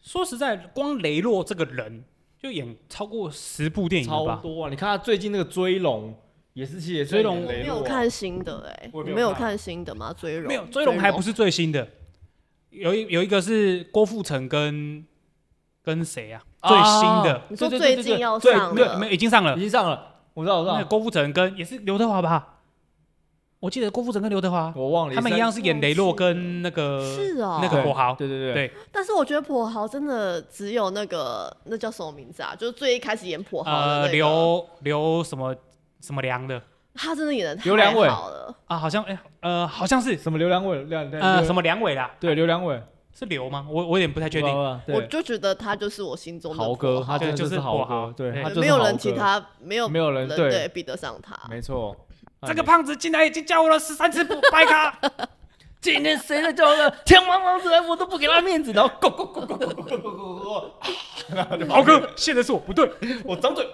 [SPEAKER 4] 说实在，光雷洛这个人就演超过十部电影了
[SPEAKER 1] 超
[SPEAKER 4] 吧？
[SPEAKER 1] 多啊！你看他最近那个追龙也是，其实也是
[SPEAKER 4] 追龙
[SPEAKER 1] 很
[SPEAKER 3] 我
[SPEAKER 1] 雷
[SPEAKER 3] 没
[SPEAKER 1] 洛
[SPEAKER 3] 有
[SPEAKER 1] 啊
[SPEAKER 3] 看新的哎，
[SPEAKER 1] 我也没
[SPEAKER 3] 你
[SPEAKER 1] 有
[SPEAKER 3] 没有
[SPEAKER 1] 看
[SPEAKER 3] 看新的吗？追荣
[SPEAKER 4] 没有，追龙还不是最新的，有一有一个是郭富城跟跟谁啊？
[SPEAKER 1] 哦
[SPEAKER 4] 最新的
[SPEAKER 3] 你说
[SPEAKER 1] 对
[SPEAKER 3] 最
[SPEAKER 1] 对对
[SPEAKER 3] 近要
[SPEAKER 1] 对啊
[SPEAKER 3] 上
[SPEAKER 4] 没有
[SPEAKER 3] 的
[SPEAKER 4] 没有已经上了
[SPEAKER 1] 已，经上了，我知道，我知
[SPEAKER 4] 那个
[SPEAKER 1] 道，
[SPEAKER 4] 郭富城跟也是刘德华吧？我记得郭富城跟刘德华，
[SPEAKER 1] 我忘了
[SPEAKER 4] 他们一样是演雷洛
[SPEAKER 3] 忘记了
[SPEAKER 4] 跟那
[SPEAKER 1] 呃
[SPEAKER 4] 个
[SPEAKER 3] 是哦
[SPEAKER 4] 那个
[SPEAKER 1] 对
[SPEAKER 4] 火豪，
[SPEAKER 1] 啊对对
[SPEAKER 4] 对
[SPEAKER 1] 对，
[SPEAKER 3] 但是我觉得跛豪真的只有那个那叫什么名字啊？就是最一开始演跛豪的、那
[SPEAKER 4] 呃
[SPEAKER 3] 个，
[SPEAKER 4] 刘刘什么什么良的
[SPEAKER 3] 他真的演的
[SPEAKER 1] 刘良伟
[SPEAKER 3] 太好了，
[SPEAKER 4] 啊，好像哎呃好像是
[SPEAKER 1] 什么刘良伟，亮
[SPEAKER 4] 呃什
[SPEAKER 1] 么
[SPEAKER 4] 么梁伟啦，
[SPEAKER 1] 对刘良伟，
[SPEAKER 4] 是刘吗？我我有点不太
[SPEAKER 1] 我
[SPEAKER 4] 确
[SPEAKER 1] 知
[SPEAKER 4] 定。
[SPEAKER 1] 道
[SPEAKER 3] 我
[SPEAKER 1] 对，
[SPEAKER 3] 就觉得他就是我心中的
[SPEAKER 1] 豪哥，
[SPEAKER 3] 跛
[SPEAKER 1] 他真的
[SPEAKER 4] 对就是
[SPEAKER 1] 是豪
[SPEAKER 4] 跛豪
[SPEAKER 1] 哥，对
[SPEAKER 4] 对
[SPEAKER 1] 他就
[SPEAKER 3] 对
[SPEAKER 1] 是
[SPEAKER 3] 没有人
[SPEAKER 1] 豪
[SPEAKER 3] 其
[SPEAKER 1] 哥，
[SPEAKER 3] 他没有
[SPEAKER 1] 没有人
[SPEAKER 3] 对
[SPEAKER 1] 对
[SPEAKER 3] 比得上他。
[SPEAKER 1] 没错，
[SPEAKER 4] 这个胖子进来已经教我了十三次不掰 咖，
[SPEAKER 1] 今天谁来叫了天王老子来，我都不给他面子，然后咕咕咕咕咕咕咕咕咕，
[SPEAKER 4] 豪哥，现在是我不对。
[SPEAKER 1] 哎我张嘴。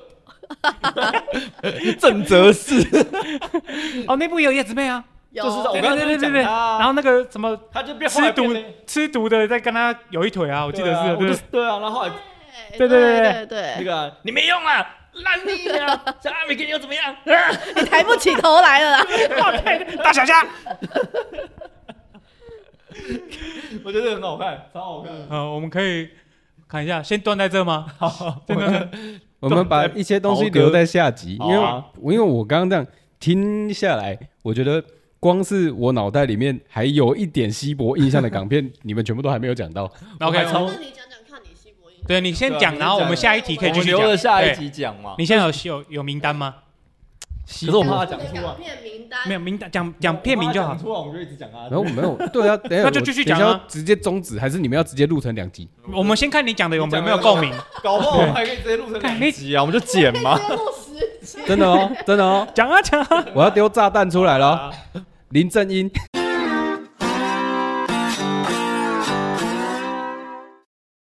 [SPEAKER 1] 郑则仕
[SPEAKER 4] 哦，那部也有叶子妹啊，
[SPEAKER 3] 有
[SPEAKER 1] 就是
[SPEAKER 4] 对
[SPEAKER 1] 我
[SPEAKER 4] 对
[SPEAKER 1] 刚刚
[SPEAKER 4] 对对对
[SPEAKER 1] 讲
[SPEAKER 4] 对。
[SPEAKER 1] 他啊
[SPEAKER 4] 然后那个什么
[SPEAKER 1] 他就变后
[SPEAKER 4] 吃
[SPEAKER 1] 来变
[SPEAKER 4] 毒
[SPEAKER 1] 嘞
[SPEAKER 4] 吃毒的在跟他有一腿啊，我记
[SPEAKER 1] 对
[SPEAKER 4] 得
[SPEAKER 1] 啊
[SPEAKER 4] 是，
[SPEAKER 1] 我就
[SPEAKER 4] 对
[SPEAKER 1] 是，对啊，然后后来
[SPEAKER 3] 对
[SPEAKER 4] 对对
[SPEAKER 3] 哎对
[SPEAKER 4] 对
[SPEAKER 1] 那
[SPEAKER 3] 对，
[SPEAKER 1] 个啊你没用啊，烂你啊，小阿美给你又怎么样？啊
[SPEAKER 3] 你 抬不起头来 了啦。
[SPEAKER 4] 哇对对大小虾。
[SPEAKER 1] 我觉得很好看，超好看。
[SPEAKER 4] 呃，我们可以看一下，先断在这吗？ 好，真的
[SPEAKER 5] 我们把一些东西留在下集，因
[SPEAKER 1] 好
[SPEAKER 5] 为
[SPEAKER 1] 啊
[SPEAKER 5] 我因为我刚刚这样听下来，我觉得光是我脑袋里面还有一点稀薄印象的港片，你们全部都还没有讲 到。
[SPEAKER 4] OK，
[SPEAKER 1] 超
[SPEAKER 3] 那你讲讲看你西伯印象
[SPEAKER 4] 对你先讲，
[SPEAKER 1] 对啊
[SPEAKER 4] 然后我们下一题可以
[SPEAKER 1] 我
[SPEAKER 4] 继
[SPEAKER 1] 们
[SPEAKER 4] 续
[SPEAKER 1] 留
[SPEAKER 4] 讲。
[SPEAKER 1] 了下一
[SPEAKER 4] 对
[SPEAKER 1] 集讲嘛。
[SPEAKER 4] 你现在有有有名单吗？
[SPEAKER 1] 可是我怕他
[SPEAKER 3] 你
[SPEAKER 1] 讲
[SPEAKER 3] 的
[SPEAKER 1] 出
[SPEAKER 3] 港
[SPEAKER 1] 来，
[SPEAKER 3] 片名单
[SPEAKER 4] 没有名单，讲讲片名就
[SPEAKER 1] 我怕他
[SPEAKER 4] 好
[SPEAKER 1] 讲。出来我们就一直讲啊。
[SPEAKER 5] 然后没有，对啊，等一下
[SPEAKER 4] 那就
[SPEAKER 5] 我
[SPEAKER 4] 继续
[SPEAKER 5] 等
[SPEAKER 4] 讲
[SPEAKER 5] 一下
[SPEAKER 4] 啊
[SPEAKER 5] 要直接终止，还是你们要直接录 成两集？
[SPEAKER 4] 我们先看你讲的有没有没有共鸣。
[SPEAKER 1] 搞不好我们还可以直接录成两集啊，我们就剪嘛。
[SPEAKER 3] 可以录十集
[SPEAKER 5] 真的哦，真的哦，
[SPEAKER 4] 讲啊讲啊， 啊
[SPEAKER 5] 我要丢炸弹出来了哦。林正英